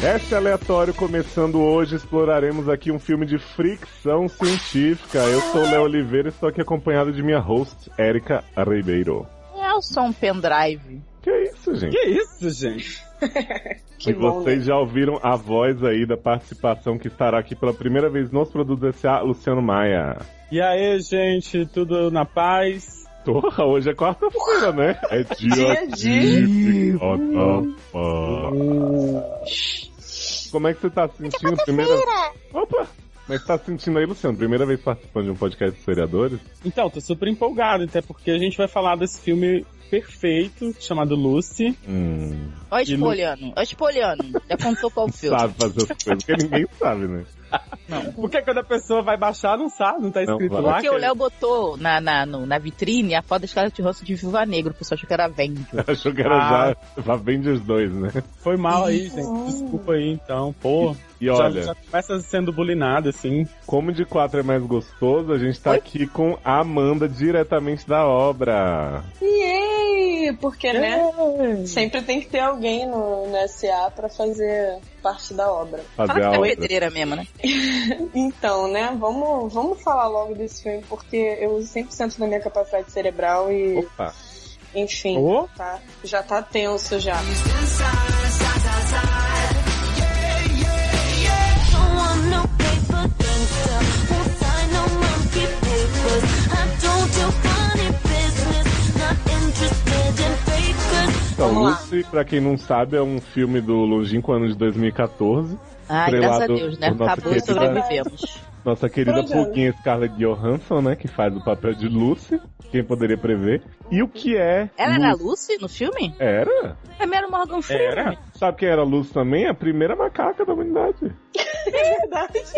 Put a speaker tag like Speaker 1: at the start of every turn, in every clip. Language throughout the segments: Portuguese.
Speaker 1: Cast aleatório começando hoje, exploraremos aqui um filme de fricção científica. Eu sou o Léo Oliveira e estou aqui acompanhado de minha host, Érica Ribeiro.
Speaker 2: Eu sou um pendrive.
Speaker 1: Que isso, gente?
Speaker 3: Que isso, gente?
Speaker 1: e vocês já ouviram a voz aí da participação que estará aqui pela primeira vez nos produtos S.A., Luciano Maia.
Speaker 3: E aí, gente, tudo na paz?
Speaker 1: Porra, hoje é quarta-feira, né? É dia
Speaker 2: Dia de-
Speaker 1: de quarta-feira. Como é que você tá se sentindo? Primeira... Opa! Como é que tá se sentindo aí, Luciano? Primeira vez participando de um podcast de seriadores?
Speaker 3: Então, tô super empolgado, até porque a gente vai falar desse filme perfeito chamado Lucy.
Speaker 1: Hum,
Speaker 2: Ó,
Speaker 3: E
Speaker 2: Espoliano. Ó, Espoliano. Já contou qual o filme.
Speaker 1: sabe fazer as coisas, porque ninguém sabe, né?
Speaker 3: Porque quando a pessoa vai baixar, não sabe, não tá
Speaker 1: Não,
Speaker 3: escrito
Speaker 1: vai.
Speaker 3: lá.
Speaker 2: Porque o
Speaker 3: cara.
Speaker 2: Léo botou na, na, no- na vitrine a foto da Scarlett Johansson de Viúva Negra. O pessoal achou que era Avenger.
Speaker 3: Ah.
Speaker 1: Achou que era já Avengers 2, né?
Speaker 3: Foi mal aí, gente. Desculpa aí, então. Pô,
Speaker 1: E
Speaker 3: já,
Speaker 1: olha,
Speaker 3: já começa sendo bulinado, assim.
Speaker 1: como de quatro é mais gostoso, a gente tá
Speaker 2: Oi?
Speaker 1: aqui com a Amanda diretamente da obra.
Speaker 4: Yay! Porque, né? Sempre tem que ter alguém no, no SA pra fazer parte da obra.
Speaker 1: Fazer
Speaker 2: Fala
Speaker 1: a
Speaker 2: que é
Speaker 1: obra.
Speaker 2: pedreira mesmo, né?
Speaker 4: Então, né? Vamos, vamos falar logo desse filme, porque eu uso 100% da minha capacidade cerebral e,
Speaker 1: Opa!
Speaker 4: enfim,
Speaker 3: Ô,
Speaker 4: tá, já tá tenso já.
Speaker 5: Don't want no paper gangster. Won't sign no monkey papers. I don't do funny business. Not interested in fakers.
Speaker 1: Então,
Speaker 4: Vamos lá.
Speaker 1: Lucy, pra quem não sabe, é um filme do longínquo ano de 2014.
Speaker 2: Ai,
Speaker 1: Estrelado
Speaker 2: graças a Deus, né?
Speaker 1: por nossa
Speaker 2: Acabou e
Speaker 1: querida-
Speaker 2: sobrevivemos.
Speaker 1: Nossa querida
Speaker 4: Pois é.
Speaker 1: Puguinha Scarlett Johansson, né? Que faz o papel de Lucy. Quem poderia prever? E o que é.
Speaker 2: Ela era
Speaker 1: Lucy?
Speaker 2: Lucy no filme?
Speaker 1: Era?
Speaker 2: Pra mim É, era um o Morgan Freeman.
Speaker 3: Era?
Speaker 1: Sabe quem era Lucy também? A primeira macaca da humanidade.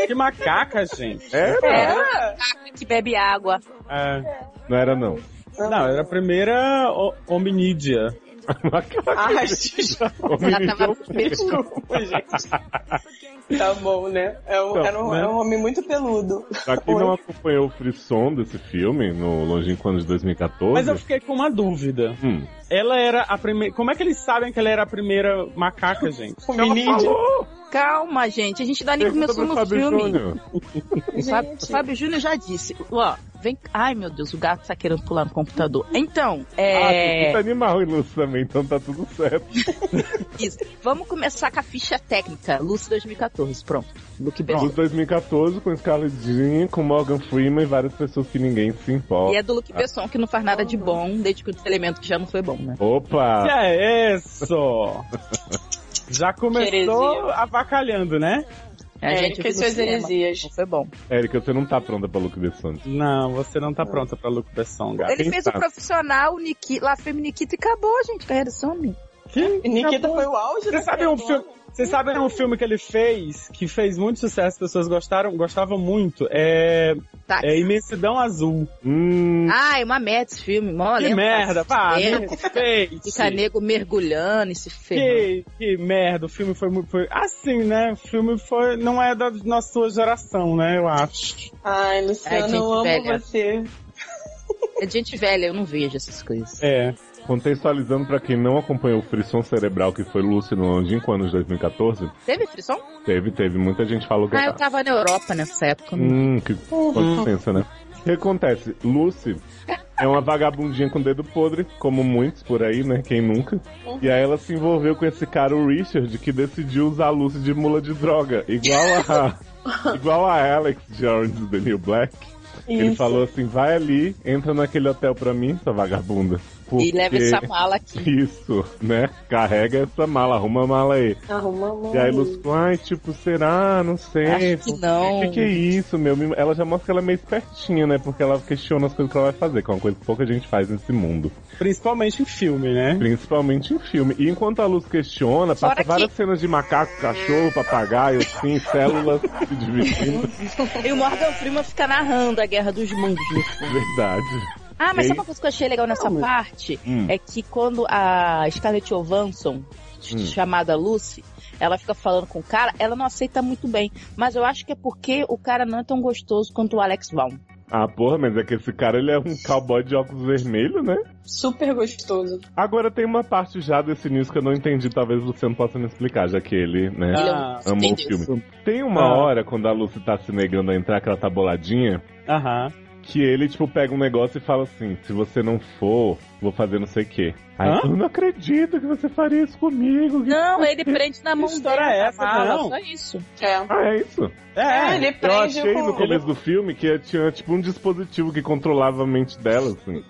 Speaker 3: Que macaca, gente.
Speaker 1: Era?
Speaker 2: Que bebe água.
Speaker 3: É.
Speaker 1: Não era, não.
Speaker 3: Não, era a primeira o- hominídea.
Speaker 1: Macaca.
Speaker 4: Ai, gente,
Speaker 2: Ah, Ela tava
Speaker 1: Hominídeo.
Speaker 4: desculpa, gente. Tá bom, né? É um,
Speaker 1: Então,
Speaker 4: era um,
Speaker 1: né?
Speaker 4: é um homem muito peludo.
Speaker 1: Pra quem não acompanhou o frisson desse filme, no longínquo ano de 2014.
Speaker 3: Mas eu fiquei com uma dúvida.
Speaker 1: Hum.
Speaker 3: Ela era a primeira. Como é que eles sabem que ela era a primeira macaca, gente?
Speaker 4: O menino.
Speaker 1: Alô?
Speaker 2: Calma, gente. A gente ainda nem
Speaker 1: Pergunta pro
Speaker 2: começou no
Speaker 1: é Fábio
Speaker 2: filme.
Speaker 1: Júnior.
Speaker 2: O Fábio, o Fábio Júnior já disse. Ó, vem. Ai, meu Deus, o gato tá querendo pular no computador. Então,
Speaker 1: Ah,
Speaker 2: é.
Speaker 1: tem muito animal e Lucy também, então tá tudo certo.
Speaker 2: Isso. Vamos começar com a ficha técnica. Lucy 2014, pronto.
Speaker 1: Luz
Speaker 2: Look Besson.
Speaker 1: 2014 com Scarlett Jean, com Morgan Freeman e várias pessoas que ninguém se
Speaker 2: E
Speaker 1: importa.
Speaker 2: é do
Speaker 3: Ah.
Speaker 2: Luke Besson, que não faz nada de bom, desde que o elemento que já não foi bom, né?
Speaker 3: Que
Speaker 1: Opa!
Speaker 3: é isso? Já começou
Speaker 4: Heresia.
Speaker 3: avacalhando, né?
Speaker 2: A
Speaker 4: É,
Speaker 2: gente
Speaker 4: ele
Speaker 2: viu no
Speaker 4: fez suas
Speaker 2: cinema,
Speaker 4: heresias.
Speaker 2: Não foi bom.
Speaker 1: Érica, você não tá pronta pra Luke Besson.
Speaker 3: Não, você não tá pronta pra Luke Besson, gata.
Speaker 2: Ele
Speaker 1: quem
Speaker 2: fez
Speaker 1: sabe?
Speaker 2: o profissional, o Nikita, lá fez o Nikita e acabou, gente. Carreira some.
Speaker 4: E Nikita foi o auge
Speaker 3: Você
Speaker 4: do
Speaker 3: sabe um
Speaker 4: seriado.
Speaker 3: filme... Você sabe um filme que ele fez que fez muito sucesso, as pessoas gostaram, gostavam muito? É,
Speaker 2: Tá.
Speaker 3: é Imensidão Azul.
Speaker 1: Hum,
Speaker 2: Ai, uma merda esse filme, mó
Speaker 3: que
Speaker 2: lento.
Speaker 3: merda, pá,
Speaker 2: Ah,
Speaker 3: né?
Speaker 2: É.
Speaker 3: não fez.
Speaker 2: Fica nego mergulhando e se ferrando.
Speaker 3: Que, que merda, o filme foi muito. Foi, assim, né? O filme foi. Não é da nossa sua geração, né? Eu acho.
Speaker 4: Ai, Luciano,
Speaker 2: Ai, gente,
Speaker 4: eu amo
Speaker 2: velha.
Speaker 4: você.
Speaker 2: É de gente velha, eu não vejo essas coisas.
Speaker 3: É.
Speaker 1: contextualizando pra quem não acompanhou o frisson cerebral que foi Lucy no Longínquo ano de 2014,
Speaker 2: Teve frisson?
Speaker 1: teve, teve. Muita gente falou que
Speaker 2: Ah, eu tava na Europa nessa época. não
Speaker 1: Hum, que
Speaker 2: Uhum.
Speaker 1: com licença, né? O que acontece? Lucy é uma vagabundinha com dedo podre, como muitos por aí, né? Quem nunca? E aí ela se envolveu com esse cara, o Richard, que decidiu usar a Lucy de mula de droga. Igual a. igual a Alex de Orange is the New Black. Ele
Speaker 4: Isso.
Speaker 1: falou assim: vai ali, entra naquele hotel pra mim, sua vagabunda.
Speaker 2: E leva
Speaker 1: porque-
Speaker 2: essa mala aqui.
Speaker 1: Isso, né? Carrega essa mala, arruma a mala aí.
Speaker 4: Arrumamos.
Speaker 1: E aí Lucy falou, ai, tipo, será? Não sei.
Speaker 2: Acho que não.
Speaker 1: O que, que é isso, meu? Me- Ela já mostra que ela é meio espertinha, né? Porque ela questiona as coisas que ela vai fazer, que é uma coisa que pouca gente faz nesse mundo.
Speaker 3: Principalmente em filme, né?
Speaker 1: Principalmente em filme. E enquanto a Luz questiona, passa
Speaker 2: Fora que-
Speaker 1: várias cenas de macaco, cachorro, papagaio, sim, células se dividindo.
Speaker 2: E o Morgan Freeman fica narrando a Guerra dos Mundos. né?
Speaker 1: É Verdade.
Speaker 2: Ah, mas
Speaker 1: Ei.
Speaker 2: sabe uma coisa que eu achei legal nessa parte?
Speaker 1: Hum.
Speaker 2: É que quando a Scarlett Johansson,
Speaker 1: Hum.
Speaker 2: chamada Lucy, ela fica falando com o cara, ela não aceita muito bem. Mas eu acho que é porque o cara não é tão gostoso quanto o Alex Vaughn.
Speaker 1: Ah, porra, mas é que esse cara ele é um cowboy de óculos vermelho, né?
Speaker 4: Super gostoso.
Speaker 1: Agora tem uma parte já desse news que eu não entendi, talvez o Luciano possa me explicar, já que ele, né,
Speaker 6: Ele é um-
Speaker 3: Ah,
Speaker 1: amou o
Speaker 6: entendeu.
Speaker 1: filme. Tem uma
Speaker 3: Ah.
Speaker 1: hora quando a Lucy tá se negando a entrar, que ela tá boladinha,
Speaker 3: Aham.
Speaker 1: que ele, tipo, pega um negócio e fala assim: se você não for, vou fazer não sei o quê. Aí
Speaker 3: Hã?
Speaker 1: eu não acredito que você faria isso comigo. que-
Speaker 6: Não, ele prende na mão
Speaker 3: Que história
Speaker 6: dele.
Speaker 3: é
Speaker 6: na
Speaker 3: essa,
Speaker 6: mala,
Speaker 3: não?
Speaker 6: Só isso.
Speaker 4: É.
Speaker 1: Ah, é isso.
Speaker 4: É,
Speaker 3: É,
Speaker 4: ele
Speaker 1: Eu
Speaker 4: prende
Speaker 1: achei no
Speaker 4: com...
Speaker 1: começo do filme que tinha, tipo, um dispositivo que controlava a mente dela, assim.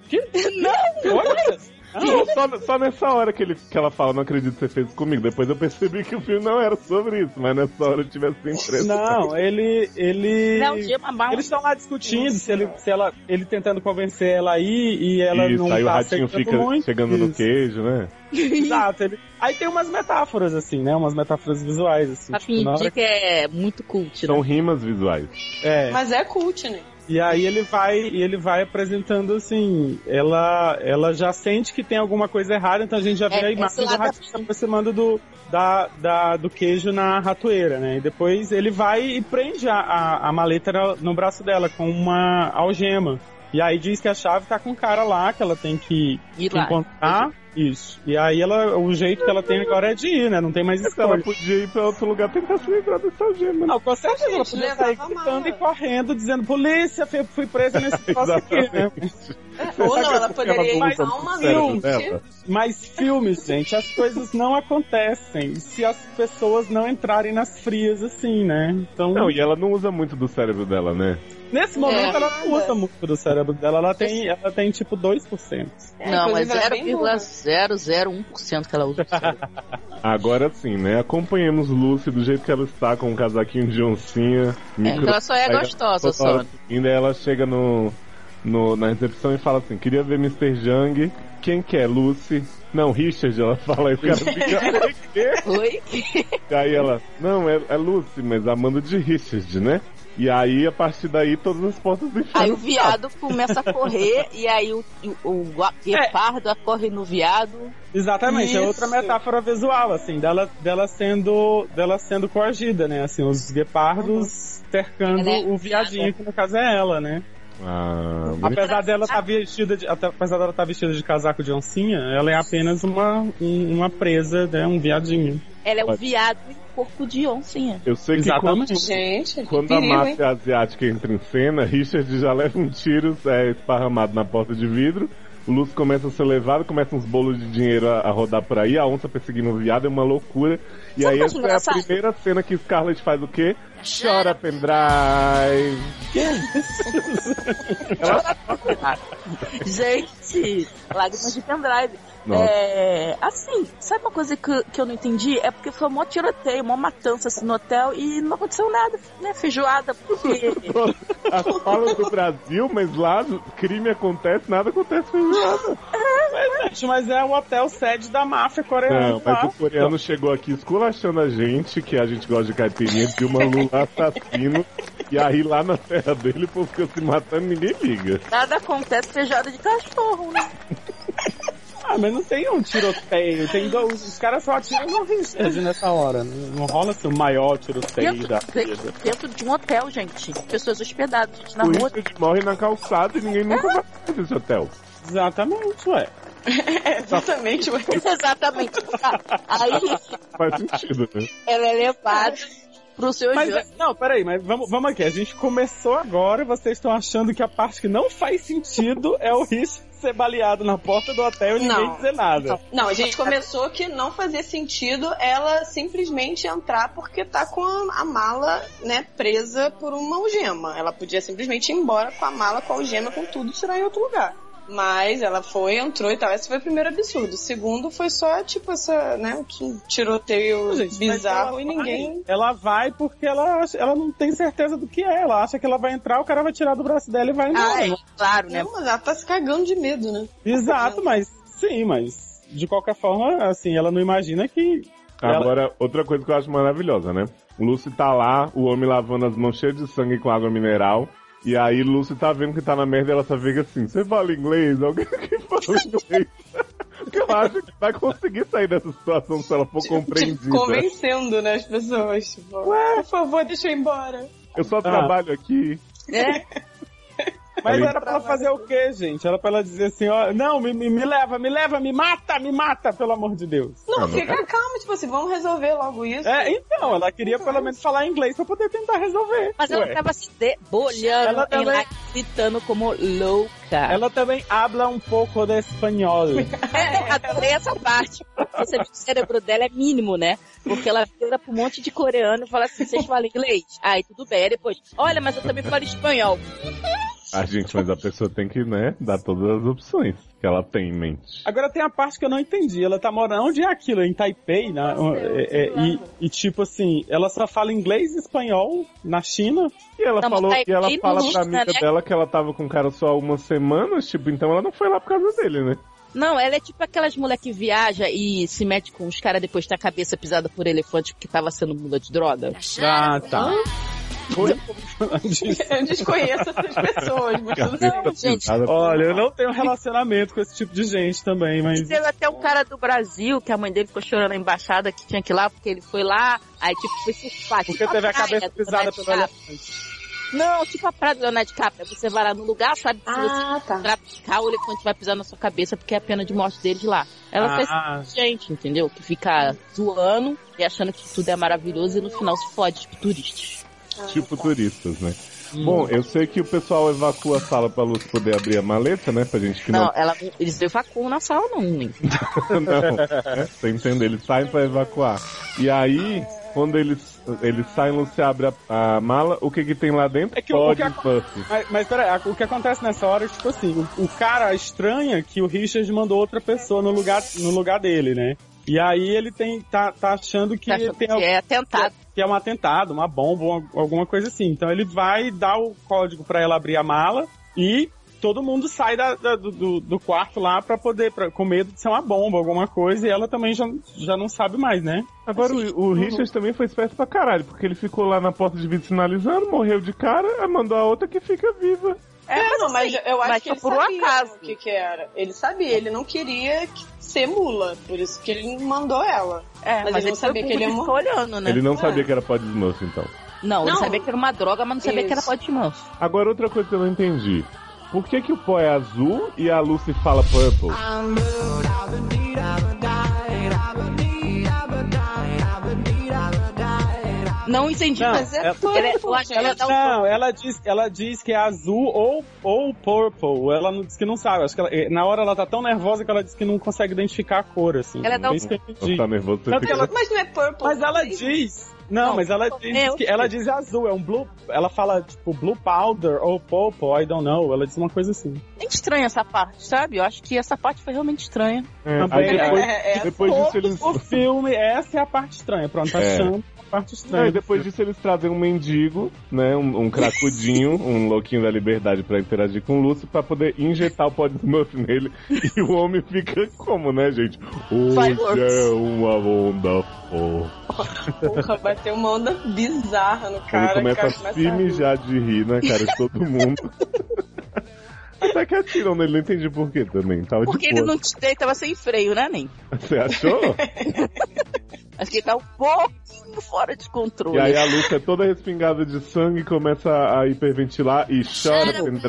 Speaker 3: olha.
Speaker 1: Não, só, só nessa hora que, ele, que ela fala, não acredito que você fez isso comigo. Depois eu percebi que o filme não era sobre isso, mas nessa hora eu tive essa impressão.
Speaker 3: é. Não, ele. ele...
Speaker 6: Não, um tinha uma mala.
Speaker 3: Eles estão lá discutindo se ele, se ela, ele tentando convencer ela a ir e ela
Speaker 1: Isso,
Speaker 3: não
Speaker 1: aí o
Speaker 3: tá
Speaker 1: ratinho
Speaker 3: aceitando
Speaker 1: fica
Speaker 3: muito.
Speaker 1: chegando no
Speaker 3: Isso.
Speaker 1: queijo, né?
Speaker 3: Exato. ele- Aí tem umas metáforas, assim, né? Umas metáforas visuais, assim.
Speaker 6: Pra
Speaker 3: tipo, na hora
Speaker 6: fingir que é muito cult, né?
Speaker 1: São rimas visuais.
Speaker 3: que- É.
Speaker 4: Mas é cult, né?
Speaker 3: E aí ele vai, e ele vai apresentando assim, ela, ela já sente que tem alguma coisa errada, então a gente já vê
Speaker 6: É,
Speaker 3: a
Speaker 6: esse
Speaker 3: imagem do
Speaker 6: lado
Speaker 3: ratinho se aproximando do, da, da- do queijo na ratoeira, né? E depois ele vai e prende a, a, a maleta na- no braço dela com uma algema. E aí diz que a chave tá com um cara lá, que ela tem que,
Speaker 6: Ir
Speaker 3: que
Speaker 6: lá.
Speaker 3: encontrar. Isso. E aí ela, o jeito que ela tem agora é de ir, né? Não tem mais
Speaker 1: Mas ela
Speaker 3: escolha.
Speaker 1: podia ir pra outro lugar tentar se livrar dessa algema, né?
Speaker 3: Não, com certeza, ela podia
Speaker 4: levava
Speaker 3: sair
Speaker 4: a
Speaker 3: gritando
Speaker 4: mala.
Speaker 3: e correndo, dizendo, polícia, fui fui presa nesse negócio aqui, né?
Speaker 4: Ou
Speaker 1: Será
Speaker 4: não,
Speaker 1: que
Speaker 4: ela
Speaker 1: é porque
Speaker 4: poderia ir
Speaker 1: usa
Speaker 4: pra uma
Speaker 1: o cérebro
Speaker 4: luz.
Speaker 1: dela?
Speaker 3: Mas filmes, gente, as coisas não acontecem se as pessoas não entrarem nas frias assim, né? Então,
Speaker 1: Não, e ela não usa muito do cérebro dela, né?
Speaker 3: nesse momento
Speaker 4: É.
Speaker 3: ela não usa muito do cérebro dela, ela tem, ela tem tipo 2%.
Speaker 4: É,
Speaker 6: Não, é
Speaker 4: inclusive, ela é bem burra.
Speaker 6: 0,001% que ela usa.
Speaker 1: Agora sim, né? Acompanhemos Lucy do jeito que ela está, com um casaquinho de oncinha,
Speaker 6: É, então
Speaker 1: micro...
Speaker 6: ela só é gostosa, só.
Speaker 1: E daí ela chega no, no- na recepção e fala assim, queria ver Mr. Jung, quem que é? Lucy? Não, Richard, ela fala, e o cara fica...
Speaker 6: Oi?
Speaker 1: E aí ela, não, é, é Lucy, mas Amanda de Richard, né? E aí, a partir daí, todas as portas do
Speaker 6: Aí
Speaker 1: inferno.
Speaker 6: o viado começa a correr e aí o, o, o
Speaker 3: É.
Speaker 6: gua- guepardo corre no viado.
Speaker 3: Exatamente, é
Speaker 4: Isso.
Speaker 3: outra metáfora visual, assim, dela, dela, sendo, dela sendo coagida, né? Assim, os guepardos cercando
Speaker 6: Ela é
Speaker 3: o viadinho, que no caso é ela, né?
Speaker 1: Ah, bonito.
Speaker 3: Apesar dela estar vestida de, até- apesar dela estar vestida de casaco de oncinha, ela é apenas uma, um- uma presa, né? Um viadinho.
Speaker 6: Ela é um
Speaker 1: Pode.
Speaker 6: viado em corpo de oncinha.
Speaker 1: eu sei que quando,
Speaker 3: Exatamente.
Speaker 4: Gente, que
Speaker 1: quando a
Speaker 4: perigo, hein?
Speaker 1: máfia asiática entra em cena, Richard já leva um tiro é, esparramado na porta de vidro. O Lúcio começa a ser levado, começa uns bolos de dinheiro a, a rodar por aí, a onça perseguindo o viado, é uma loucura. E
Speaker 6: Sabe
Speaker 1: aí
Speaker 6: o que eu acho
Speaker 1: essa é a
Speaker 6: engraçado?
Speaker 1: primeira cena que Scarlett faz o quê? Chora pendrive.
Speaker 6: Gente, lágrimas de pendrive.
Speaker 1: Nossa,
Speaker 6: É, assim, sabe uma coisa que, que eu não entendi? É porque foi mó tiroteio, mó matança assim, no hotel e não aconteceu nada, né? Feijoada, porque.
Speaker 1: as falas do Brasil, mas lá crime acontece, nada acontece com
Speaker 3: Gente, mas é o hotel sede da máfia coreana.
Speaker 1: Não, mas
Speaker 3: tá?
Speaker 1: o coreano chegou aqui esculachando a gente, que a gente gosta de caipirinha, de uma Lula assassino, tá e aí lá na terra dele o povo fica se matando e ninguém liga.
Speaker 6: Nada acontece, feijoada de cachorro, né?
Speaker 3: Ah, mas não tem um tiroteio. Tem dois, os caras só atiram no Richard nessa hora. Não não rola assim, o maior tiroteio
Speaker 6: Dentro,
Speaker 3: da
Speaker 6: dentro,
Speaker 3: vida.
Speaker 6: dentro de um hotel, gente. Pessoas hospedadas, gente na
Speaker 1: o
Speaker 6: rua.
Speaker 1: Richard morre na calçada e ninguém nunca vai fazer esse hotel.
Speaker 3: Exatamente, ué.
Speaker 1: tá-
Speaker 4: É, exatamente. ué.
Speaker 6: é Exatamente. Aí
Speaker 1: Faz sentido, né?
Speaker 6: ela é levada pro seu
Speaker 3: Mas,
Speaker 6: jogo.
Speaker 3: é- não, peraí, mas vamos, vamos aqui. A gente começou agora e vocês estão achando que a parte que não faz sentido é o Richard ser baleado na porta do hotel e ninguém
Speaker 4: Não.
Speaker 3: dizer nada.
Speaker 4: Não, a gente começou que não fazia sentido ela simplesmente entrar porque tá com a mala, né, presa por uma algema. Ela podia simplesmente ir embora com a mala, com a algema, com tudo, tirar em outro lugar. Mas ela foi, entrou e tal. Esse foi o primeiro absurdo. O segundo foi só, tipo, essa, né, um tiroteio
Speaker 3: Gente, mas
Speaker 4: bizarro
Speaker 3: ela
Speaker 4: e ninguém.
Speaker 3: vai- Ela vai porque ela, acha- ela não tem certeza do que é. Ela acha que ela vai entrar, o cara vai tirar do braço dela e vai embora.
Speaker 6: Ah, é, claro, né?
Speaker 4: Não, mas ela tá se cagando de medo, né?
Speaker 3: Exato, mas sim, mas de qualquer forma, assim, ela não imagina que. Ela-
Speaker 1: Agora, outra coisa que eu acho maravilhosa, né? Lucy tá lá, o homem lavando as mãos cheias de sangue com água mineral. E aí Lucy tá vendo que tá na merda e ela só fica assim, você fala inglês? Alguém que fala inglês? Porque eu acho que vai conseguir sair dessa situação se ela for
Speaker 4: Tipo,
Speaker 1: compreendida.
Speaker 4: convencendo, né, as pessoas. "Ah,
Speaker 2: Ah.
Speaker 4: Tipo, Ué, por favor, deixa eu ir embora.
Speaker 1: Eu só trabalho aqui.
Speaker 6: É.
Speaker 3: Mas
Speaker 1: Ali.
Speaker 3: era pra ela fazer o quê, gente? Era pra ela dizer assim, ó, não, me, me, me leva, me leva, me mata, me mata, pelo amor de Deus.
Speaker 4: Não,
Speaker 1: não
Speaker 4: fica calma, tipo assim, vamos resolver logo isso.
Speaker 3: É, então, ela queria pelo menos falar inglês pra poder tentar resolver.
Speaker 2: Mas ela tá-
Speaker 3: Ué.
Speaker 2: tava se debolhando
Speaker 3: Ela
Speaker 2: ela
Speaker 3: também-
Speaker 2: lá, gritando como louca.
Speaker 3: Ela também habla um pouco de espanhol.
Speaker 2: É, adorei essa parte. Você vê que o cérebro dela é mínimo, né? Porque ela vira pra um monte de coreano e fala assim, vocês falam inglês? Aí tudo bem, aí depois, olha, mas eu também falo espanhol.
Speaker 1: Ah, gente, mas a pessoa tem que, né, dar todas as opções que ela tem em mente.
Speaker 3: Agora tem a parte que eu não entendi. Ela tá morando onde é aquilo? Em Taipei, né? É, é, e, e, tipo assim, ela só fala inglês e espanhol na China.
Speaker 1: E ela
Speaker 2: Não, mas
Speaker 1: falou
Speaker 2: tá
Speaker 1: que ela
Speaker 2: bem
Speaker 1: fala pra
Speaker 2: bonita,
Speaker 1: amiga
Speaker 2: né?
Speaker 1: dela que ela tava com o cara só há umas semanas, tipo, então ela não foi lá por causa dele, né?
Speaker 2: Não, ela é tipo aquelas mulheres que viaja e se mete com os caras depois tá a cabeça pisada por elefante porque tava sendo mula de droga.
Speaker 3: Ah, tá. Foi?
Speaker 4: Eu desconheço essas pessoas, mas tudo bem.
Speaker 1: Cabeça
Speaker 2: gente,
Speaker 1: pisada.
Speaker 3: Olha, eu não tenho relacionamento com esse tipo de gente também, mas.
Speaker 6: E teve até um cara do Brasil, que a mãe dele ficou chorando na embaixada que tinha que ir lá, porque ele foi lá, aí tipo, foi surfar.
Speaker 3: Porque
Speaker 2: tipo,
Speaker 3: teve a
Speaker 2: praia
Speaker 6: né?
Speaker 3: cabeça
Speaker 2: do
Speaker 3: pisada
Speaker 2: Leonardo
Speaker 3: pelo
Speaker 2: DiCaprio.
Speaker 3: elefante.
Speaker 2: Não, tipo a praia do Leonardo DiCaprio. Você vai lá no lugar, sabe? que Se você
Speaker 4: Ah, tá.
Speaker 2: entrar, picar, o elefante vai pisar na sua cabeça porque é a pena de morte dele de lá. Ela fez
Speaker 3: Ah,
Speaker 2: gente, entendeu? Que fica zoando e achando que tudo é maravilhoso e no final se fode, tipo turistas.
Speaker 1: tipo turistas, né?
Speaker 2: Hum.
Speaker 1: Bom, eu sei que o pessoal evacua a sala pra Lúcia poder abrir a maleta, né? Pra gente que
Speaker 2: Não,
Speaker 1: não,
Speaker 2: ela, eles evacuam na sala não, nem.
Speaker 1: não. né? Você entende? Eles saem pra evacuar. E aí, quando eles, eles saem, Lúcia abre a, a mala, o que que tem lá dentro?
Speaker 3: É que o- o
Speaker 1: Pode
Speaker 3: que
Speaker 1: puff.
Speaker 3: Mas, mas peraí, a- o que acontece nessa hora é tipo assim, o, o cara estranha que o Richard mandou outra pessoa no lugar, no lugar dele, né? E aí ele tem, tá, tá achando que,
Speaker 2: Tá achando
Speaker 3: tem,
Speaker 2: que
Speaker 3: al-
Speaker 2: é atentado.
Speaker 3: que é um atentado, uma bomba, uma- alguma coisa assim. Então ele vai dar o código pra ela abrir a mala e todo mundo sai da- da- do- do, do quarto lá pra poder, pra, com medo de ser uma bomba, alguma coisa, e ela também já, já não sabe mais, né?
Speaker 1: Agora,
Speaker 4: Assim,
Speaker 1: o,
Speaker 4: uhum.
Speaker 1: o Richard também foi esperto pra caralho, porque ele ficou lá na porta de vidro sinalizando, morreu de cara, aí mandou a outra que fica viva.
Speaker 4: É, não, mas eu acho
Speaker 6: mas foi
Speaker 4: que ele
Speaker 6: por um
Speaker 4: sabia
Speaker 6: acaso.
Speaker 4: o que que era. Ele sabia, ele não queria que- ser mula, por isso que ele mandou ela.
Speaker 6: É,
Speaker 4: Mas
Speaker 6: mas,
Speaker 4: ele não
Speaker 6: ele
Speaker 4: sabia
Speaker 6: sabia
Speaker 4: que ele ia morrer.
Speaker 6: olhando, né?
Speaker 1: Ele não
Speaker 4: Ah.
Speaker 1: sabia que era pó de Smurf, então.
Speaker 2: Não, ele
Speaker 4: Não.
Speaker 2: sabia que era uma droga, mas não sabia que era
Speaker 4: Isso.
Speaker 2: pó de manso.
Speaker 1: Agora, outra coisa que eu não entendi. Por que que o pó é azul e a Lucy fala purple?
Speaker 4: Ah,
Speaker 2: Não entendi,
Speaker 3: Não,
Speaker 2: mas
Speaker 4: Mas é
Speaker 3: ela-
Speaker 4: tudo.
Speaker 2: Ele- eu acho que
Speaker 4: ela-
Speaker 2: ela- dá um
Speaker 3: não, ela diz, ela diz que é azul ou, ou purple. Ela não, diz que não sabe. Acho que ela- eh, na hora ela tá tão nervosa que ela diz que não consegue identificar a cor, assim.
Speaker 2: Ela dá
Speaker 3: É
Speaker 2: um-
Speaker 3: isso que eu
Speaker 1: Você
Speaker 3: entendi.
Speaker 1: tá nervoso, você fica...
Speaker 3: Não, porque ela-
Speaker 4: Mas não é purple.
Speaker 3: Mas ela
Speaker 4: diz.
Speaker 3: diz. Não,
Speaker 2: Não,
Speaker 3: mas ela
Speaker 2: purple.
Speaker 3: diz,
Speaker 2: Eu
Speaker 3: que, ela diz azul, é um blue. Ela fala, tipo, blue powder ou purple, I don't know. Ela diz uma coisa assim.
Speaker 2: é estranha essa parte, sabe? Eu acho que essa parte foi realmente estranha.
Speaker 1: É, aí
Speaker 3: Também,
Speaker 1: depois,
Speaker 4: é, é.
Speaker 1: depois disso eles...
Speaker 3: O filme, essa é a parte estranha. Pronto, tá
Speaker 1: É.
Speaker 3: achando a
Speaker 1: Não,
Speaker 3: parte
Speaker 1: e
Speaker 3: estranha.
Speaker 1: depois disso eles trazem um mendigo, né, um, um cracudinho, um louquinho da liberdade pra interagir com o Lúcio pra poder injetar o pó de Smurf nele e o homem fica como, né, gente? Hoje
Speaker 2: Fireworks.
Speaker 1: é uma onda forte.
Speaker 4: Porra, bateu uma onda bizarra no
Speaker 1: Ele
Speaker 4: cara.
Speaker 1: começa
Speaker 4: cara,
Speaker 1: a se mijar de rir na cara de todo mundo. Até que atiram nele, não entendi por quê também. Tava
Speaker 2: Porque
Speaker 1: de
Speaker 2: ele
Speaker 1: boa.
Speaker 2: não te ele tava sem freio, né, Nem?
Speaker 1: Você achou?
Speaker 2: Acho que ele tá um pouquinho fora de
Speaker 1: E
Speaker 2: controle.
Speaker 1: aí a Lúcia é toda respingada de sangue começa a hiperventilar e chora pendrive.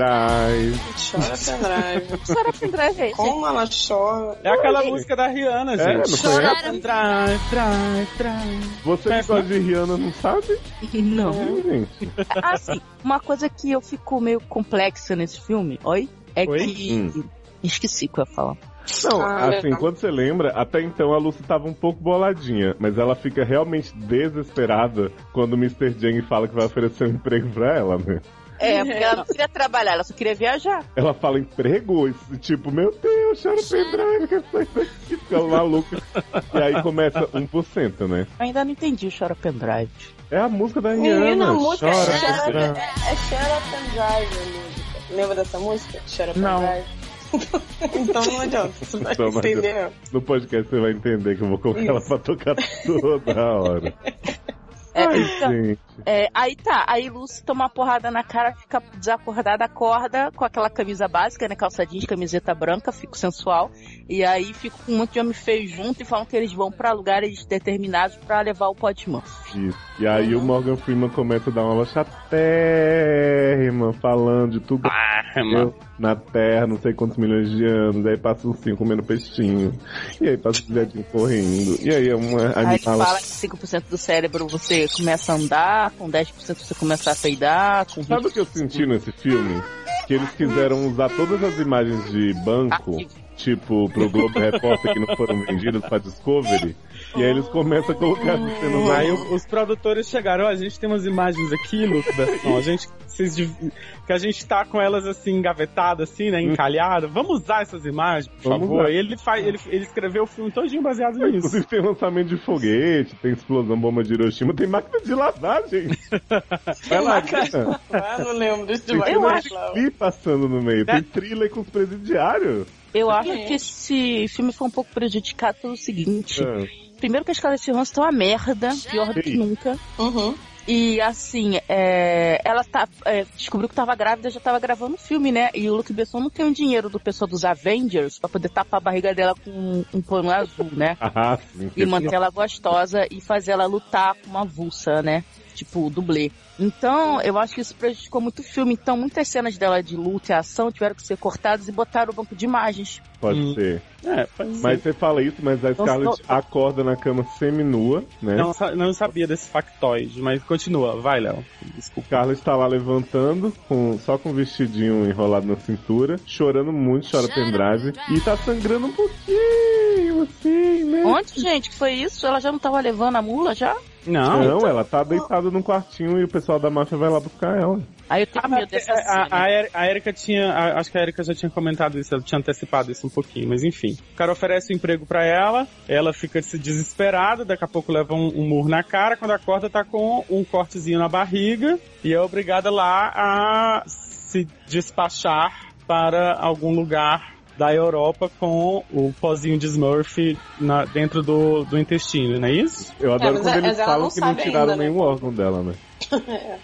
Speaker 4: Chora pendrive.
Speaker 2: Isso era pendrive, gente.
Speaker 4: Como ela chora.
Speaker 3: É aquela música da Rihanna,
Speaker 1: É, não
Speaker 3: gente.
Speaker 1: foi essa?
Speaker 3: Trai, trai, trai.
Speaker 1: Você que gosta de Rihanna não sabe?
Speaker 2: Não.
Speaker 4: Uhum.
Speaker 1: Gente.
Speaker 2: Assim, uma coisa que eu fico meio complexa nesse filme, oi? É
Speaker 3: Oi?
Speaker 2: que.
Speaker 1: Hum.
Speaker 2: Esqueci o que eu ia falar.
Speaker 1: Não,
Speaker 4: Ah,
Speaker 1: assim,
Speaker 4: legal.
Speaker 1: quando você lembra, até então a Lucy tava um pouco boladinha, mas ela fica realmente desesperada quando o Mr. Jang fala que vai oferecer um emprego pra ela, né?
Speaker 2: É, porque ela não queria trabalhar, ela só queria viajar.
Speaker 1: Ela fala emprego, e, tipo, meu Deus, chora né? pendrive, que sai daqui, fica maluca. e aí começa 1%, né?
Speaker 2: Eu ainda não entendi o Chora Pendrive.
Speaker 1: É a música da Rihanna.
Speaker 4: Menina, a música é
Speaker 1: chora
Speaker 4: Chora,
Speaker 1: pendrive.
Speaker 4: é, é Chora Pendrive a né, música. Lembra dessa música? Chora
Speaker 3: Não.
Speaker 4: Pendrive. então não adianta. Você vai
Speaker 1: Então não
Speaker 4: entender.
Speaker 1: No podcast você vai entender que eu vou colocar ela pra tocar toda hora.
Speaker 2: É,
Speaker 1: Ai,
Speaker 2: então,
Speaker 1: gente.
Speaker 2: é, aí tá, aí Lúcio toma uma porrada na cara, fica desacordada, acorda com aquela camisa básica, né? Calça jeans, camiseta branca, fico sensual. E aí fico com um monte de homem feio junto e falam que eles vão pra lugares determinados pra levar o pó de mão.
Speaker 1: Isso. E aí o Morgan Freeman começa a dar uma loxatérrima, falando de tudo.
Speaker 3: É, mano.
Speaker 1: na terra, não sei quantos milhões de anos, aí passa um sim comendo peixinho, e aí passa o viadinho correndo, e aí é uma
Speaker 2: Aí
Speaker 1: animal.
Speaker 2: fala assim, que 5% do cérebro você começa a andar, com 10% você começa a peidar, com
Speaker 1: Sabe o que eu senti nesse filme? Que eles quiseram usar todas as imagens de banco, tipo, pro Globo Repórter que não foram vendidas pra Discovery, e aí eles começam a colocar as cenas lá
Speaker 3: Aí
Speaker 1: e
Speaker 3: o- os produtores chegaram, ó, a gente tem umas imagens aqui, Lucas Berton, a gente, vocês, div- que a gente tá com elas assim, engavetadas assim, né, encalhada, vamos usar essas imagens, por
Speaker 1: Hum. Vamos
Speaker 3: favor.
Speaker 1: usar.
Speaker 3: E ele, faz, ele, ele escreveu o filme todinho baseado nisso.
Speaker 1: Inclusive tem lançamento de foguete, tem explosão bomba de Hiroshima, tem máquina de lavar, gente.
Speaker 3: Vai lá,
Speaker 4: Ah, não lembro desse de
Speaker 1: Tem
Speaker 4: White
Speaker 1: Vi passando no meio,
Speaker 2: É.
Speaker 1: tem thriller com os presidiários.
Speaker 2: Eu acho
Speaker 4: É.
Speaker 2: que esse filme foi um pouco prejudicado pelo seguinte.
Speaker 1: Ah,
Speaker 2: Primeiro que as caras de estão uma merda, pior do que
Speaker 1: Ei.
Speaker 2: nunca.
Speaker 4: Uhum.
Speaker 2: E assim, é, ela tá, é, descobriu que tava grávida, já tava gravando o filme, né? E o Luke Besson não tem o dinheiro do pessoal dos Avengers pra poder tapar a barriga dela com um, um pano azul, né?
Speaker 1: Ah, sim.
Speaker 2: E manter ela gostosa e fazer ela lutar com uma vulsa, né? Tipo, dublê. Então, eu acho que isso prejudicou muito o filme. Então, muitas cenas dela de luta e ação tiveram que ser cortadas e botaram o banco de imagens.
Speaker 1: Pode
Speaker 3: Hum.
Speaker 1: ser.
Speaker 3: É, pode ser.
Speaker 1: Mas você fala isso, mas a Scarlett acorda na cama seminua, né?
Speaker 3: Não, sa- não sabia desse factoide, mas continua, vai, Léo.
Speaker 1: O Carlos tá lá levantando, com, só com o vestidinho enrolado na cintura, chorando muito, chora pendrive, e tá sangrando um pouquinho, assim, né?
Speaker 2: Onde, gente, que foi isso? Ela já não tava levando a mula já?
Speaker 3: Não,
Speaker 1: Não, ela tá deitada num quartinho e o pessoal da máfia vai lá buscar ela.
Speaker 2: Aí eu tenho
Speaker 3: Ah, mas
Speaker 2: medo dessa
Speaker 3: a-
Speaker 2: cena.
Speaker 3: a, a, Eri- a Erika tinha. a- acho que a Erika já tinha comentado isso, ela tinha antecipado isso um pouquinho, mas enfim. O cara oferece o emprego pra ela, ela fica se desesperada, daqui a pouco leva um, um murro na cara, quando acorda tá com um cortezinho na barriga e é obrigada lá a se despachar para algum lugar da Europa com o pozinho de Smurf na- dentro do, do intestino, não é isso?
Speaker 1: Eu adoro
Speaker 4: mas
Speaker 1: quando
Speaker 4: a-
Speaker 1: eles
Speaker 4: mas ela
Speaker 1: falam
Speaker 4: não
Speaker 1: que não
Speaker 4: sabe
Speaker 1: tiraram
Speaker 4: ainda, né? É.
Speaker 1: nenhum órgão dela, né?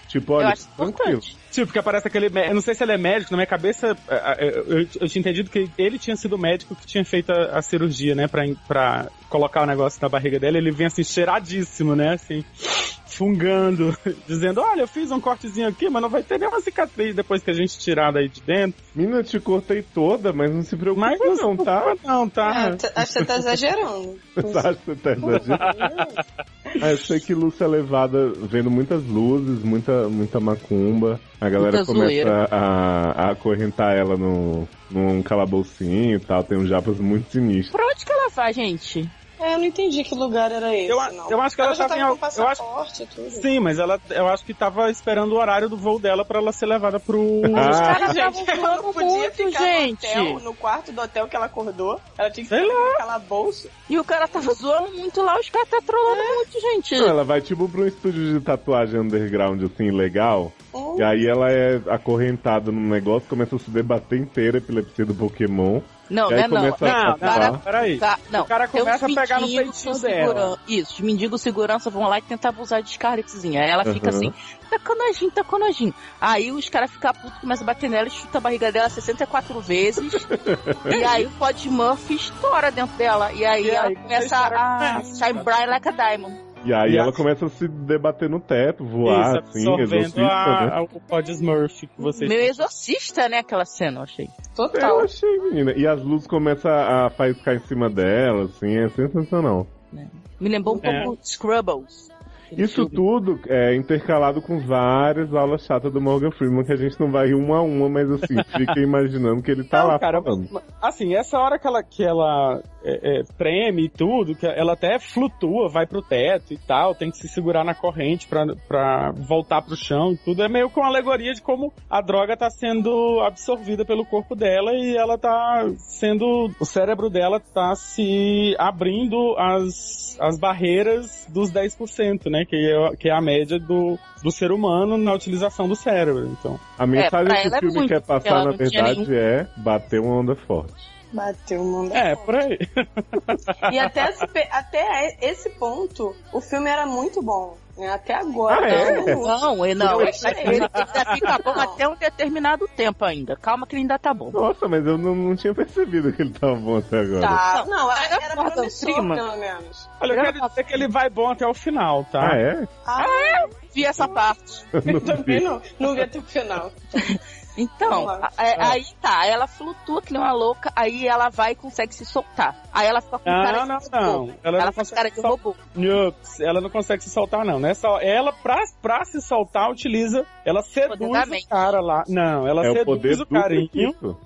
Speaker 1: Tipo,
Speaker 2: Eu
Speaker 1: olha,
Speaker 2: acho
Speaker 1: tranquilo.
Speaker 2: importante.
Speaker 3: Tipo, que aparece aquele. mé- Eu não sei se ele é médico, na minha cabeça é, é, eu, eu tinha entendido que ele tinha sido o médico que tinha feito a, a cirurgia, né? Pra, en- pra colocar o negócio na barriga dela. Ele vem assim, cheiradíssimo, né? Assim, fungando, dizendo: Olha, eu fiz um cortezinho aqui, mas não vai ter nenhuma cicatriz depois que a gente tirar daí de dentro.
Speaker 1: Mina, eu te cortei toda, mas não se preocupa
Speaker 3: Mas não,
Speaker 1: não, tá?
Speaker 3: Não, tá.
Speaker 4: Ah, t- acho que você tá exagerando.
Speaker 1: Você acha que você tá exagerando? Ah, eu sei que Lúcia é levada vendo muitas luzes, muita, muita macumba. A galera
Speaker 2: Muita
Speaker 1: começa
Speaker 2: zoeira.
Speaker 1: a, a acorrentar ela no, num calaboucinho e tal. Tem uns japas muito sinistros.
Speaker 2: Pra onde que ela vai, gente?
Speaker 4: É, eu não entendi que lugar era esse,
Speaker 3: Eu a-
Speaker 4: não.
Speaker 3: eu acho que ela
Speaker 4: já
Speaker 3: tava em
Speaker 4: tava com
Speaker 3: al- eu acho-
Speaker 4: passaporte e tudo.
Speaker 3: Sim, mas ela, eu acho que tava esperando o horário do voo dela pra ela ser levada pro.
Speaker 2: Os
Speaker 1: Ah,
Speaker 2: caras
Speaker 4: Gente,
Speaker 2: estavam
Speaker 4: ela não
Speaker 2: voando
Speaker 4: podia
Speaker 2: muito,
Speaker 4: ficar
Speaker 2: gente.
Speaker 4: No, hotel, no quarto do hotel que ela acordou. Ela tinha que
Speaker 3: Sei
Speaker 4: ficar no calabouço.
Speaker 2: E o cara tava zoando muito lá, os caras tá
Speaker 3: É.
Speaker 2: trolando muito, gente.
Speaker 1: Não, ela vai tipo pra um estúdio de tatuagem underground, assim, legal.
Speaker 4: Hum,
Speaker 1: E aí ela é acorrentada num negócio, começa a se debater inteira, epilepsia do Pokémon.
Speaker 2: Não,
Speaker 1: e aí
Speaker 2: né, não.
Speaker 1: começa a
Speaker 3: Não,
Speaker 1: tatuar.
Speaker 3: não, peraí.
Speaker 2: Tá, não.
Speaker 3: O cara
Speaker 2: Tem uns
Speaker 3: começa a pegar no
Speaker 2: mendigos
Speaker 3: peitinho
Speaker 2: seguran-
Speaker 3: dela.
Speaker 2: Isso, os mendigos segurança vão lá e tentavam usar de Scarlettzinha. Aí ela fica
Speaker 1: Aham.
Speaker 2: assim, tacanagem, tacanagem. tá Aí os caras ficam putos, começam a bater nela, chuta a barriga dela 64 vezes. e aí o Pod Murphy estoura dentro dela. E aí
Speaker 3: E
Speaker 2: ela
Speaker 3: aí,
Speaker 2: começa
Speaker 3: estoura
Speaker 2: a
Speaker 3: com
Speaker 2: shine bright like a diamond.
Speaker 1: E aí
Speaker 3: E
Speaker 1: ela
Speaker 3: a-
Speaker 1: começa a se debater no teto, voar,
Speaker 3: Isso,
Speaker 1: assim,
Speaker 3: absorvendo
Speaker 1: exorcista, né?
Speaker 3: a, a, o pod Smurf que vocês
Speaker 2: Meu exorcista, né, aquela cena, eu achei.
Speaker 1: Eu
Speaker 4: Total.
Speaker 1: achei, menina. E as luzes começam a faiscar em cima dela, assim, é sensacional.
Speaker 2: Me lembrou um
Speaker 3: É.
Speaker 2: pouco Scrubbles.
Speaker 1: Isso tudo é intercalado com várias aulas chatas do Morgan Freeman, que a gente não vai uma a uma, mas assim, fica imaginando que ele tá
Speaker 3: Não,
Speaker 1: lá
Speaker 3: cara,
Speaker 1: falando.
Speaker 3: Assim, essa hora que ela, que ela é, é, treme e tudo, que ela até flutua, vai pro teto e tal, tem que se segurar na corrente pra, pra voltar pro chão e tudo, é meio com alegoria de como a droga tá sendo absorvida pelo corpo dela e ela tá sendo. O cérebro dela tá se abrindo as, as barreiras dos 10%, né? Que é, que é a média do, do ser humano na utilização do cérebro. Então.
Speaker 1: A
Speaker 2: pra
Speaker 1: mensagem que
Speaker 2: ela
Speaker 1: o
Speaker 2: é
Speaker 1: filme
Speaker 2: muito,
Speaker 1: quer
Speaker 2: ela
Speaker 1: passar, na
Speaker 2: não tinha
Speaker 1: verdade, é bater uma onda forte.
Speaker 4: Bateu o mundo.
Speaker 3: É, por aí.
Speaker 4: E até esse, pe- até esse ponto, o filme era muito bom. Né? Até agora.
Speaker 1: Ah, é?
Speaker 4: todo mundo-
Speaker 2: Não, ele- não,
Speaker 4: Eu
Speaker 2: ele,
Speaker 4: achei.
Speaker 2: ele ainda fica bom até um determinado tempo ainda. Calma que ele ainda tá bom.
Speaker 1: Nossa, mas eu não, não tinha percebido que ele tava bom até agora.
Speaker 4: Tá. Não, era,
Speaker 2: Era
Speaker 4: era
Speaker 2: Morgan
Speaker 4: promissor,
Speaker 2: Freeman.
Speaker 4: pelo menos.
Speaker 3: Olha, eu quero dizer que ele vai bom até o final, tá?
Speaker 1: Ah, é?
Speaker 4: Ah,
Speaker 2: Vi essa parte.
Speaker 1: Eu não
Speaker 4: também
Speaker 1: vi.
Speaker 4: não. Não vi até o final.
Speaker 2: Então,
Speaker 4: Vamos lá.
Speaker 2: a-
Speaker 3: Ah.
Speaker 2: a- aí tá, ela flutua que nem uma louca, aí ela vai e consegue se soltar. Aí ela fica com cara
Speaker 3: Não,
Speaker 2: de
Speaker 3: não,
Speaker 2: robô.
Speaker 3: não. Ela,
Speaker 2: Ela
Speaker 3: não
Speaker 2: faz
Speaker 3: consegue
Speaker 2: cara de
Speaker 3: sol-
Speaker 2: robô.
Speaker 3: Nhups, Ela não consegue se soltar, não. Nessa, ela, pra, pra se soltar, utiliza. Ela seduz
Speaker 2: Poderamente.
Speaker 3: o cara lá. Não, ela
Speaker 1: é o poder
Speaker 3: seduz
Speaker 1: do
Speaker 3: o carinho.
Speaker 1: feitiço.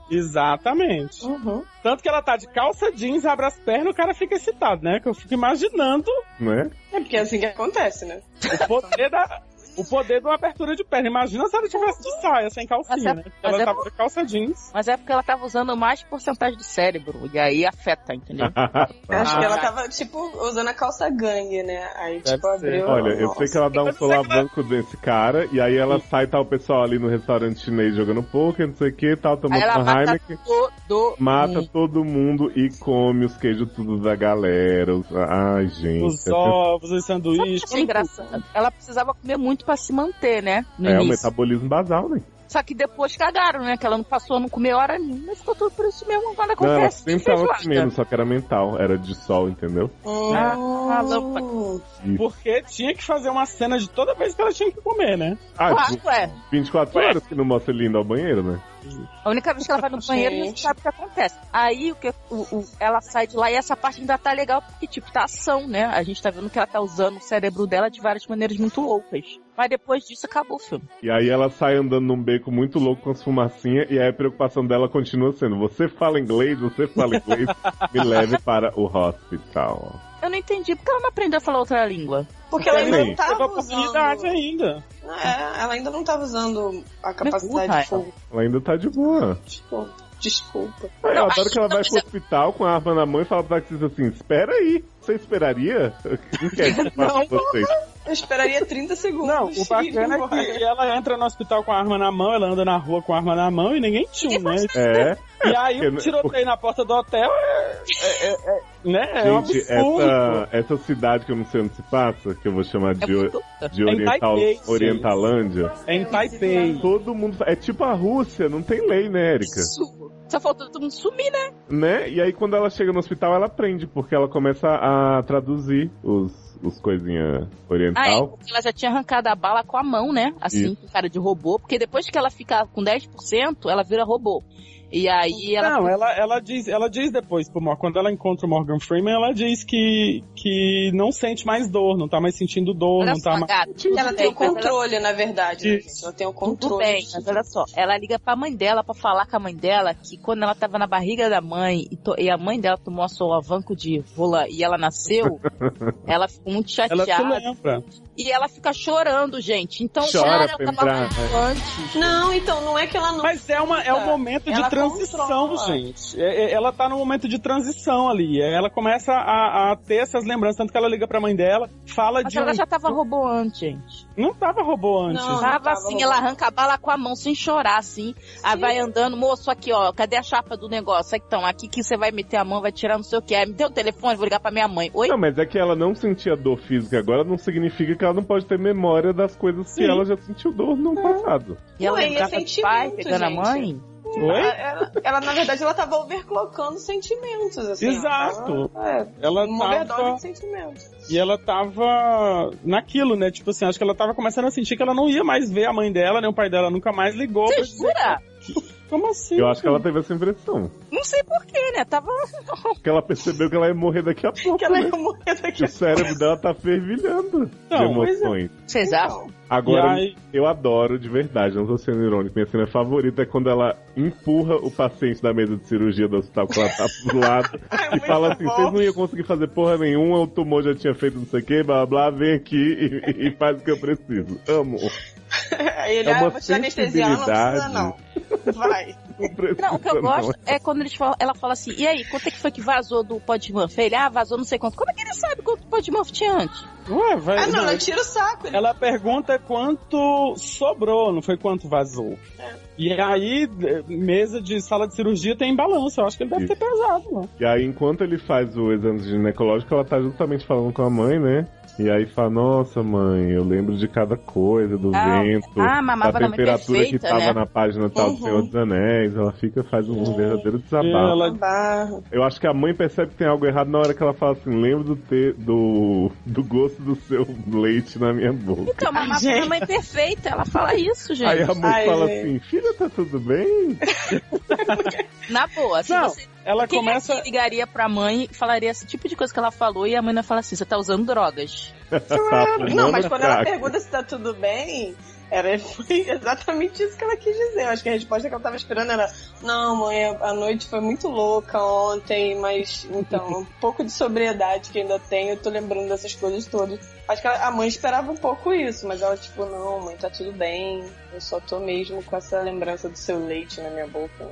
Speaker 3: Exatamente.
Speaker 4: Uhum.
Speaker 3: Tanto que ela tá de calça jeans, abre as pernas o cara fica excitado, né? Que eu fico imaginando
Speaker 2: um
Speaker 1: Né?
Speaker 4: É porque é assim que acontece, né?
Speaker 3: o poder da. O poder de uma abertura de perna. Imagina se ela tivesse de saia, sem calcinha,
Speaker 2: Mas é-
Speaker 3: né? Ela
Speaker 2: mas é-
Speaker 3: tava de calça jeans.
Speaker 2: Mas é porque ela tava usando mais porcentagem do cérebro. E aí afeta, entendeu?
Speaker 4: Acho
Speaker 3: Ah.
Speaker 4: que ela tava, tipo, usando a calça gangue, né? Aí,
Speaker 3: Deve
Speaker 4: tipo,
Speaker 3: ser.
Speaker 4: abriu.
Speaker 1: Olha, eu sei que ela dá um
Speaker 3: Eu sei que ela-
Speaker 1: solavanco desse cara, e aí ela sai, tá o pessoal ali no restaurante chinês jogando poker, não sei o que, tal, tomando
Speaker 2: Aí ela
Speaker 1: uma
Speaker 2: mata
Speaker 1: Heineken.
Speaker 2: todo
Speaker 1: Mata
Speaker 2: mundo.
Speaker 1: todo mundo e come os queijos tudo da galera. os- Ai, gente.
Speaker 3: Os
Speaker 1: é-
Speaker 3: ovos, os
Speaker 2: Sabe o que eu
Speaker 3: sanduíches.
Speaker 2: achei assim, engraçado? Ela precisava comer muito pra se manter, né? No
Speaker 1: É, o
Speaker 2: início.
Speaker 1: metabolismo basal, né?
Speaker 2: Só que depois cagaram, né? Que ela não passou, não comeu hora nenhuma. Ficou tudo por isso mesmo. Quando
Speaker 1: Não, ela
Speaker 2: acontece,
Speaker 1: sempre tava comendo, só que era mental, era de sol, entendeu?
Speaker 4: Hum.
Speaker 2: Ah, lâmpada.
Speaker 3: Porque tinha que fazer uma cena de toda vez que ela tinha que comer, né?
Speaker 1: Ah, tipo,
Speaker 2: Claro, é.
Speaker 1: 24 horas que não mostra ele indo ao banheiro, né?
Speaker 2: A única vez que ela vai no banheiro, a gente
Speaker 4: Gente.
Speaker 2: sabe o que acontece. Aí o que, o, o- ela sai de lá e essa parte ainda tá legal, porque, tipo, tá ação, né? A gente tá vendo que ela tá usando o cérebro dela de várias maneiras muito loucas. Mas depois disso acabou o filme.
Speaker 1: E aí ela sai andando num beco muito louco com as fumacinhas, e aí a preocupação dela continua sendo: você fala inglês, você fala inglês, me leve para o hospital.
Speaker 2: Eu não entendi porque ela não aprendeu a falar outra língua.
Speaker 4: Porque ela ainda
Speaker 1: Sim.
Speaker 4: não
Speaker 3: Teve a
Speaker 4: tava
Speaker 3: oportunidade
Speaker 4: usando.
Speaker 3: ainda.
Speaker 4: É, ela ainda não tava usando a
Speaker 2: Raia.
Speaker 4: capacidade full.
Speaker 1: Ela ainda tá de boa.
Speaker 4: Tipo, desculpa.
Speaker 1: Aí, eu
Speaker 2: Não,
Speaker 1: adoro
Speaker 2: acho
Speaker 1: que ela
Speaker 2: que
Speaker 1: vai
Speaker 2: não
Speaker 1: pro hospital com a arma na mão e fala pro taxista assim: espera aí, você esperaria? Não quer que eu faça
Speaker 4: Não.
Speaker 1: vocês.
Speaker 4: Eu esperaria 30 segundos.
Speaker 3: Não, o bacana é que ela entra no hospital com a arma na mão, ela anda na rua com a arma na mão e ninguém tinha, né?
Speaker 1: É,
Speaker 3: E aí o
Speaker 1: porque-
Speaker 3: tiroteio na porta do hotel é. é- é- é- né? É um
Speaker 1: gente,
Speaker 3: absurdo.
Speaker 1: essa, essa cidade que eu não sei onde se passa, que eu vou chamar
Speaker 2: É
Speaker 1: de,
Speaker 2: muito
Speaker 1: de
Speaker 3: Em
Speaker 1: Oriental,
Speaker 3: Taipei, sim.
Speaker 1: Orientalândia,
Speaker 3: É em Taipei.
Speaker 1: todo mundo. É tipo a Rússia, não tem lei, né, Erika?
Speaker 2: absurdo. Só faltou todo mundo sumir, né?
Speaker 1: Né? E aí quando ela chega no hospital, ela aprende, porque ela começa a traduzir os, os coisinhas
Speaker 2: Ah, é,
Speaker 1: oriental.
Speaker 2: porque ela já tinha arrancado a bala com a mão, né? Assim, com cara de robô. Porque depois que ela fica com 10%, ela vira robô. E aí ela.
Speaker 3: Não, ela, ela, diz, ela diz depois pro Morgan, quando ela encontra o Morgan Freeman, ela diz que, que não sente mais dor, não tá mais sentindo dor,
Speaker 2: Olha
Speaker 3: não
Speaker 2: só,
Speaker 3: tá mais.
Speaker 2: gata, tudo
Speaker 4: Ela
Speaker 2: bem,
Speaker 4: tem o
Speaker 2: mas ela-
Speaker 4: controle, na verdade. Né,
Speaker 3: Isso.
Speaker 4: gente? Ela tem o
Speaker 2: Tudo
Speaker 4: controle.
Speaker 2: bem, mas olha só, ela liga pra mãe dela pra falar com a mãe dela que quando ela tava na barriga da mãe e, to- e a mãe dela tomou a solavanco de rola e ela nasceu, ela ficou muito
Speaker 3: Ela se
Speaker 2: chateada
Speaker 3: lembra.
Speaker 2: e ela fica chorando, gente. Então
Speaker 1: Chora
Speaker 2: ela
Speaker 1: pra
Speaker 2: tava
Speaker 1: entrar,
Speaker 2: falando antes.
Speaker 4: Não, então, não é que ela não.
Speaker 3: Mas é, uma, é um momento de
Speaker 4: Ela
Speaker 3: transição,
Speaker 4: controla.
Speaker 3: gente. É- é- ela tá num momento de transição ali. É, Ela começa a, a ter essas lembranças, tanto que ela liga pra mãe dela, fala
Speaker 2: Mas
Speaker 3: de
Speaker 2: ela
Speaker 3: um-
Speaker 2: já tava robô antes, gente.
Speaker 3: Não tava robô antes.
Speaker 4: Não,
Speaker 2: Tava,
Speaker 4: tava
Speaker 2: assim,
Speaker 4: robô.
Speaker 2: ela arranca a bala com a mão sem chorar, assim. Aí vai andando, moço, aqui, ó, cadê a chapa do negócio? Aí, Então, aqui que você vai meter a mão, vai tirar não sei o que. Aí me deu o telefone, vou ligar pra minha mãe. Oi?
Speaker 1: Não, mas é que ela não sentia dor física agora, não significa que ela não pode ter memória das coisas
Speaker 3: Sim. É,
Speaker 1: que ela já sentiu dor no passado.
Speaker 2: E ela
Speaker 4: Ué, e é
Speaker 2: lembrava do pai
Speaker 4: sentimento,
Speaker 2: pegando a
Speaker 4: gente.
Speaker 2: mãe?
Speaker 3: Oi?
Speaker 4: Ela, ela- ela, na verdade, ela tava overclocando sentimentos, assim. ó.
Speaker 3: Exato.
Speaker 4: Ela- é,
Speaker 3: Ela
Speaker 4: uma overdose
Speaker 3: tava.
Speaker 4: de sentimentos.
Speaker 3: E ela tava naquilo, né? Tipo assim, acho que ela tava começando a sentir que ela não ia mais ver a mãe dela, nem o pai dela nunca mais ligou.
Speaker 2: Você
Speaker 3: pra dizer,
Speaker 2: jura?
Speaker 3: Como assim?
Speaker 1: Eu acho que ela teve essa impressão.
Speaker 2: Não sei porquê, né? Tava.
Speaker 1: Porque ela percebeu que ela ia morrer daqui a pouco.
Speaker 4: Que ela
Speaker 1: né?
Speaker 4: ia morrer daqui
Speaker 1: Que
Speaker 4: a
Speaker 1: o cérebro dela tá fervilhando de
Speaker 3: Então, pois é.
Speaker 1: emoções.
Speaker 2: Vocês acham?
Speaker 4: pouco.
Speaker 1: Agora,
Speaker 3: E aí-
Speaker 1: eu adoro de verdade, não tô sendo irônico. Minha cena favorita é quando ela empurra o paciente da mesa de cirurgia do hospital que ela tá pro lado
Speaker 4: É
Speaker 1: e
Speaker 4: muito
Speaker 1: fala assim:
Speaker 4: bom.
Speaker 1: vocês não iam conseguir fazer porra nenhuma, o tumor já tinha feito não sei o que, blá blá, blá, vem aqui e, e faz o que eu preciso. Amo.
Speaker 4: Aí Ele,
Speaker 1: É uma
Speaker 4: ah, eu vou te anestesiar, não precisa não. Vai.
Speaker 2: Não, o que eu gosto é quando eles falam, ela fala assim, e aí, quanto é que foi que vazou do Podmuff? Ele, ah, vazou não sei quanto. Como é que ele sabe quanto Podmuff tinha antes?
Speaker 3: Ué, vai.
Speaker 4: Ah, não,
Speaker 3: não,
Speaker 4: ela tira o saco. Ele...
Speaker 3: Ela pergunta quanto sobrou, não foi quanto vazou. E aí, eh, mesa de sala de cirurgia tem balanço. Eu acho que ele deve
Speaker 1: Isso.
Speaker 3: ter pesado, não.
Speaker 1: E aí, enquanto ele faz o exame ginecológico, ela tá justamente falando com a mãe, né? E aí fala, nossa mãe, eu lembro de cada coisa, do
Speaker 2: Ah,
Speaker 1: vento,
Speaker 2: ah, mamava
Speaker 1: da
Speaker 2: na mãe
Speaker 1: temperatura que
Speaker 2: perfeita,
Speaker 1: tava
Speaker 2: né? Uhum.
Speaker 1: na página tal do
Speaker 4: Uhum.
Speaker 1: Senhor dos Anéis, ela fica, faz um verdadeiro desabafo.
Speaker 3: Ela
Speaker 4: Barro.
Speaker 1: Eu acho que a mãe percebe que tem algo errado na hora que ela fala assim, lembro do, te- do... do gosto do seu leite na minha boca.
Speaker 2: Então, mas
Speaker 4: Ai, gente.
Speaker 2: a mãe perfeita, ela fala isso, gente.
Speaker 1: Aí a mãe
Speaker 4: Ai,
Speaker 1: fala
Speaker 4: gente.
Speaker 1: assim, filha, tá tudo bem?
Speaker 2: Na boa, se
Speaker 3: Não,
Speaker 2: você
Speaker 3: Ela
Speaker 2: Quem
Speaker 3: começa.
Speaker 2: aqui ligaria pra mãe e falaria esse tipo de coisa que ela falou e a mãe não fala assim, você tá usando drogas.
Speaker 1: Tá fumando
Speaker 4: Não, mas quando ela
Speaker 1: crack.
Speaker 4: pergunta se tá tudo bem, era, foi exatamente isso que ela quis dizer. Eu acho que a resposta que ela tava esperando era: Não, mãe, a a noite foi muito louca ontem, mas então, um pouco de sobriedade que ainda tenho, eu tô lembrando dessas coisas todas. Acho que ela- a mãe esperava um pouco isso, mas ela, tipo, não, mãe, tá tudo bem. Eu só tô mesmo com essa lembrança do seu leite na minha boca.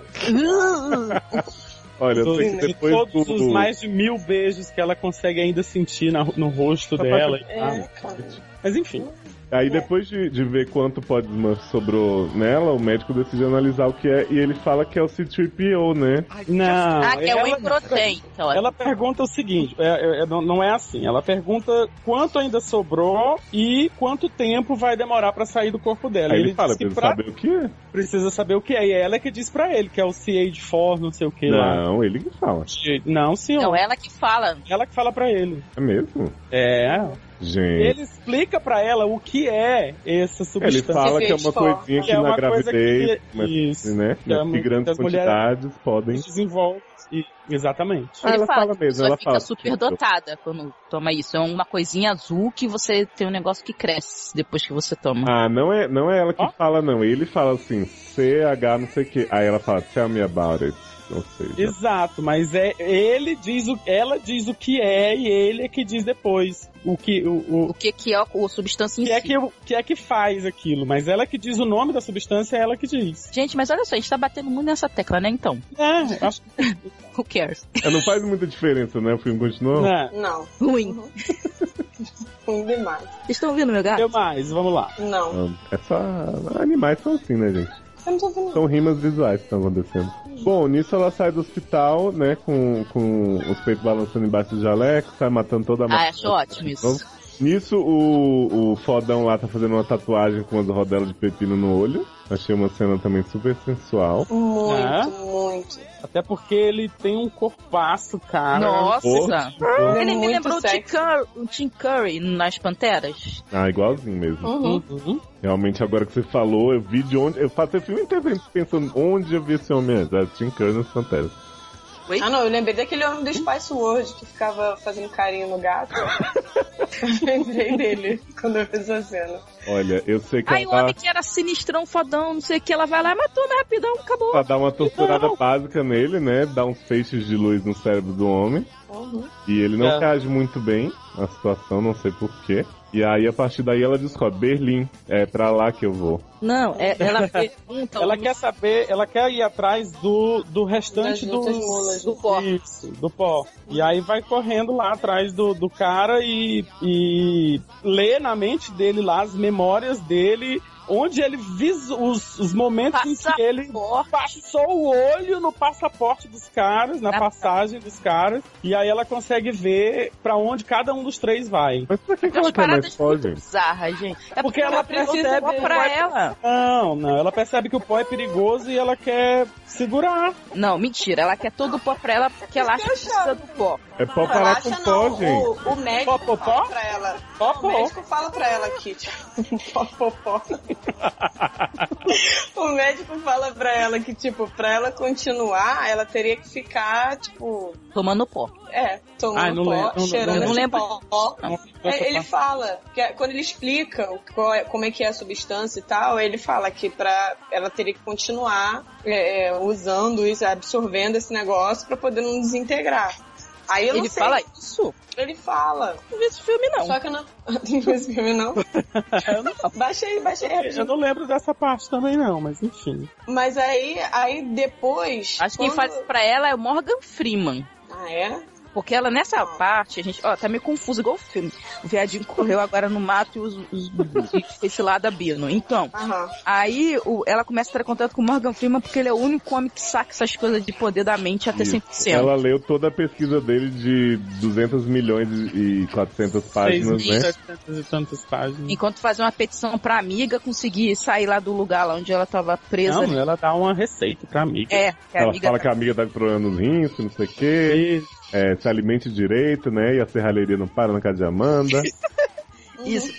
Speaker 1: Olha, eu sei
Speaker 3: dos-
Speaker 4: né?
Speaker 1: que
Speaker 3: de
Speaker 1: depois
Speaker 3: todos
Speaker 1: do...
Speaker 3: os mais de mil beijos que ela consegue ainda sentir na- no rosto
Speaker 1: Só pra-
Speaker 3: dela. e tal.
Speaker 4: É, cara.
Speaker 3: Mas enfim,
Speaker 1: Aí depois de, de ver quanto Podman sobrou nela, o médico decide analisar o que é e ele fala que é o C-3PO, né?
Speaker 3: não.
Speaker 2: ah, que é o
Speaker 3: ela-
Speaker 2: Improtein. que ela-
Speaker 3: Ela pergunta o seguinte, é, é, é, não, não é assim. Ela pergunta quanto ainda sobrou e quanto tempo vai demorar pra sair do corpo dela.
Speaker 1: Aí
Speaker 3: E
Speaker 1: ele fala,
Speaker 3: diz que
Speaker 1: pra ele
Speaker 3: pra-
Speaker 1: saber o que é.
Speaker 3: precisa saber o que é. E ela é que diz pra ele que é o CH4, não sei o que lá.
Speaker 1: Não, ele que fala.
Speaker 3: De- Não, senhor.
Speaker 2: Não, é- ela que fala.
Speaker 3: Ela que fala pra ele.
Speaker 1: É mesmo?
Speaker 3: É.
Speaker 1: Gente...
Speaker 3: Ele explica pra ela o que é essa
Speaker 1: Ele
Speaker 3: substância.
Speaker 1: fala que é uma
Speaker 4: Só.
Speaker 1: coisinha que
Speaker 3: é
Speaker 1: na
Speaker 3: uma coisa
Speaker 1: gravidez,
Speaker 3: que...
Speaker 1: mas,
Speaker 3: Isso.
Speaker 1: né,
Speaker 3: Que é
Speaker 1: mas que
Speaker 3: muito-
Speaker 1: grandes
Speaker 3: as mulheres-
Speaker 1: quantidades podem...
Speaker 3: Desenvolve. E- Exatamente.
Speaker 1: Ah, ela
Speaker 2: Ele fala
Speaker 1: fala
Speaker 2: que
Speaker 1: mesmo,
Speaker 2: a pessoa
Speaker 1: ela
Speaker 2: fica
Speaker 1: fala.
Speaker 2: super dotada quando toma isso. É uma coisinha azul que você tem um negócio que cresce depois que você toma.
Speaker 1: Ah, não é, não é ela que
Speaker 3: Ó.
Speaker 1: fala, não. Ele fala assim, CH não sei o que. Aí ela fala, tell me about it. Ou seja,
Speaker 3: Exato, mas é ele diz o, ela diz o que é e ele é que diz depois o que o, o
Speaker 2: O que que é o a substância em
Speaker 3: que é
Speaker 2: si.
Speaker 3: que o que é que faz aquilo, mas ela que diz o nome da substância, é ela que diz.
Speaker 2: Gente, mas olha só, a gente tá batendo muito nessa tecla, né, então?
Speaker 3: É, acho que
Speaker 2: Who cares?
Speaker 1: é, não faz muita diferença, né? O filme continua.
Speaker 3: não. é.
Speaker 4: Não,
Speaker 2: Ruim. Vocês
Speaker 4: ruim demais.
Speaker 2: Uhum. estão ouvindo meu gato?
Speaker 3: Eu mais, vamos lá.
Speaker 4: Não,
Speaker 1: É só. Animais são assim, né, gente?
Speaker 4: eu não tô ouvindo.
Speaker 1: São rimas visuais que estão acontecendo. Bom, nisso ela sai do hospital, né? Com, com os peitos balançando embaixo do jaleco, sai matando toda a
Speaker 2: Ah, acho ótimo isso.
Speaker 1: Vamos- Nisso, o, o fodão lá tá fazendo uma tatuagem com umas rodelas de pepino no olho. Achei uma cena também super sensual.
Speaker 4: Muito,
Speaker 3: Ah.
Speaker 4: muito.
Speaker 3: Até porque ele tem um corpaço, cara.
Speaker 2: Nossa!
Speaker 1: Porra.
Speaker 2: Ele me
Speaker 4: Muito
Speaker 2: lembrou o Tim,
Speaker 4: sexy.
Speaker 2: Curry, o Tim Curry nas Panteras.
Speaker 1: Ah, igualzinho mesmo.
Speaker 4: Uhum.
Speaker 3: Uhum.
Speaker 1: Realmente, agora que você falou, eu vi de onde. Eu passei o filme inteiro pensando onde eu vi esse homem antes. Era Tim Curry nas Panteras.
Speaker 4: Ah, não, eu lembrei daquele homem do Spice World que ficava fazendo carinho no gato. Eu lembrei dele quando eu fiz essa cena.
Speaker 1: Olha, eu sei que
Speaker 2: Aí o
Speaker 1: ela
Speaker 3: Tá.
Speaker 2: homem que era sinistrão, fodão, não sei o que, ela vai lá, matou, né, rapidão, acabou.
Speaker 1: pra dar uma torturada básica nele, né? Dar uns feixes de luz no cérebro do homem.
Speaker 4: Uhum.
Speaker 1: E ele não
Speaker 3: É.
Speaker 1: reage muito bem à situação, não sei porquê. E aí, a partir daí, ela descobre: Berlim, é pra lá que eu vou.
Speaker 2: Não, é- ela pergunta
Speaker 3: Ela
Speaker 2: o-
Speaker 3: quer saber, ela quer ir atrás do, do restante
Speaker 4: Das
Speaker 3: do,
Speaker 4: outras mulas.
Speaker 2: do pó.
Speaker 3: Isso, do pó. E aí vai correndo lá atrás do, do cara e, e lê na mente dele lá as memórias dele, onde ele visa os, os momentos em que ele
Speaker 2: Porra,
Speaker 3: passou o olho no passaporte dos caras, na
Speaker 2: Na-
Speaker 3: passagem dos caras, e aí ela consegue ver pra onde cada um dos três vai.
Speaker 1: Mas pra que, que ela
Speaker 2: As
Speaker 1: quer mais
Speaker 2: paradas
Speaker 1: pó,
Speaker 2: muito
Speaker 1: gente?
Speaker 2: bizarras, gente. É
Speaker 3: Porque ela
Speaker 2: precisa
Speaker 3: percebe
Speaker 2: pó
Speaker 3: que
Speaker 2: pra
Speaker 3: vai-
Speaker 2: ela.
Speaker 3: Não, não, ela percebe que o pó é perigoso e ela quer segurar.
Speaker 2: Não, mentira, ela quer todo o pó pra ela porque ela acha que precisa do pó.
Speaker 1: É pó parar com pó, gente.
Speaker 4: O, o
Speaker 3: Pó,
Speaker 4: médico
Speaker 3: pó, pó?
Speaker 4: fala pra ela.
Speaker 3: Pó,
Speaker 4: Não,
Speaker 3: pó.
Speaker 4: O médico fala pra ela aqui. tipo, Pó, pó, pó. o médico fala pra ela que, tipo, pra ela continuar, ela teria que ficar, tipo,
Speaker 2: Tomando pó.
Speaker 4: é,
Speaker 3: Ai,
Speaker 4: tomando
Speaker 3: Ah, não lembro,
Speaker 4: pó,
Speaker 3: não- não
Speaker 4: cheirando
Speaker 2: lembro.
Speaker 4: esse
Speaker 2: Não lembro.
Speaker 4: pó.
Speaker 3: Não,
Speaker 4: É, ele fala, que é- quando ele explica o qual é- como é que é a substância e tal, ele fala que pra ela teria que continuar é, é, usando isso, absorvendo esse negócio pra poder não desintegrar. Aí eu não
Speaker 2: Ele
Speaker 4: sei,
Speaker 2: fala isso?
Speaker 4: ele fala.
Speaker 2: Não vi esse filme, não.
Speaker 4: Só que eu não. Não vi esse filme, não. Baixa aí, baixa aí
Speaker 3: Eu
Speaker 4: rapidinho.
Speaker 3: não lembro dessa parte também, não, mas enfim.
Speaker 4: Mas aí, aí depois.
Speaker 2: Acho que quem
Speaker 4: quando-
Speaker 2: faz isso pra ela é o Morgan Freeman.
Speaker 4: Ah, é?
Speaker 2: Porque ela, nessa parte, a gente, ó, tá meio confuso, igual o filme. O viadinho correu agora no mato e os, os, os esse lado abino. Então,
Speaker 4: Aham.
Speaker 2: aí o- ela começa a ter contato com o Morgan Freeman porque ele é o único homem que saca essas coisas de poder da mente até
Speaker 1: Isso.
Speaker 2: 100%.
Speaker 1: Ela leu toda a pesquisa dele de 200 milhões e 400 páginas, né?
Speaker 3: 6.700 e tantas páginas.
Speaker 2: Enquanto fazer uma petição pra amiga conseguir sair lá do lugar lá onde ela tava presa.
Speaker 3: Não, ela dá uma receita pra amiga.
Speaker 2: É, que a
Speaker 1: Ela
Speaker 2: amiga
Speaker 1: fala que a amiga tá com problema nos rins, não sei o quê, é, se alimente direito, né? E a serralheria não para na casa de Amanda.
Speaker 2: Isso.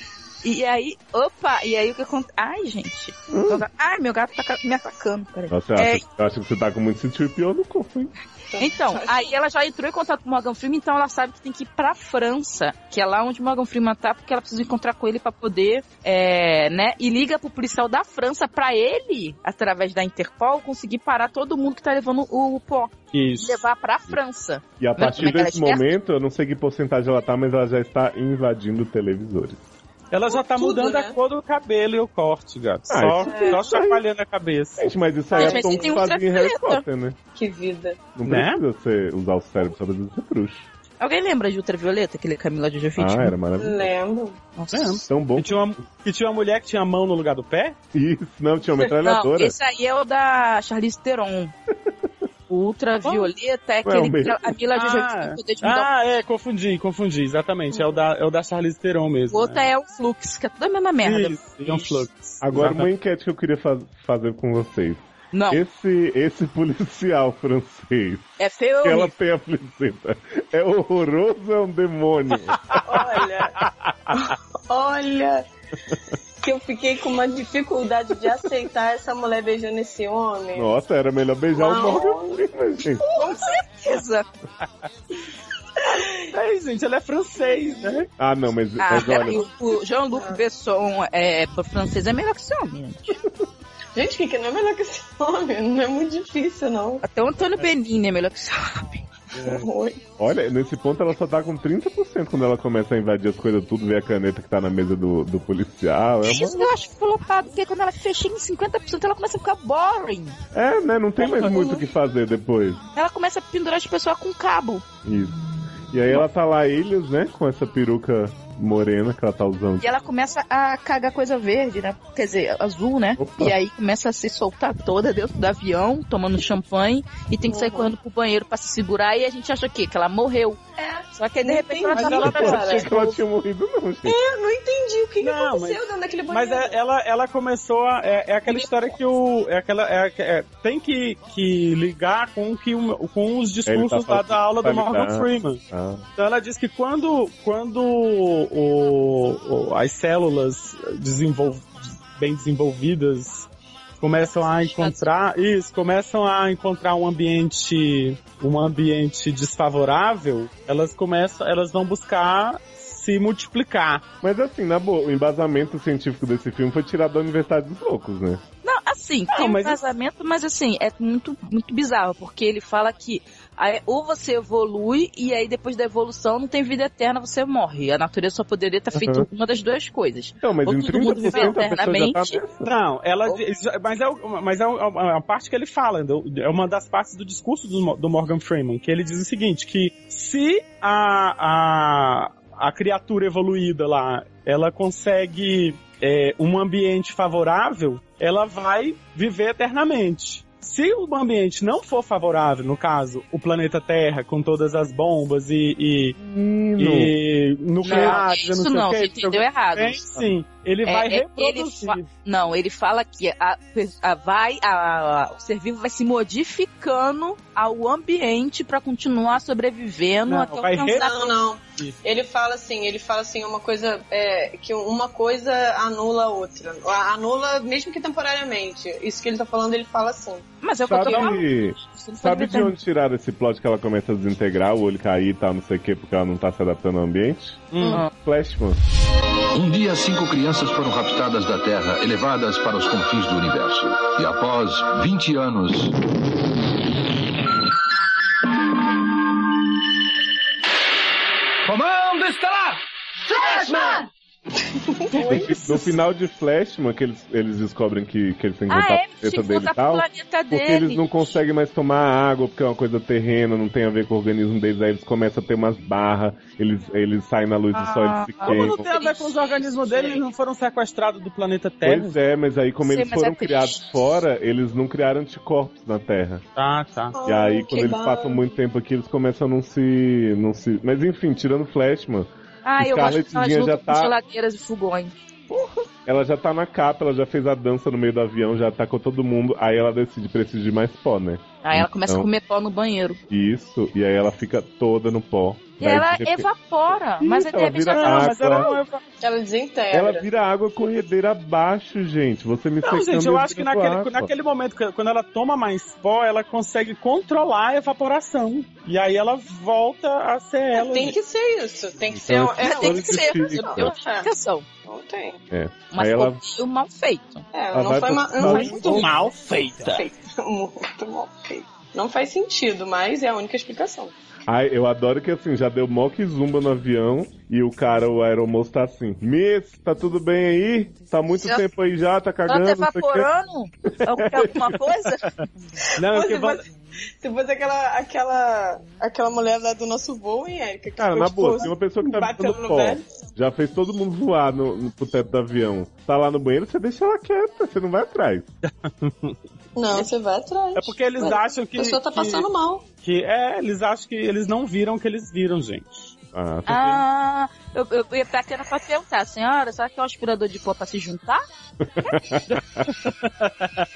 Speaker 2: E aí, opa, e aí o que acontece? Ai, gente.
Speaker 1: Hum.
Speaker 2: Meu gato- Ai, meu gato tá ca- me atacando, peraí.
Speaker 1: Nossa, eu,
Speaker 2: É.
Speaker 1: acho, eu acho que você tá com muito citripio no corpo, hein?
Speaker 2: Então, aí ela já entrou em contato com o Morgan Freeman, então ela sabe que tem que ir pra França, que é lá onde o Morgan Freeman tá, porque ela precisa encontrar com ele pra poder, é, né? E liga pro policial da França pra ele, através da Interpol, conseguir parar todo mundo que tá levando o pó e
Speaker 3: Isso.
Speaker 2: levar pra França.
Speaker 1: E a
Speaker 2: Mas como
Speaker 1: partir
Speaker 2: é que ela
Speaker 1: desse
Speaker 2: é esperta?
Speaker 1: momento, eu não sei que porcentagem ela tá, mas ela já está invadindo televisores.
Speaker 3: Ela já tá
Speaker 4: Tudo,
Speaker 3: mudando
Speaker 4: né?
Speaker 3: a cor do cabelo e o corte, gato.
Speaker 1: Ah,
Speaker 3: Só,
Speaker 1: isso
Speaker 3: só chacoalhando a cabeça.
Speaker 1: Gente, mas isso aí
Speaker 2: Mas,
Speaker 1: é
Speaker 2: mas
Speaker 1: tom
Speaker 2: tem
Speaker 1: que
Speaker 2: um
Speaker 1: fazia em Harry
Speaker 2: ultravioleta.
Speaker 1: Potter, né?
Speaker 4: Uhum. Que vida.
Speaker 1: Não
Speaker 3: Né?
Speaker 1: precisa você usar o cérebro, só precisa ser bruxo.
Speaker 2: Alguém lembra de Ultravioleta, aquele Camila de Jovite?
Speaker 1: é Ah, era maravilhoso.
Speaker 4: Lembro.
Speaker 2: Nossa.
Speaker 3: É.
Speaker 1: Tão bom.
Speaker 3: Que tinha, uma, que tinha uma mulher que tinha a mão no lugar do pé?
Speaker 1: Isso, não, tinha uma
Speaker 2: Não,
Speaker 1: metralhadora.
Speaker 2: esse aí é o da Charlize Theron. O ultravioleta é
Speaker 1: Não é o
Speaker 2: aquele que
Speaker 1: mesmo.
Speaker 2: a Mila Jovovich
Speaker 3: Ah,
Speaker 2: tem poder de mudar.
Speaker 3: Ah, é, confundi, confundi, exatamente. É o da, é o da Charlize Theron
Speaker 2: o- O
Speaker 3: mesmo. né?
Speaker 2: outro é o Flux, que é toda a mesma merda.
Speaker 3: Ah. Isso, Ian Flux.
Speaker 1: Agora, uma enquete que eu queria faz- fazer com vocês.
Speaker 2: Não,
Speaker 1: Esse, esse policial francês,
Speaker 2: é feio.
Speaker 1: que
Speaker 2: eu
Speaker 1: ela tem a fliceta, é horroroso ou é um demônio?
Speaker 4: Olha. Olha. Que eu fiquei com uma dificuldade de aceitar essa mulher beijando esse homem.
Speaker 1: Nossa, era melhor beijar o
Speaker 4: É. Não.
Speaker 1: Morgan Freeman, gente.
Speaker 2: Beleza.
Speaker 3: É, gente, ela é francês, né?
Speaker 1: Ah, não, mas,
Speaker 2: Ah,
Speaker 1: mas olha,
Speaker 2: peraí, o- o Jean-Luc Besson é, pro francês é melhor que esse homem.
Speaker 4: Gente, o que, que não é melhor que esse homem? Não é muito difícil, não.
Speaker 2: Até o Antônio Benini é melhor que esse homem.
Speaker 1: É.
Speaker 4: Oi.
Speaker 1: olha, nesse ponto ela só tá com 30% quando ela começa a invadir as coisas tudo, ver a caneta que tá na mesa do, do policial. É,
Speaker 2: É isso que eu acho flopado, porque quando ela fecha em 50%, ela começa a ficar boring.
Speaker 1: uma- é, né, não tem mais muito o que fazer depois.
Speaker 2: Ela começa a pendurar as pessoas com cabo.
Speaker 1: Isso. E aí ela tá lá, Ilhos, né, com essa peruca morena que ela tá usando.
Speaker 2: E ela começa a cagar coisa verde, né? Quer dizer, azul, né?
Speaker 1: Opa.
Speaker 2: E aí começa a se soltar toda dentro do avião, tomando champanhe, e tem que
Speaker 4: Uhum.
Speaker 2: sair correndo pro banheiro pra se segurar, e a gente acha o quê? Que ela morreu.
Speaker 4: É.
Speaker 2: Só que aí de
Speaker 4: Não
Speaker 2: repente
Speaker 4: tem
Speaker 2: ela
Speaker 4: mais
Speaker 2: tá
Speaker 3: nada,
Speaker 2: lá
Speaker 1: Eu
Speaker 4: cara.
Speaker 2: pra
Speaker 1: achei que ela tinha morrido, não, gente.
Speaker 4: Eu não entendi o que, que
Speaker 3: Não,
Speaker 4: aconteceu dentro daquele
Speaker 3: Mas
Speaker 4: banheiro.
Speaker 3: é- ela, ela começou a. É, é aquela história que o. É aquela, é, é- tem que, que ligar com, o que, o- com os discursos
Speaker 1: tá
Speaker 3: lá da aula do
Speaker 1: fazendo- tá
Speaker 3: Morgan
Speaker 1: ligado.
Speaker 3: Freeman.
Speaker 1: Ah.
Speaker 3: Então ela diz que quando, quando o- o- as células desenvol- bem desenvolvidas começam a encontrar isso, começam a encontrar um ambiente um ambiente desfavorável, elas começam, elas vão buscar se multiplicar.
Speaker 1: Mas assim, na boa, o embasamento científico desse filme foi tirado da Universidade dos Loucos, né?
Speaker 2: Não, assim, tem um
Speaker 3: mas-
Speaker 2: casamento, mas assim, é muito, muito bizarro, porque ele fala que aí, ou você evolui, e aí depois da evolução não tem vida eterna, você morre. A natureza só poderia ter feito
Speaker 1: Uhum.
Speaker 2: uma das duas coisas.
Speaker 1: Então, mas
Speaker 2: Ou
Speaker 1: em
Speaker 2: todo
Speaker 1: 30% a
Speaker 2: mundo viver
Speaker 1: pessoa já tá
Speaker 2: eternamente.
Speaker 1: nessa.
Speaker 3: Não, ela diz- mas é o- mas é o- é a parte que ele fala, do- é uma das partes do discurso do, Mo- do Morgan Freeman, que ele diz o seguinte, que se a, a, a criatura evoluída lá, ela consegue é, um ambiente favorável, ela vai viver eternamente. Se o ambiente não for favorável, no caso, o planeta Terra, com todas as bombas e, e,
Speaker 1: Menino.
Speaker 3: e nucleares, eu não
Speaker 2: Isso
Speaker 3: sei
Speaker 2: não,
Speaker 3: o
Speaker 2: você
Speaker 3: que,
Speaker 2: entendeu errado.
Speaker 3: sim, ele
Speaker 2: É,
Speaker 3: vai
Speaker 2: é, ele
Speaker 3: reproduzir.
Speaker 2: fa- Não, ele fala que a, a- vai, a- o ser vivo vai se modificando ao ambiente pra continuar sobrevivendo
Speaker 3: Não,
Speaker 2: até
Speaker 3: vai
Speaker 1: é-
Speaker 2: alcançar.
Speaker 4: Não, não. Ele fala assim, ele fala assim uma coisa é, que uma coisa anula a outra, A- anula mesmo que temporariamente. Isso que ele tá falando, ele fala assim.
Speaker 2: Mas é o que eu tô falando.
Speaker 1: Sabe,
Speaker 2: isso não foi
Speaker 1: sabe de um
Speaker 2: determinado.
Speaker 1: onde tiraram esse plot que ela começa a desintegrar, o olho cair e tal, não sei o quê, porque ela não tá se adaptando ao ambiente?
Speaker 2: Uhum.
Speaker 3: Hum.
Speaker 1: Flashman.
Speaker 7: Um dia, cinco crianças foram raptadas da Terra, elevadas para os confins do universo. E após 20 anos. Comando estelar! Flashman!
Speaker 1: No final de Flashman, que eles, eles descobrem que, que eles têm que
Speaker 2: Ah,
Speaker 1: voltar
Speaker 2: é,
Speaker 1: pro
Speaker 2: tinha que
Speaker 1: um planeta dele e
Speaker 2: voltar pro
Speaker 1: tal.
Speaker 2: planeta
Speaker 1: Porque
Speaker 2: dele.
Speaker 1: eles não conseguem mais tomar água, porque é uma coisa terrena, não tem a ver com o organismo deles. Aí eles começam a ter umas barras, eles, eles saem na luz do sol
Speaker 2: Ah.
Speaker 1: e se
Speaker 3: Ah, Como não
Speaker 1: queimam.
Speaker 3: tem a ver com os organismos dele, eles não foram sequestrados do planeta Terra?
Speaker 1: Pois é, mas aí como
Speaker 2: Sim,
Speaker 1: eles
Speaker 2: mas é
Speaker 1: foram
Speaker 2: triste.
Speaker 1: criados fora, eles não criaram anticorpos na Terra.
Speaker 3: Tá, tá.
Speaker 1: E aí,
Speaker 4: Oh,
Speaker 1: quando
Speaker 4: que
Speaker 1: eles
Speaker 4: bom.
Speaker 1: passam muito tempo aqui, eles começam a não se. não se. Mas enfim, tirando Flashman,
Speaker 2: Ah, eu gosto
Speaker 1: Scarlett
Speaker 2: que elas
Speaker 1: Johansson
Speaker 2: lutam
Speaker 1: já
Speaker 2: com
Speaker 1: tá-
Speaker 2: geladeiras e fogões.
Speaker 1: ela já tá na capa, ela já fez a dança no meio do avião, já atacou todo mundo, aí ela decide precisa de mais pó, né?
Speaker 2: Aí ela começa
Speaker 1: Então.
Speaker 2: a comer pó no banheiro.
Speaker 1: Isso, e aí ela fica toda no pó.
Speaker 2: E
Speaker 1: Daí,
Speaker 2: ela
Speaker 1: de repente-
Speaker 2: evapora, mas
Speaker 1: Isso,
Speaker 2: aí de
Speaker 1: ela
Speaker 2: repente
Speaker 1: vira
Speaker 2: ela
Speaker 1: água.
Speaker 3: Não, mas ela não é
Speaker 4: Ela desintegra.
Speaker 1: Ela vira água corredeira abaixo, gente. Você me
Speaker 3: Não,
Speaker 1: secando
Speaker 3: gente,
Speaker 1: e
Speaker 3: eu
Speaker 1: eu
Speaker 3: acho que
Speaker 1: viro
Speaker 3: naquele,
Speaker 1: água.
Speaker 3: naquele momento, que- quando ela toma mais pó, ela consegue controlar a evaporação. E aí ela volta a ser ela.
Speaker 4: Tem que ser isso. Tem que
Speaker 1: Então,
Speaker 4: ser. um- É,
Speaker 1: esse
Speaker 4: tem
Speaker 1: olho
Speaker 4: que
Speaker 1: de
Speaker 4: ser.
Speaker 1: física.
Speaker 4: Não,
Speaker 2: Eu
Speaker 4: é,
Speaker 2: Atenção,
Speaker 4: não tem.
Speaker 2: mas
Speaker 1: Aí ela-
Speaker 2: foi um mal feito.
Speaker 4: É,
Speaker 1: Ela Ah, vai
Speaker 4: não foi uma.
Speaker 1: pro-
Speaker 4: não
Speaker 1: vai
Speaker 4: faz
Speaker 1: pro-
Speaker 4: sentido.
Speaker 3: mal feita.
Speaker 4: Feito. Muito mal feito. Não faz sentido, mas é a única explicação.
Speaker 1: Ai, eu adoro que assim, já deu mó que zumba no avião e o cara, o aeromoço, tá assim: Miss, tá tudo bem aí? Tá muito
Speaker 2: Já-
Speaker 1: tempo aí já, tá
Speaker 2: Ela
Speaker 1: cagando.
Speaker 2: tá
Speaker 1: não sei o quê."
Speaker 2: evaporando? Algum- Alguma coisa?
Speaker 3: Não,
Speaker 1: é
Speaker 3: eu
Speaker 4: Pô,
Speaker 3: É, que
Speaker 4: se, fosse, se fosse aquela, aquela, aquela mulher lá do nosso voo, hein, Erika? que
Speaker 1: Cara,
Speaker 4: ficou
Speaker 1: na
Speaker 4: de
Speaker 1: boa,
Speaker 4: pose.
Speaker 1: tem uma pessoa que tá
Speaker 4: Bateu
Speaker 1: botando
Speaker 4: no
Speaker 1: pó.
Speaker 4: velho.
Speaker 1: Já fez todo mundo voar no, no, pro teto do avião. Tá lá no banheiro, você deixa ela quieta, você não vai atrás.
Speaker 4: Não, você vai atrás.
Speaker 3: É porque eles
Speaker 4: Ué,
Speaker 3: acham
Speaker 4: A
Speaker 3: que,
Speaker 4: pessoa tá
Speaker 3: que-
Speaker 4: passando mal.
Speaker 3: que- É, eles acham que eles não viram o que eles viram, gente.
Speaker 1: Ah, tá
Speaker 2: Ah, eu, eu ia pra que era pra perguntar, senhora, será que é um aspirador de pó pra se juntar?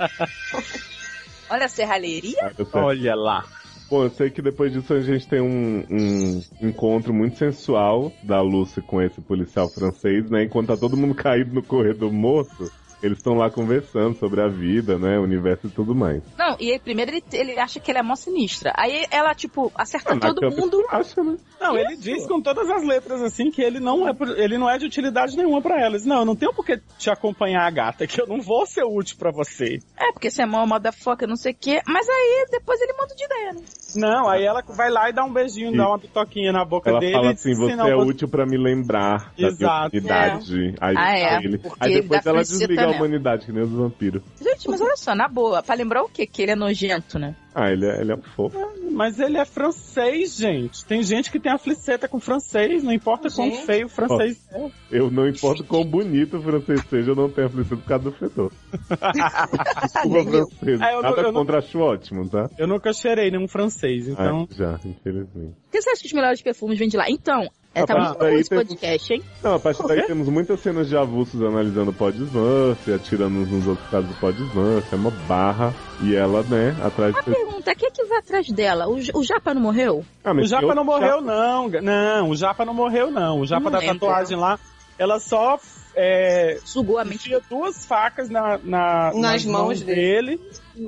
Speaker 2: Olha a serralheria.
Speaker 1: certo, tá certo.
Speaker 3: Olha lá.
Speaker 1: Bom, eu sei que depois disso a gente tem um, um encontro muito sensual da Lucy com esse policial francês, né? Enquanto tá todo mundo caído no corredor morto, eles estão lá conversando sobre a vida, né? O universo e tudo mais.
Speaker 2: Não, e aí primeiro ele, ele acha que ela é mó sinistra. Aí ela, tipo, acerta
Speaker 1: Ah, na
Speaker 2: todo
Speaker 1: cama,
Speaker 2: mundo.
Speaker 1: você Acha, né?
Speaker 3: Não, ele diz com todas as letras assim que ele não é, pro- ele não é de utilidade nenhuma pra elas. Não, eu não tenho por que te acompanhar, gata, que eu não vou ser útil pra você.
Speaker 2: É, porque você é mó motherfucker, não sei o quê. Mas aí depois ele muda de ideia, né?
Speaker 3: Não, aí ela vai lá e dá um beijinho,
Speaker 1: E-
Speaker 3: dá uma pitoquinha na boca
Speaker 1: Ela
Speaker 3: dele.
Speaker 1: fala
Speaker 3: e
Speaker 1: assim:
Speaker 3: diz,
Speaker 1: você
Speaker 3: "Se não,
Speaker 1: é
Speaker 3: você-
Speaker 1: útil pra me lembrar da
Speaker 3: Exato.
Speaker 1: minha humanidade. Aí,
Speaker 2: Ah, é,
Speaker 1: ele-
Speaker 2: porque
Speaker 1: aí depois
Speaker 2: dá
Speaker 1: ela
Speaker 2: flicita
Speaker 1: desliga a
Speaker 2: nela.
Speaker 1: humanidade, que nem os vampiros.
Speaker 2: Gente, mas olha só, na boa, pra lembrar o quê? Que ele é nojento, né?
Speaker 1: Ah, ele é, ele é um fofo.
Speaker 3: Mas ele é francês, gente. Tem gente que tem a fliceta com francês, não importa quão
Speaker 4: Gente.
Speaker 3: feio o francês é.
Speaker 1: Eu não importo quão bonito o francês seja, eu não tenho aflição por causa do fedor. Desculpa,
Speaker 2: é
Speaker 1: francês.
Speaker 3: Ah, eu não-
Speaker 1: Nada
Speaker 3: eu não-
Speaker 1: contra, acho ótimo, tá?
Speaker 3: Eu nunca cheirei nenhum francês, então.
Speaker 1: Ah, já, infelizmente.
Speaker 2: Por que você acha que os melhores perfumes vêm de lá? Então, é, tá
Speaker 1: Ah,
Speaker 2: muito
Speaker 1: mas
Speaker 2: bom
Speaker 1: aí
Speaker 2: esse
Speaker 1: tem-
Speaker 2: podcast, hein?
Speaker 1: Não, a partir daí temos muitas cenas de avulsos analisando o Podsmurf, atirando uns nos outros caras do Podsmurf, é uma barra, e ela, né, atrás de...
Speaker 2: Pergunta, quem é que vai atrás dela? O, J- o Japa não morreu?
Speaker 1: Ah,
Speaker 3: o Japa
Speaker 1: eu-
Speaker 3: não morreu, não. ga- Não, o Japa não morreu, não. O Japa
Speaker 2: Não
Speaker 3: da
Speaker 2: lembro.
Speaker 3: tatuagem lá, ela só é,
Speaker 2: Sugou a mente.
Speaker 3: tinha duas facas na, na-
Speaker 4: Nas mãos
Speaker 3: dele,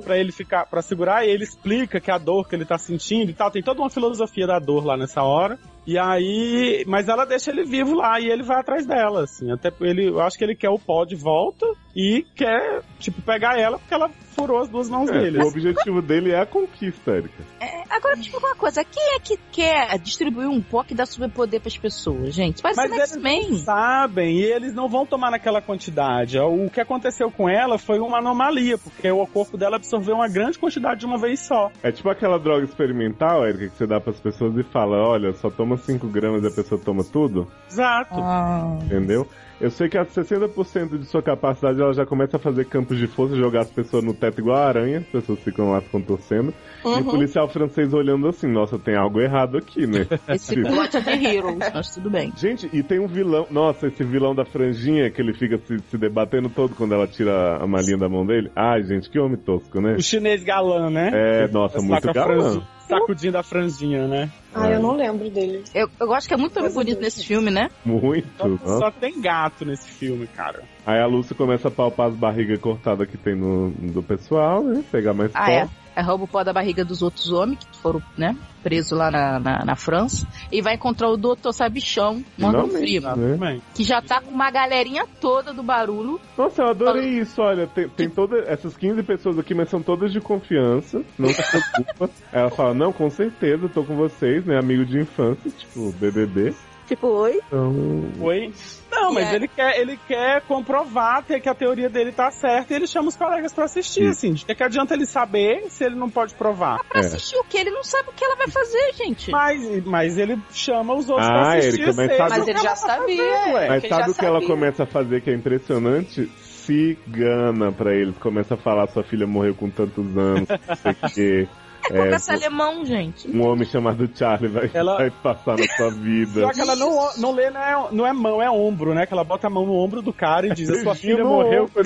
Speaker 3: pra ele ficar, para segurar, e ele explica que a dor que ele tá sentindo e tal, tem toda uma filosofia da dor lá nessa hora. E aí, mas ela deixa ele vivo lá e ele vai atrás dela, assim, até ele, eu acho que ele quer o pó de volta e quer, tipo, pegar ela porque ela furou as duas mãos
Speaker 1: É,
Speaker 3: dele.
Speaker 1: o objetivo dele é a conquista, Erika.
Speaker 2: Agora me explica uma coisa, quem é que quer distribuir um pó que dá superpoder pras pessoas, gente? Parece
Speaker 3: Mas
Speaker 2: Mas
Speaker 3: eles não
Speaker 2: X-Men.
Speaker 3: sabem e eles não vão tomar naquela quantidade. O que aconteceu com ela foi uma anomalia, porque o corpo dela absorveu uma grande quantidade de uma vez só.
Speaker 1: É tipo aquela droga experimental, Erika, que você dá pras pessoas e fala, olha, só toma 5 gramas e a pessoa toma tudo,
Speaker 3: Exato.
Speaker 2: Ah,
Speaker 1: entendeu? Eu sei que a 60% de sua capacidade ela já começa a fazer campos de força, jogar as pessoas no teto igual a aranha, as pessoas ficam lá se contorcendo, e o
Speaker 4: Uhum.
Speaker 1: policial francês olhando assim, nossa, tem algo errado aqui, né?
Speaker 2: esse plot de Heroes, mas tudo bem.
Speaker 1: Gente, e tem um vilão. Nossa, esse vilão da franjinha que ele fica se, se debatendo todo quando ela tira a malinha da mão dele. Ai, gente, que homem tosco, né?
Speaker 3: O chinês galã, né?
Speaker 1: É, nossa, muito
Speaker 3: Saca a
Speaker 1: galã.
Speaker 3: franzi- Sacudinho da franzinha, né?
Speaker 4: Ah, eu não lembro dele.
Speaker 2: Eu, eu gosto que é muito homem bonito nesse filme, né?
Speaker 1: Muito.
Speaker 3: Só,
Speaker 1: nossa.
Speaker 3: só tem gato nesse filme, cara.
Speaker 1: Aí a Lúcia começa a palpar as barrigas cortadas que tem no, do pessoal, né? Pegar mais
Speaker 2: Ah,
Speaker 1: pó.
Speaker 2: é. É, rouba o pó da barriga dos outros homens que foram, né, presos lá na, na, na França. E vai encontrar o doutor Sabichão, Morgan
Speaker 1: Finalmente,
Speaker 2: Freeman,
Speaker 1: né?
Speaker 3: Bem,
Speaker 2: que já tá com uma galerinha toda do barulho.
Speaker 1: Nossa, eu adorei isso. Olha, tem, tem todas essas 15 pessoas aqui, mas são todas de confiança. Não se preocupa. Ela fala: Não, com certeza, tô com vocês, né? Amigo de infância, tipo, BBB.
Speaker 2: Tipo, oi?
Speaker 1: Então,
Speaker 3: foi. Não, Não, mas
Speaker 2: é.
Speaker 3: ele quer, ele quer comprovar até que a teoria dele tá certa e ele chama os colegas pra assistir,
Speaker 1: Hum.
Speaker 3: assim. De que adianta ele saber se ele não pode provar?
Speaker 2: Pra
Speaker 1: É.
Speaker 2: assistir o que? Ele não sabe o que ela vai fazer, gente.
Speaker 3: Mas, mas ele chama os outros
Speaker 1: Ah,
Speaker 3: pra assistir.
Speaker 1: Erika, mas
Speaker 3: seja
Speaker 1: sabe-
Speaker 3: o
Speaker 4: Mas
Speaker 3: que
Speaker 4: ele já
Speaker 3: ela tá
Speaker 4: sabia,
Speaker 3: fazendo, ué.
Speaker 4: é.
Speaker 1: Mas
Speaker 4: que ele
Speaker 1: sabe
Speaker 4: já
Speaker 1: o que ela
Speaker 4: sabia.
Speaker 1: começa a fazer que é impressionante? Cigana pra ele. Começa a falar, sua filha morreu com tantos anos, não sei o quê.
Speaker 2: É
Speaker 1: É,
Speaker 2: conversa alemão, gente.
Speaker 1: Um homem chamado Charlie vai,
Speaker 3: Ela-
Speaker 1: vai passar na sua vida.
Speaker 3: Só que ela não, não lê, não é, não é mão, é ombro, né? Que ela bota a mão no ombro do cara e diz: A sua filha morreu.
Speaker 1: por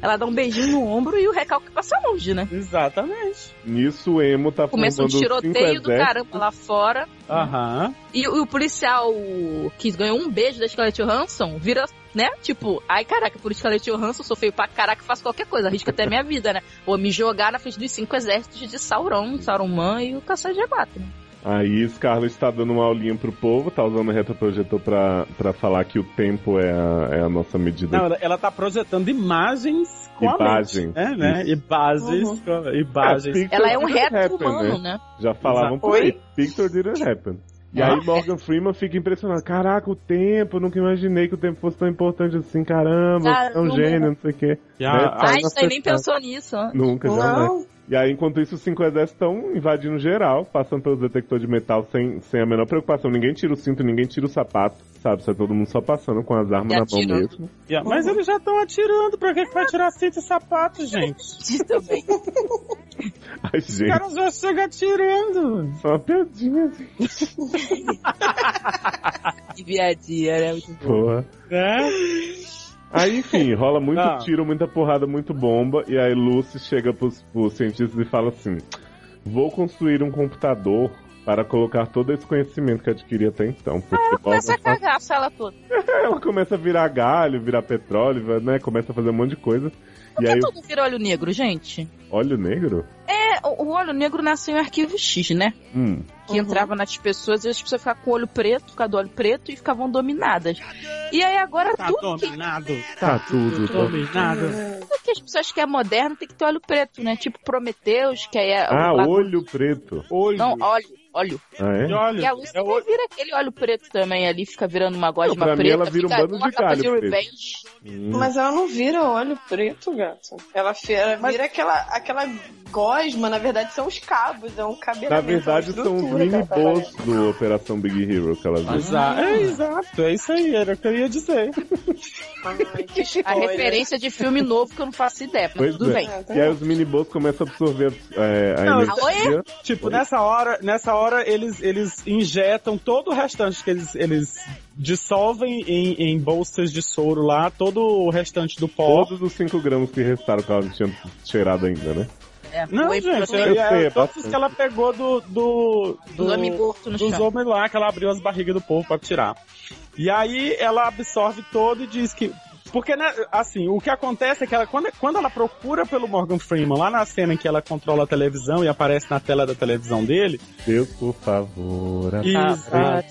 Speaker 2: Ela dá um beijinho no ombro e o recalque passa longe, né?
Speaker 3: Exatamente.
Speaker 1: Nisso o é emo tá
Speaker 2: Começa
Speaker 1: formando
Speaker 2: um
Speaker 1: cinco
Speaker 2: tiroteio do
Speaker 1: exércitos.
Speaker 2: caramba lá fora.
Speaker 3: Aham.
Speaker 2: E, o- e o policial que ganhou um beijo da Scarlett Johansson vira, né? Tipo, ai caraca, por Scarlett Johansson sou feio pra caraca, faço qualquer coisa, arrisco até minha vida, né? Vou me jogar na frente dos cinco exércitos de Sauron, Saruman e o Caçador de Aguata. né?
Speaker 1: Aí Scarlett está dando uma aulinha pro povo, tá usando o retroprojetor pra, pra falar que o tempo é a, é a nossa medida.
Speaker 3: Não, ela, ela tá projetando imagens com
Speaker 1: Imagens,
Speaker 3: a mente. né, né? E bases.
Speaker 4: Uhum.
Speaker 3: com- e bases.
Speaker 1: É,
Speaker 2: Ela é um
Speaker 1: Picture didn't
Speaker 2: reto
Speaker 1: happen,
Speaker 2: humano,
Speaker 1: né?
Speaker 2: né?
Speaker 1: Já falavam por aí.
Speaker 4: Oi?
Speaker 1: Picture didn't happen. E
Speaker 3: Ah.
Speaker 1: aí Morgan Freeman fica impressionado. Caraca, o tempo, eu nunca imaginei que o tempo fosse tão importante assim, caramba, é um
Speaker 2: Caramba.
Speaker 1: gênio, não sei o quê.
Speaker 3: E
Speaker 1: Né?
Speaker 3: a- a-
Speaker 1: Tá
Speaker 2: Einstein nem
Speaker 1: inaceitável.
Speaker 2: pensou nisso, né?
Speaker 1: Nunca, jamais.
Speaker 4: Não,
Speaker 1: E aí, enquanto isso, os cinco exércitos estão invadindo geral, passando pelos detectores de metal sem, sem a menor preocupação. Ninguém tira o cinto, ninguém tira o sapato, sabe? Só todo mundo só passando com as armas
Speaker 2: E
Speaker 1: na mão
Speaker 2: atirando.
Speaker 1: mesmo.
Speaker 3: e a- Mas eles já estão atirando. Pra que, que vai tirar cinto e sapato, gente?
Speaker 2: Diz também.
Speaker 1: Ai,
Speaker 3: Os
Speaker 1: gente,
Speaker 3: caras já chegam atirando.
Speaker 1: só uma piadinha assim.
Speaker 2: Que viadinha, né? Muito bom.
Speaker 1: Porra.
Speaker 3: Né?
Speaker 1: Aí, enfim, rola muito
Speaker 3: Ah.
Speaker 1: tiro, muita porrada, muito bomba. E aí, Lucy chega pros, pros cientistas e fala assim: Vou construir um computador para colocar todo esse conhecimento que adquiri até então. Porque
Speaker 2: Começa a
Speaker 1: Morgan
Speaker 2: cagar a sala toda.
Speaker 1: Ela começa a virar galho, virar petróleo, né? Começa a fazer um monte de coisa.
Speaker 2: Por
Speaker 1: e
Speaker 2: que
Speaker 1: aí,
Speaker 2: todo vira olho negro, gente?
Speaker 1: o óleo negro?
Speaker 2: É, o, o olho negro nasceu em arquivo X, né?
Speaker 1: Hum.
Speaker 2: Que entrava nas pessoas e as pessoas ficavam com o olho preto, ficavam do olho preto e ficavam dominadas. E aí agora
Speaker 3: Tá
Speaker 2: tudo, que, é
Speaker 3: dominado.
Speaker 1: Tá tudo, tá.
Speaker 3: Dominado.
Speaker 2: tudo que as pessoas querem moderno tem que ter olho preto, né? Tipo Prometeus, que aí é.
Speaker 1: Ah,
Speaker 2: o lado-
Speaker 1: olho preto.
Speaker 3: Olho.
Speaker 2: Não, óleo, óleo.
Speaker 3: E
Speaker 1: Ah, é?
Speaker 3: olha,
Speaker 2: E a Lucy
Speaker 3: é olho.
Speaker 2: vira aquele óleo preto também ali, fica virando uma
Speaker 1: Não,
Speaker 2: gosma
Speaker 1: pra mim
Speaker 2: preta.
Speaker 1: ela vira um
Speaker 2: fica
Speaker 1: bando de
Speaker 2: uma capa
Speaker 1: galho preto.
Speaker 2: revenge.
Speaker 1: Hum.
Speaker 4: mas ela não vira olho preto, gato. Ela vira, vira aquela, aquela gosma, na verdade são os cabos, é um cabelo.
Speaker 1: Na verdade, são os
Speaker 4: né?
Speaker 1: mini boss do Operação Big Hero que ela viu.
Speaker 3: Exa- é, exato, é isso aí, era o que eu ia dizer.
Speaker 2: A referência de filme novo que eu não faço ideia, mas
Speaker 1: Pois
Speaker 2: tudo
Speaker 1: é.
Speaker 2: bem.
Speaker 1: E aí os mini boss começam a absorver é, a
Speaker 3: Não,
Speaker 1: energia.
Speaker 3: Tipo, nessa hora, nessa hora eles, eles injetam todo o restante que eles, eles dissolvem em, em bolsas de soro lá, todo o restante do pó.
Speaker 1: Todos os 5 gramas que restaram que ela não tinha cheirado ainda, né?
Speaker 2: É,
Speaker 3: Não,
Speaker 2: oi,
Speaker 3: gente,
Speaker 2: proteína.
Speaker 1: eu
Speaker 3: é,
Speaker 1: sei, é
Speaker 3: todos
Speaker 1: bastante.
Speaker 3: que ela pegou do. do, é do
Speaker 2: Os homens mortos no
Speaker 3: dos
Speaker 2: chão.
Speaker 3: homens lá que ela abriu as barrigas do povo pra tirar. E aí ela absorve todo e diz que. Porque, né, assim, o que acontece é que ela, quando, quando ela procura pelo Morgan Freeman, lá na cena em que ela controla a televisão e aparece na tela da televisão dele,
Speaker 1: Deus, por favor.
Speaker 3: e-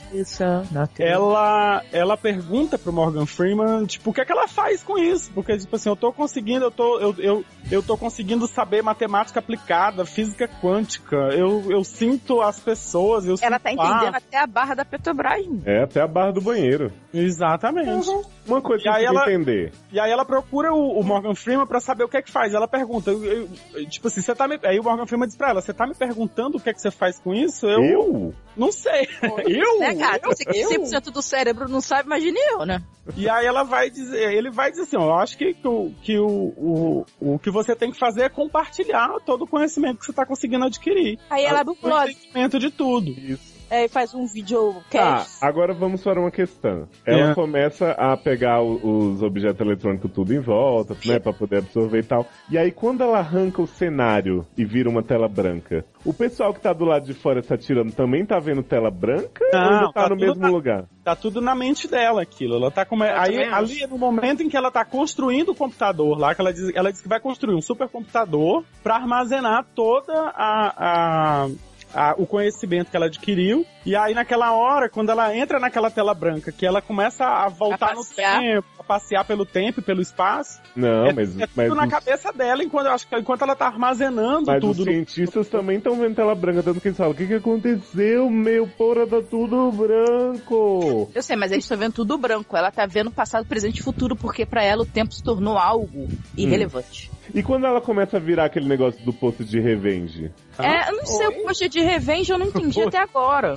Speaker 2: Ela-
Speaker 3: ela, ela pergunta pro Morgan Freeman, tipo, o que é que ela faz com isso? Porque, tipo assim, eu tô conseguindo, eu tô, eu, eu, eu tô conseguindo saber matemática aplicada, física quântica, eu, eu sinto as pessoas, eu
Speaker 2: Ela
Speaker 3: sinto
Speaker 2: tá
Speaker 3: o ar.
Speaker 2: entendendo até a barra da Petrobras. né, menina.
Speaker 1: É, até a barra do banheiro.
Speaker 3: Exatamente.
Speaker 2: Uhum.
Speaker 1: Uma coisa que
Speaker 3: E
Speaker 1: eu
Speaker 3: aí
Speaker 1: queria
Speaker 3: ela-
Speaker 1: entender.
Speaker 3: E aí ela procura o, o Morgan Freeman pra saber o que é que faz. Ela pergunta, eu- eu- eu- tipo assim, você tá me. Aí o Morgan Freeman diz pra ela, você tá me perguntando o que é que você faz com isso? Eu
Speaker 1: Eu?
Speaker 3: não sei. eu?
Speaker 2: Né, cara? Você que
Speaker 3: eu?
Speaker 2: 100% do cérebro não sabe, imagine eu, né?
Speaker 3: E aí ela vai dizer, ele vai dizer assim, ó, eu acho que, que, o, que o, o, o que você tem que fazer é compartilhar todo o conhecimento que você tá conseguindo adquirir.
Speaker 2: Aí ela abre um
Speaker 3: O
Speaker 2: blog
Speaker 3: entendimento de tudo.
Speaker 1: Isso.
Speaker 2: e faz um
Speaker 1: Tá,
Speaker 3: Ah,
Speaker 2: videocast.
Speaker 1: agora vamos para uma questão. Ela
Speaker 3: É.
Speaker 1: começa a pegar o- os objetos eletrônicos tudo em volta, né, pra poder absorver e tal. E aí, quando ela arranca o cenário e vira uma tela branca, o pessoal que tá do lado de fora está tirando também tá vendo tela branca ou
Speaker 3: Não,
Speaker 1: ainda tá,
Speaker 3: tá
Speaker 1: no
Speaker 3: tudo
Speaker 1: mesmo
Speaker 3: na-
Speaker 1: lugar?
Speaker 3: Tá tudo na mente dela aquilo. Ela tá come... aí
Speaker 4: também
Speaker 3: ali é no momento em que ela tá construindo o computador lá, que ela diz, ela diz que vai construir um supercomputador pra armazenar toda a, a a- o conhecimento que ela adquiriu. E aí naquela hora, quando ela entra naquela tela branca, que ela começa a voltar
Speaker 2: A
Speaker 3: no
Speaker 2: passear.
Speaker 3: tempo, a passear pelo tempo e pelo espaço,
Speaker 1: Não,
Speaker 3: é,
Speaker 1: mas,
Speaker 3: é tudo
Speaker 1: mas,
Speaker 3: na
Speaker 1: os,
Speaker 3: cabeça dela, enquanto, eu acho que enquanto ela tá armazenando
Speaker 1: mas os
Speaker 3: tudo. no-
Speaker 1: cientistas também estão vendo tela branca, tanto que eles falam, o que, que aconteceu, meu? Porra, tá tudo branco!
Speaker 2: Eu sei, mas eles estão vendo tudo branco. Ela tá vendo passado, presente e futuro, porque pra ela o tempo se tornou algo
Speaker 3: Hum.
Speaker 2: irrelevante.
Speaker 1: E quando ela começa a virar aquele negócio do posto de revenge?
Speaker 3: Ah.
Speaker 2: É, eu não sei, o post de revenge eu não entendi até agora.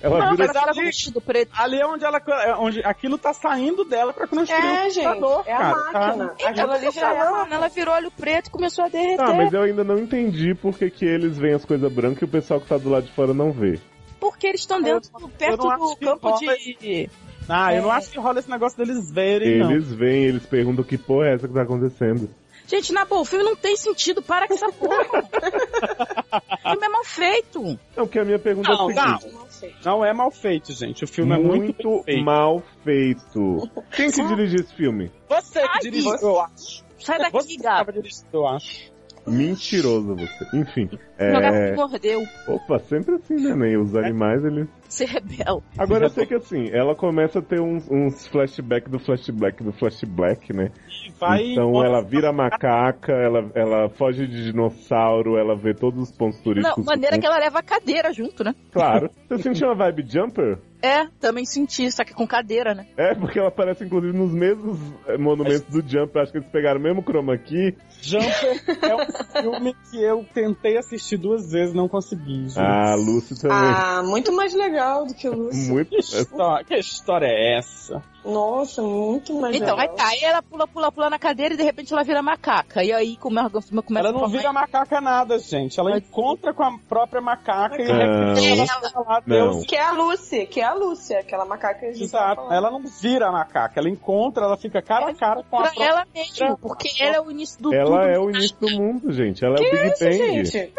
Speaker 1: Ela
Speaker 2: Não,
Speaker 1: vira
Speaker 2: mas ela
Speaker 3: ali-
Speaker 2: com vestido preto.
Speaker 3: Ali é onde ela. é Onde aquilo tá saindo dela pra construir
Speaker 4: É,
Speaker 3: o computador,
Speaker 4: gente, é a
Speaker 3: cara. tá?
Speaker 4: máquina.
Speaker 2: Então,
Speaker 4: Ela
Speaker 2: ela,
Speaker 4: ali já é uma-
Speaker 2: ela virou olho preto e começou a derreter.
Speaker 3: Tá, É.
Speaker 1: Ah, mas eu ainda não entendi por que, que eles veem as coisas brancas e o pessoal que tá do lado de fora não vê.
Speaker 2: Porque eles estão dentro, do- perto
Speaker 3: eu não acho
Speaker 2: do
Speaker 3: que
Speaker 2: campo
Speaker 3: rola
Speaker 2: de...
Speaker 3: Ah, eu não acho que rola esse negócio deles verem, não.
Speaker 1: Eles vêm, eles perguntam que porra é essa que tá acontecendo.
Speaker 2: Gente, na boa, o filme não tem sentido, para com essa porra. o filme é mal feito.
Speaker 1: Não, porque a minha pergunta é a
Speaker 3: Não,
Speaker 1: seguinte.
Speaker 3: não.
Speaker 4: Não sei.
Speaker 3: Não é mal feito, gente. O filme é muito
Speaker 1: Muito,
Speaker 3: bem feito.
Speaker 1: mal feito. Quem que dirigiu esse filme?
Speaker 3: Você que
Speaker 2: Ai,
Speaker 3: dirigiu,
Speaker 2: você-
Speaker 3: eu acho.
Speaker 2: Sai
Speaker 3: Você
Speaker 2: daqui,
Speaker 3: que
Speaker 2: gato.
Speaker 3: tava dirigindo, eu acho.
Speaker 1: Mentiroso você. Enfim.
Speaker 2: Meu gato
Speaker 1: É...
Speaker 2: me mordeu.
Speaker 1: Opa, sempre assim, né, Ney? Os animais, ele.
Speaker 2: Ser rebel.
Speaker 1: Agora eu sei que assim, ela começa a ter uns, uns flashback do flashback do flashback, né?
Speaker 3: E vai.
Speaker 1: então ela vira macaca, ela, ela foge de dinossauro, ela vê todos os pontos
Speaker 2: Não,
Speaker 1: turísticos.
Speaker 2: maneira que ela leva a cadeira junto, né?
Speaker 1: Claro. Você sentiu uma vibe jumper?
Speaker 2: É, também senti, só que com cadeira, né?
Speaker 1: É, porque ela aparece inclusive nos mesmos eh, monumentos do Jumper. Acho que eles pegaram o mesmo chroma aqui.
Speaker 3: Jumper é um filme que eu tentei assistir duas vezes, não consegui. gente.
Speaker 1: Ah, Lucy também.
Speaker 4: Ah, muito mais legal do que o Lúcio.
Speaker 1: Muito.
Speaker 3: Que história, que história é essa?
Speaker 4: Nossa, muito mais
Speaker 2: Então, aí
Speaker 4: legal.
Speaker 2: tá, aí ela pula, pula, pula na cadeira e de repente ela vira macaca. E aí, como é a filme começa
Speaker 3: Ela não
Speaker 2: a formar-
Speaker 3: vira macaca nada, gente. Ela encontra com a própria macaca e
Speaker 2: é
Speaker 4: É.
Speaker 1: Não.
Speaker 3: ela lá,
Speaker 1: Não.
Speaker 3: Deus.
Speaker 4: Que é a Lucy, que é a Lucy, aquela macaca que a gente tava
Speaker 3: Exato.
Speaker 4: falando.
Speaker 3: Ela não vira a macaca, ela encontra, ela fica cara a cara com a
Speaker 2: pra
Speaker 3: própria.
Speaker 2: ela mesmo, porque ela é o início do
Speaker 1: Ela
Speaker 2: tudo.
Speaker 1: é o início do mundo, gente. Ela é o Big
Speaker 4: Isso,
Speaker 1: Bang.
Speaker 4: gente.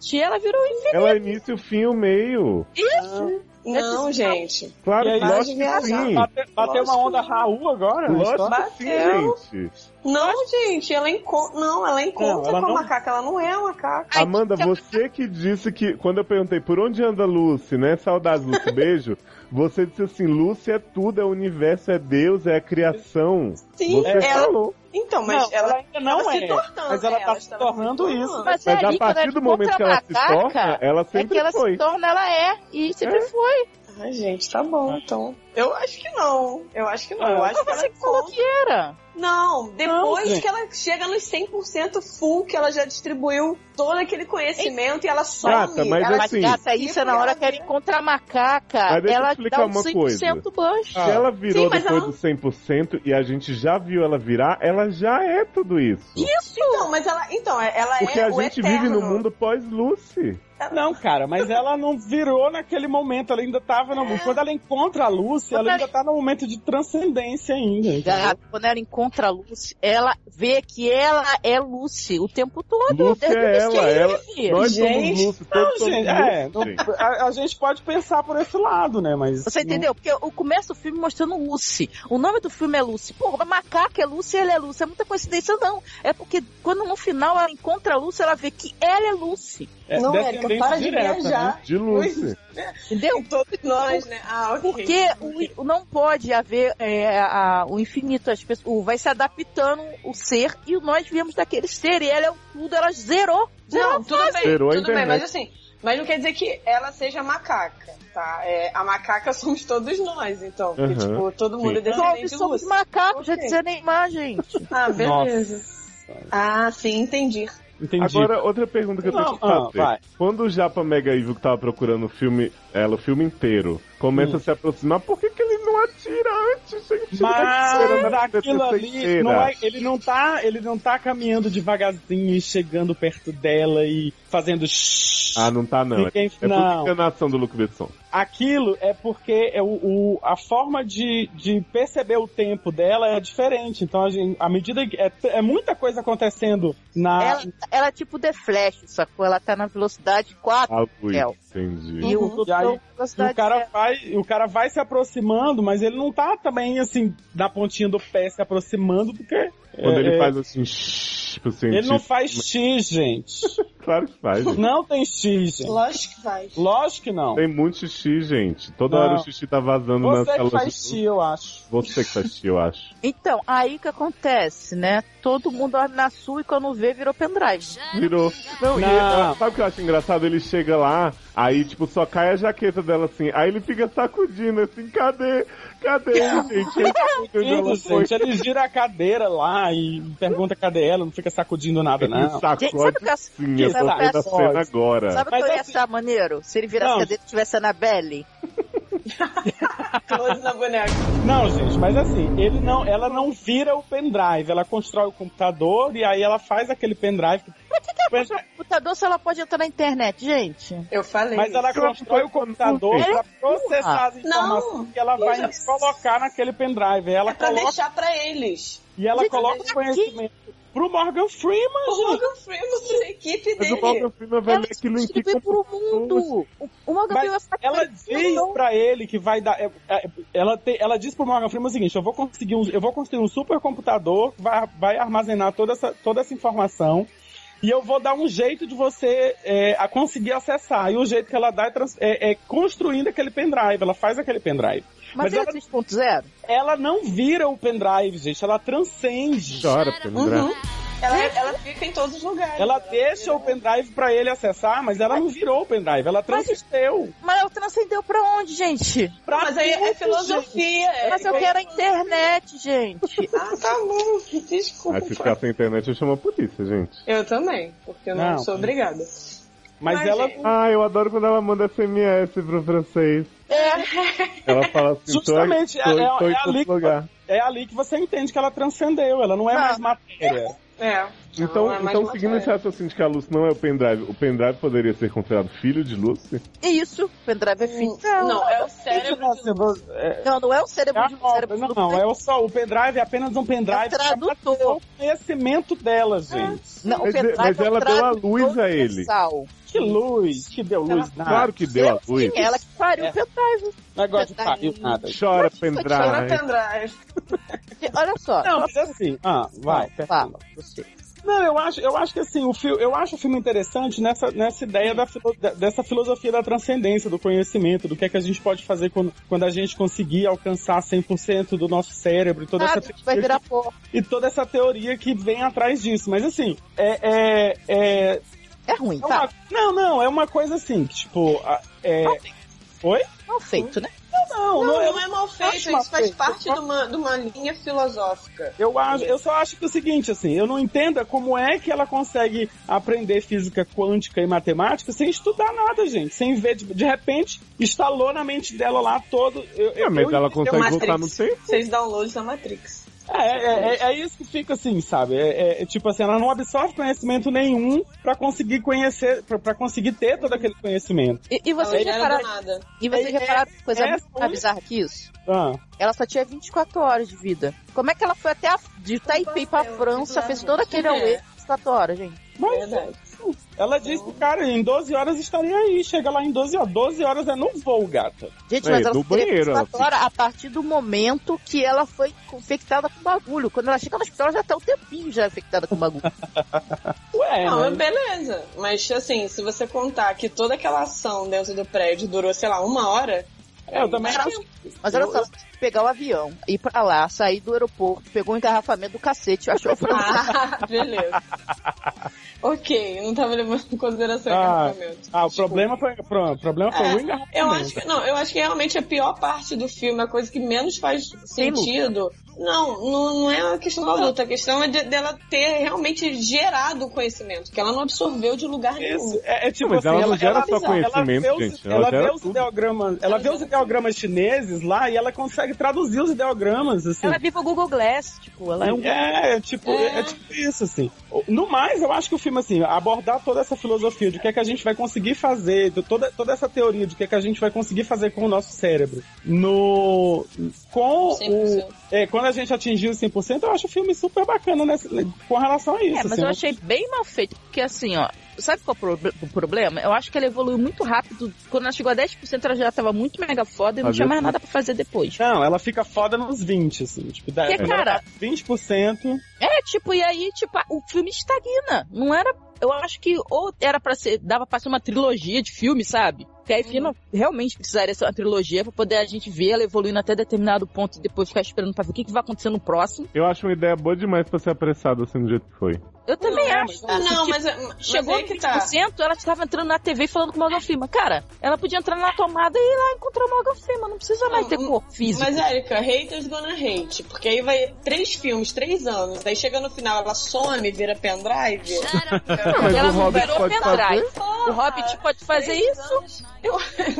Speaker 2: Gente, ela virou isso.
Speaker 1: Ela é início, fim, o meio.
Speaker 4: Não, gente.
Speaker 1: Claro,
Speaker 3: E aí,
Speaker 1: lógico
Speaker 4: de
Speaker 1: que
Speaker 4: viajar.
Speaker 1: sim.
Speaker 3: Bateu, bateu uma
Speaker 4: Lógico.
Speaker 3: onda Raul agora? na
Speaker 1: Lógico
Speaker 3: história?
Speaker 1: que sim,
Speaker 4: Bateu.
Speaker 1: gente.
Speaker 4: Não, gente, ela encontra. Não, ela
Speaker 3: Não,
Speaker 4: encontra
Speaker 3: ela
Speaker 4: com
Speaker 3: não-
Speaker 4: a macaca, ela não é uma macaca.
Speaker 2: Ai,
Speaker 1: Amanda,
Speaker 2: que-
Speaker 1: você que disse que. Quando eu perguntei por onde anda Lucy, né? Saudades, Lucy, beijo. Você disse assim: Lucy é tudo, é o universo, é Deus, é a criação.
Speaker 4: Sim,
Speaker 1: Você
Speaker 4: ela.
Speaker 1: falou.
Speaker 4: Então, mas
Speaker 3: Não,
Speaker 4: ela.
Speaker 3: ainda não
Speaker 4: estava
Speaker 3: é.
Speaker 4: se tornando,
Speaker 3: mas ela
Speaker 4: é,
Speaker 3: tá
Speaker 4: ela
Speaker 3: se
Speaker 4: estava se
Speaker 3: tornando
Speaker 4: tornando.
Speaker 3: isso.
Speaker 2: Mas é
Speaker 1: Mas a
Speaker 2: ali, quando
Speaker 1: partir
Speaker 2: ela
Speaker 1: do momento que ela se
Speaker 2: encontra a
Speaker 1: torna,
Speaker 2: macaca,
Speaker 1: ela
Speaker 2: é que
Speaker 1: sempre
Speaker 2: ela
Speaker 1: foi.
Speaker 2: se torna, ela é, e sempre foi.
Speaker 4: Ai, gente, tá
Speaker 1: Ah.
Speaker 4: bom, então. Eu acho que não. Eu acho que não.
Speaker 3: Ah,
Speaker 4: Eu
Speaker 2: Mas
Speaker 4: acho que ela
Speaker 2: você
Speaker 1: assim
Speaker 2: que falou
Speaker 4: encontra-
Speaker 2: que era.
Speaker 4: Não, depois
Speaker 3: gente.
Speaker 4: que ela chega nos 100% full, que ela já distribuiu todo aquele conhecimento e ela some.
Speaker 1: Gata, mas
Speaker 4: ela...
Speaker 1: é- Assim,
Speaker 2: Mas gata, isso é na hora que ela encontra a macaca,
Speaker 1: Mas deixa eu
Speaker 2: ela
Speaker 1: explicar
Speaker 2: dá um
Speaker 1: uma
Speaker 2: 100%
Speaker 1: coisa.
Speaker 2: banjo.
Speaker 1: Se ela virou
Speaker 4: Sim, mas
Speaker 1: depois
Speaker 4: ela-
Speaker 1: do 100% e a gente já viu ela virar, ela já é tudo isso.
Speaker 4: Então, mas ela. Então, ela
Speaker 1: Porque
Speaker 4: é
Speaker 1: a
Speaker 4: o
Speaker 1: gente
Speaker 4: eterno.
Speaker 1: vive no mundo pós-Lucy.
Speaker 3: Não, cara, mas ela não virou naquele momento, ela ainda tava
Speaker 4: É.
Speaker 3: no. Quando ela encontra a Lúcia,
Speaker 2: Quando
Speaker 3: ela
Speaker 2: ela-
Speaker 3: ainda tá no momento de transcendência ainda.
Speaker 1: Uhum.
Speaker 2: Gata, Quando ela encontra a Lucy, ela vê que ela é Lucy o tempo todo.
Speaker 1: Lucy
Speaker 2: desde o
Speaker 1: é
Speaker 2: início
Speaker 1: ela,
Speaker 2: que
Speaker 1: ela-
Speaker 2: vive.
Speaker 1: Nós somos
Speaker 4: Gente,
Speaker 1: Lucy, todos
Speaker 3: Não,
Speaker 1: somos
Speaker 3: gente,
Speaker 1: Lucy.
Speaker 3: é, não-
Speaker 1: gente.
Speaker 3: a, a gente pode pensar por esse lado, né? Mas.
Speaker 2: Você entendeu? Porque o começo do filme mostrando Lucy. O nome do filme é Lucy. Pô, a macaca é Lucy, ela é Lucy. É muita coincidência, não. É porque quando no final ela encontra a Lucy, ela vê que ela é Lucy.
Speaker 3: é
Speaker 4: Não, Érica,
Speaker 3: descendência
Speaker 4: para de
Speaker 3: direta, né?
Speaker 4: viajar.
Speaker 1: De Lucy.
Speaker 2: Entendeu?
Speaker 4: Em todos nós, né? Ah, ok.
Speaker 2: Porque o- o, não pode haver é, a- o infinito, as pessoas, o- vai se adaptando o ser e nós viemos daquele ser. E ela é o tudo, ela zerou. zerou.
Speaker 4: Não, é tudo bem,
Speaker 1: Zerou a
Speaker 4: tudo bem,
Speaker 1: internet.
Speaker 4: mas assim, mas não quer dizer que ela seja macaca, tá? É, a macaca somos todos nós, então, porque,
Speaker 1: Uhum.
Speaker 4: tipo, todo
Speaker 1: Sim.
Speaker 4: mundo é descendente
Speaker 2: Nós
Speaker 4: de
Speaker 2: somos
Speaker 4: Lúcia.
Speaker 2: macacos, já
Speaker 4: Ok.
Speaker 2: dizendo a imagem.
Speaker 4: Ah, beleza. Ah, sim, entendi.
Speaker 3: Entendi.
Speaker 1: Agora, outra pergunta que eu tenho
Speaker 3: Não,
Speaker 1: que
Speaker 3: ah,
Speaker 1: fazer.
Speaker 3: vai.
Speaker 1: Quando o Japa Mega Evil que tava procurando o filme, ela, o filme inteiro, começa
Speaker 3: Hum.
Speaker 1: a se aproximar, por que, que ele não atira antes, gente? Ele
Speaker 3: Mas
Speaker 1: tá atirando
Speaker 3: aquilo
Speaker 1: na
Speaker 3: ali,
Speaker 1: terceira.
Speaker 3: não é- ele não tá, ele não tá caminhando devagarzinho e chegando perto dela e fazendo shhh.
Speaker 1: Ah, não tá não. É
Speaker 3: Ninguém-
Speaker 1: por
Speaker 3: não.
Speaker 1: enganação do Luke Besson.
Speaker 3: Aquilo é porque é o, o- a forma de, de perceber o tempo dela é diferente. Então, a, gente, à medida que. É, t- é muita coisa acontecendo
Speaker 1: Ah.
Speaker 3: na.
Speaker 2: Ela, ela é tipo The Flash, sacou? Ela tá na velocidade 4
Speaker 1: Ah, ui,
Speaker 2: Céu. Hum.
Speaker 1: entendi.
Speaker 2: e o
Speaker 4: Uhum.
Speaker 2: doutor
Speaker 3: E aí,
Speaker 2: na
Speaker 3: E o
Speaker 2: velocidade
Speaker 3: cara,
Speaker 2: zero.
Speaker 3: vai, e o cara vai se aproximando, mas ele não tá também, assim, na pontinha do pé se aproximando, porque
Speaker 1: Quando
Speaker 3: é,
Speaker 1: ele
Speaker 3: é,
Speaker 1: faz tipo assim, shhh, pro cientista.
Speaker 3: ele não faz X, gente.
Speaker 1: Claro que faz. gente.
Speaker 3: Não tem X, gente.
Speaker 4: Lógico que vai.
Speaker 3: Lógico que não.
Speaker 1: Tem muito xixi, gente. Toda hora o
Speaker 3: Não.
Speaker 1: xixi tá vazando nas
Speaker 3: Você que
Speaker 1: telas.
Speaker 3: faz X, eu acho.
Speaker 1: Você que faz xixi, eu acho.
Speaker 2: Então, aí que acontece, né? Todo mundo olha na sua e quando vê, virou pendrive.
Speaker 1: Virou. Não, e
Speaker 3: Não.
Speaker 1: ele- sabe o que eu acho engraçado? Ele chega lá, aí, tipo, só cai a jaqueta dela assim. Aí ele fica sacudindo assim, cadê? Cadê, gente? Eu não sei onde ela
Speaker 3: Isso,
Speaker 1: foi.
Speaker 3: gente, ele gira a cadeira lá e pergunta cadê ela, não fica sacudindo nada,
Speaker 1: Ele
Speaker 3: não.
Speaker 2: Gente, sabe
Speaker 1: sacode
Speaker 2: o que eu,
Speaker 1: sim, eu tô
Speaker 2: sabe o que eu
Speaker 1: vendo a
Speaker 2: acho?
Speaker 1: cena agora.
Speaker 2: Sabe o que
Speaker 3: Mas
Speaker 2: eu ia
Speaker 3: assim-
Speaker 2: achar maneiro? Se ele virasse
Speaker 3: Não.
Speaker 2: a cadeira e tivesse a Anabelle.
Speaker 4: Close na boneca.
Speaker 3: Não, gente, mas assim, ele não, ela não vira o pendrive, ela constrói o computador e aí ela faz aquele pendrive. Mas,
Speaker 2: Computador, se ela pode entrar na internet, gente.
Speaker 4: Eu falei. É
Speaker 3: mas ela constrói o computador
Speaker 1: Ela
Speaker 3: pra processar as
Speaker 4: Ah, Não.
Speaker 3: informações que ela vai
Speaker 4: Nossa.
Speaker 3: colocar naquele pendrive. Ela
Speaker 4: É pra
Speaker 3: coloca,
Speaker 4: deixar pra eles.
Speaker 3: e ela
Speaker 2: Gente,
Speaker 3: coloca
Speaker 2: mas
Speaker 3: o
Speaker 2: aqui-
Speaker 3: conhecimento pro Morgan Freeman,
Speaker 4: O
Speaker 3: gente.
Speaker 4: Morgan Freeman, a equipe
Speaker 1: Mas
Speaker 4: dele.
Speaker 1: o Morgan Freeman vai
Speaker 2: assim? Ela
Speaker 1: ler aquilo em que
Speaker 2: distribui pro mundo. O- O Morgan
Speaker 3: Mas
Speaker 2: Freeman vai ficar
Speaker 3: Ela diz
Speaker 2: Não.
Speaker 3: pra ele que vai dar. é, é, Ela, tem- ela diz pro Morgan Freeman o seguinte: eu vou conseguir um, eu vou construir um supercomputador que vai, vai armazenar toda essa, toda essa informação. E eu vou dar um jeito de você é, a conseguir acessar. E o jeito que ela dá é, trans- é- é construindo aquele pendrive. Ela faz aquele pendrive.
Speaker 2: Mas,
Speaker 3: Mas
Speaker 2: é
Speaker 3: ela-
Speaker 2: 3.0?
Speaker 3: Ela não vira o pendrive, gente. Ela
Speaker 2: Então.
Speaker 3: transcende.
Speaker 1: chora, pelo
Speaker 4: Uhum.
Speaker 1: é.
Speaker 4: Ela, ela fica em todos os lugares.
Speaker 3: Ela deixa o pendrive pra ele acessar, mas ela não virou o pendrive. Ela
Speaker 2: Mas-
Speaker 3: transcendeu.
Speaker 2: Mas ela transcendeu pra onde, gente?
Speaker 3: Pra
Speaker 4: Mas aí é
Speaker 3: tudo, gente.
Speaker 4: filosofia. é-
Speaker 2: Mas eu quero a internet, gente.
Speaker 4: Ah, tá bom. Desculpa.
Speaker 1: Aí se ficar sem internet, eu chamo a polícia, gente.
Speaker 4: Eu também, porque eu não,
Speaker 3: Não.
Speaker 4: sou obrigada.
Speaker 3: Mas
Speaker 4: Mas,
Speaker 3: ela
Speaker 4: gente,
Speaker 1: Ah, eu adoro quando ela manda SMS pro francês. É. Ela fala assim,
Speaker 3: Justamente,
Speaker 1: tô, tô,
Speaker 3: é- é-
Speaker 1: tô
Speaker 3: é
Speaker 1: em
Speaker 3: a
Speaker 1: todo
Speaker 3: Lick-
Speaker 1: lugar.
Speaker 3: é ali que você entende que ela transcendeu, ela não é
Speaker 2: Não.
Speaker 3: mais matéria.
Speaker 4: É.
Speaker 1: Então,
Speaker 4: Não, é mais
Speaker 1: então
Speaker 4: uma
Speaker 1: seguindo
Speaker 4: série.
Speaker 1: esse raciocínio de que a Lucy não é o pendrive, o pendrive poderia ser considerado filho de Lucy?
Speaker 2: E isso, pendrive é fim.
Speaker 4: Não, é o cérebro.
Speaker 3: Não, é,
Speaker 2: Não, não assim, é o
Speaker 3: é
Speaker 2: cérebro
Speaker 3: a
Speaker 2: de um
Speaker 3: obra,
Speaker 2: cérebro.
Speaker 3: não,
Speaker 2: do-
Speaker 3: não, é o só, o pendrive é apenas um
Speaker 2: é
Speaker 3: pendrive
Speaker 2: o
Speaker 3: pra
Speaker 2: tradutor.
Speaker 3: conhecimento dela, gente.
Speaker 2: Não, o
Speaker 1: Mas-
Speaker 2: pendrive
Speaker 1: mas
Speaker 2: é o
Speaker 1: ela deu a
Speaker 2: tradutor
Speaker 1: luz a ele.
Speaker 2: universal.
Speaker 3: Que luz, que deu luz, nada.
Speaker 1: Claro que deu a
Speaker 2: Deus,
Speaker 1: luz.
Speaker 2: sim, Ela que pariu
Speaker 3: É.
Speaker 2: o pendrive.
Speaker 3: Negócio de pariu, nada.
Speaker 1: Chora,
Speaker 4: Chora
Speaker 1: pendrive.
Speaker 4: pendrive.
Speaker 2: Porque, Olha só.
Speaker 3: Não, mas assim, ah, vai.
Speaker 2: Fala, você.
Speaker 3: Não, eu acho, eu acho que assim, o filme, eu acho o filme interessante nessa, nessa ideia da, filo- da- dessa filosofia da transcendência, do conhecimento, do que é que a gente pode fazer quando, quando a gente conseguir alcançar 100% do nosso cérebro e toda
Speaker 2: Ah,
Speaker 3: essa
Speaker 2: tu vai virar porra.
Speaker 3: e toda essa teoria que vem atrás disso. Mas assim, é. é, é,
Speaker 2: É ruim,
Speaker 3: é uma-
Speaker 2: tá?
Speaker 3: Não, não, é uma coisa assim, que, tipo. a- É...
Speaker 2: Mal feito, né?
Speaker 3: Não,
Speaker 4: Não,
Speaker 3: não, eu,
Speaker 4: não é mal feito,
Speaker 3: acho mal
Speaker 4: isso faz
Speaker 3: feito.
Speaker 4: parte de uma, de uma linha filosófica.
Speaker 3: eu acho, eu só acho que é o seguinte, assim, eu não entendo como é que ela consegue aprender física quântica e matemática sem estudar nada, gente. Sem ver, de, de repente, instalou na mente dela lá todo. Eu,
Speaker 1: É,
Speaker 3: eu-
Speaker 1: mas
Speaker 3: eu-
Speaker 1: ela
Speaker 4: eu-
Speaker 1: consegue
Speaker 4: Matrix.
Speaker 1: voltar no tempo.
Speaker 4: Vocês downloads da Matrix.
Speaker 3: É, é, é, é isso que fica assim, sabe? É, é, é tipo assim, ela não absorve conhecimento nenhum pra conseguir conhecer, pra- pra conseguir ter todo aquele conhecimento.
Speaker 2: E, e vocês
Speaker 4: Ela não era do
Speaker 2: repararam,
Speaker 4: nada.
Speaker 2: e vocês
Speaker 3: É-
Speaker 2: repararam que coisa
Speaker 3: é
Speaker 2: mais
Speaker 3: ruim.
Speaker 2: bizarra que isso?
Speaker 3: Ah.
Speaker 2: Ela só tinha 24 horas de vida. Como é que ela foi até a, de Taipei pra França, fez todo aquele
Speaker 4: É.
Speaker 2: auê, 24 horas, gente?
Speaker 3: Mas
Speaker 4: Verdade.
Speaker 3: Ela disse que, cara, em 12 horas estaria aí. Chega lá em 12 horas. 12 horas é no voo, gata.
Speaker 2: Gente,
Speaker 1: É,
Speaker 2: mas ela
Speaker 1: no
Speaker 2: só teria
Speaker 1: banheiro ela
Speaker 2: 24 horas a partir do momento que ela foi infectada com bagulho. Quando ela chega no hospital, ela já tá um tempinho já infectada com bagulho.
Speaker 3: Ué,
Speaker 4: Não, é
Speaker 3: né?
Speaker 4: beleza. Mas assim, se você contar que toda aquela ação dentro do prédio durou, sei lá, uma hora.
Speaker 3: É, Eu também
Speaker 2: Era-
Speaker 3: acho que
Speaker 2: Mas olha só, ela tinha que pegar o avião, ir pra lá, sair do aeroporto, pegou um engarrafamento do cacete, achou a França.
Speaker 4: Ah, beleza. ok, não tava levando em consideração
Speaker 3: Ah,
Speaker 4: o engarrafamento.
Speaker 3: Ah, o problema foi, pro- o problema foi
Speaker 4: É,
Speaker 3: o engarrafamento.
Speaker 4: Eu acho que não, eu acho que realmente a pior parte do filme, a coisa que menos faz sentido. Não, não, não é a questão da luta, a questão é de- dela ter realmente gerado o conhecimento, que ela não absorveu de lugar nenhum.
Speaker 3: Isso, é, é tipo
Speaker 1: Não, mas
Speaker 3: assim,
Speaker 1: ela não gera só conhecimento,
Speaker 3: ela vê os,
Speaker 1: gente, ela
Speaker 3: Ela,
Speaker 1: gera
Speaker 3: vê os
Speaker 1: tudo.
Speaker 3: ideogramas, ela vê os ideogramas chineses lá e ela consegue traduzir os ideogramas, assim.
Speaker 2: Ela vive o Google Glass, tipo, ela é um...
Speaker 3: É, é tipo, é. é tipo isso, assim. No mais, eu acho que o filme, assim, abordar toda essa filosofia de o que é que a gente vai conseguir fazer, de toda, toda essa teoria de o que é que a gente vai conseguir fazer com o nosso cérebro. No. Com o.
Speaker 4: 100%.
Speaker 3: É, quando a gente atingir os 100%, eu acho o filme super bacana nesse, com relação a isso.
Speaker 2: É, mas
Speaker 3: assim,
Speaker 2: eu achei bem mal feito, porque assim, ó, sabe qual é o prob- o problema? Eu acho que ela evoluiu muito rápido. Quando ela chegou a 10%, ela já tava muito mega foda e não
Speaker 1: Fazer
Speaker 2: tinha mais
Speaker 1: tudo.
Speaker 2: nada pra fazer depois.
Speaker 3: Não, ela fica foda nos 20, assim. Tipo,
Speaker 1: É.
Speaker 3: da,
Speaker 2: Porque, cara,
Speaker 3: 20%.
Speaker 2: é tipo, e aí, tipo, a- o filme estagna. Não era Eu acho que ou era para ser, dava pra ser uma trilogia de filme, sabe? Que
Speaker 4: Uhum.
Speaker 2: aí final- realmente precisaria ser uma trilogia pra poder a gente ver ela evoluindo até determinado ponto e depois ficar esperando pra ver o que, que vai acontecer no próximo.
Speaker 1: Eu acho uma ideia boa demais pra ser apressado assim do jeito que foi.
Speaker 2: Eu também
Speaker 4: é,
Speaker 2: acho. Tipo,
Speaker 4: Ah, não, mas, mas
Speaker 2: Chegou
Speaker 4: aí
Speaker 2: no
Speaker 4: que tá.
Speaker 2: 20%, ela estava entrando na TV e falando com o Morgan Freeman. Cara, ela podia entrar na tomada e ir lá encontrar o Morgan Freeman. Não precisa mais
Speaker 4: Não,
Speaker 2: ter corpo físico.
Speaker 4: Mas, Erika, haters gonna hate. Porque aí vai três filmes, três anos. Daí chega no final, ela some, vira pendrive.
Speaker 1: mas
Speaker 2: ela
Speaker 1: o
Speaker 2: não
Speaker 1: Hobbit
Speaker 2: virou
Speaker 1: pode
Speaker 2: pendrive.
Speaker 4: Porra,
Speaker 2: O Hobbit pode fazer
Speaker 4: três
Speaker 2: isso?
Speaker 4: anos. Eu-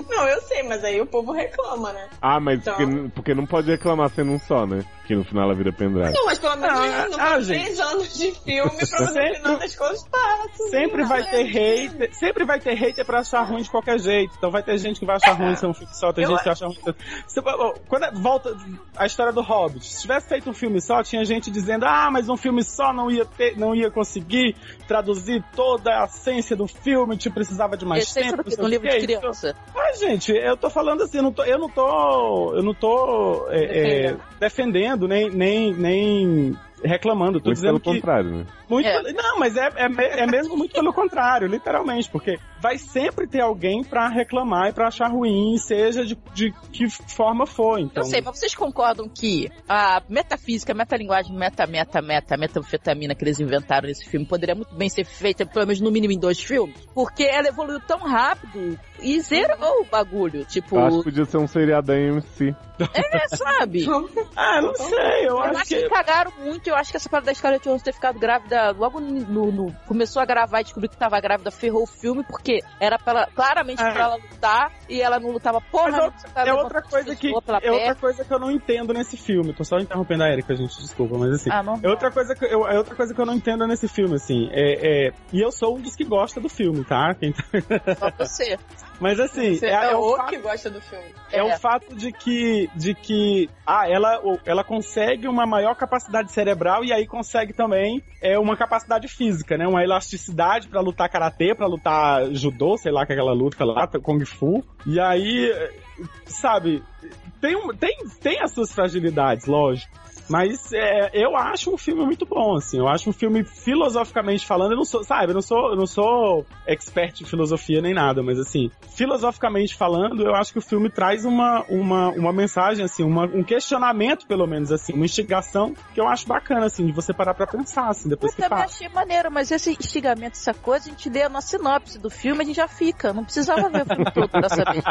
Speaker 4: não, é eu sei, mas aí o povo reclama, né?
Speaker 1: Ah, mas
Speaker 4: Então.
Speaker 1: porque, porque não pode reclamar sendo um só, né? Que no final ela vira pendrive.
Speaker 4: Não, mas pelo menos
Speaker 3: Ah,
Speaker 4: não
Speaker 3: ah,
Speaker 4: tem
Speaker 3: gente.
Speaker 4: três anos de filme pra você no final das contas tá, tudo
Speaker 3: Sempre
Speaker 4: bem,
Speaker 3: vai
Speaker 4: né?
Speaker 3: ter é, hater, sempre vai ter hater pra achar ruim de qualquer jeito. Então vai ter gente que vai achar ruim ser um filme só, tem
Speaker 4: Eu
Speaker 3: gente que acha ruim. ser- Se- Quando é- volta a história do Hobbit, se tivesse feito um filme só, tinha gente dizendo: "Ah, mas um filme só não ia ter, não ia conseguir traduzir toda a essência do filme, te precisava de mais
Speaker 2: Essência
Speaker 3: tempo".
Speaker 2: do que?
Speaker 3: não
Speaker 2: Um
Speaker 3: sei
Speaker 2: livro
Speaker 3: o
Speaker 2: de
Speaker 3: quê". Então,
Speaker 2: criança.
Speaker 3: Ah, gente, eu tô falando assim, eu não tô, eu não tô, eu não tô é, é, defendendo nem nem nem reclamando, tô
Speaker 1: Muito pelo
Speaker 3: dizendo que
Speaker 1: contrário, né?
Speaker 3: muito
Speaker 2: É.
Speaker 3: pelo- Não, mas é, é, me- é mesmo muito pelo contrário, literalmente, porque vai sempre ter alguém pra reclamar e pra achar ruim, seja de, de que forma for, então.
Speaker 2: Eu sei, mas vocês concordam que a metafísica, a metalinguagem, meta, meta, meta, metanfetamina que eles inventaram nesse filme poderia muito bem ser feita, pelo menos no mínimo em dois filmes? Porque ela evoluiu tão rápido e zerou o bagulho. Tipo,
Speaker 1: Eu acho que podia ser um seriado da AMC.
Speaker 2: é, sabe?
Speaker 3: Ah, não sei, eu
Speaker 2: Eu
Speaker 3: acho que.
Speaker 2: cagaram muito. Eu acho que essa parada da Scarlett Johansson ter ficado grávida logo no, no- Começou a gravar e descobriu que tava grávida, ferrou o filme, porque era pra ela, claramente
Speaker 3: É.
Speaker 2: pra ela lutar e ela não lutava porra.
Speaker 3: Mas eu-
Speaker 2: não lutava,
Speaker 3: É outra
Speaker 2: levantava
Speaker 3: coisa
Speaker 2: as
Speaker 3: que.
Speaker 2: pessoas pela
Speaker 3: É outra
Speaker 2: perna.
Speaker 3: coisa que eu não entendo nesse filme. Tô só interrompendo a Erika, gente, desculpa, mas assim.
Speaker 2: Ah, não.
Speaker 3: É outra, coisa que eu, é outra coisa que eu não entendo nesse filme, assim. É, é- e eu sou um dos que gosta do filme, tá? Quem tá-
Speaker 2: Só você.
Speaker 3: Mas assim,
Speaker 4: Você é,
Speaker 3: é um
Speaker 4: o
Speaker 3: fato-
Speaker 4: que gosta do filme.
Speaker 3: É, o fato de que, de que ah, ela, o- ela consegue uma maior capacidade cerebral e aí consegue também é, uma capacidade física, né? Uma elasticidade pra lutar karatê, pra lutar judô, sei lá, que é aquela luta lá, kung fu. E aí, eh, sabe, tem, um- tem, tem as suas fragilidades, lógico. Mas é, eu acho um filme muito bom, assim. Eu acho um filme filosoficamente falando, eu não sou, sabe, eu não sou, eu não sou expert em filosofia nem nada, mas assim, filosoficamente falando, eu acho que o filme traz uma, uma, uma mensagem, assim, uma- um questionamento, pelo menos, assim, uma instigação que eu acho bacana, assim, de você parar pra pensar, assim,
Speaker 2: Eu
Speaker 3: depois que
Speaker 2: também
Speaker 3: passa.
Speaker 2: achei maneiro, mas esse instigamento, essa coisa, a gente lê a nossa sinopse do filme, a gente já fica. Não precisava ver o filme todo pra saber.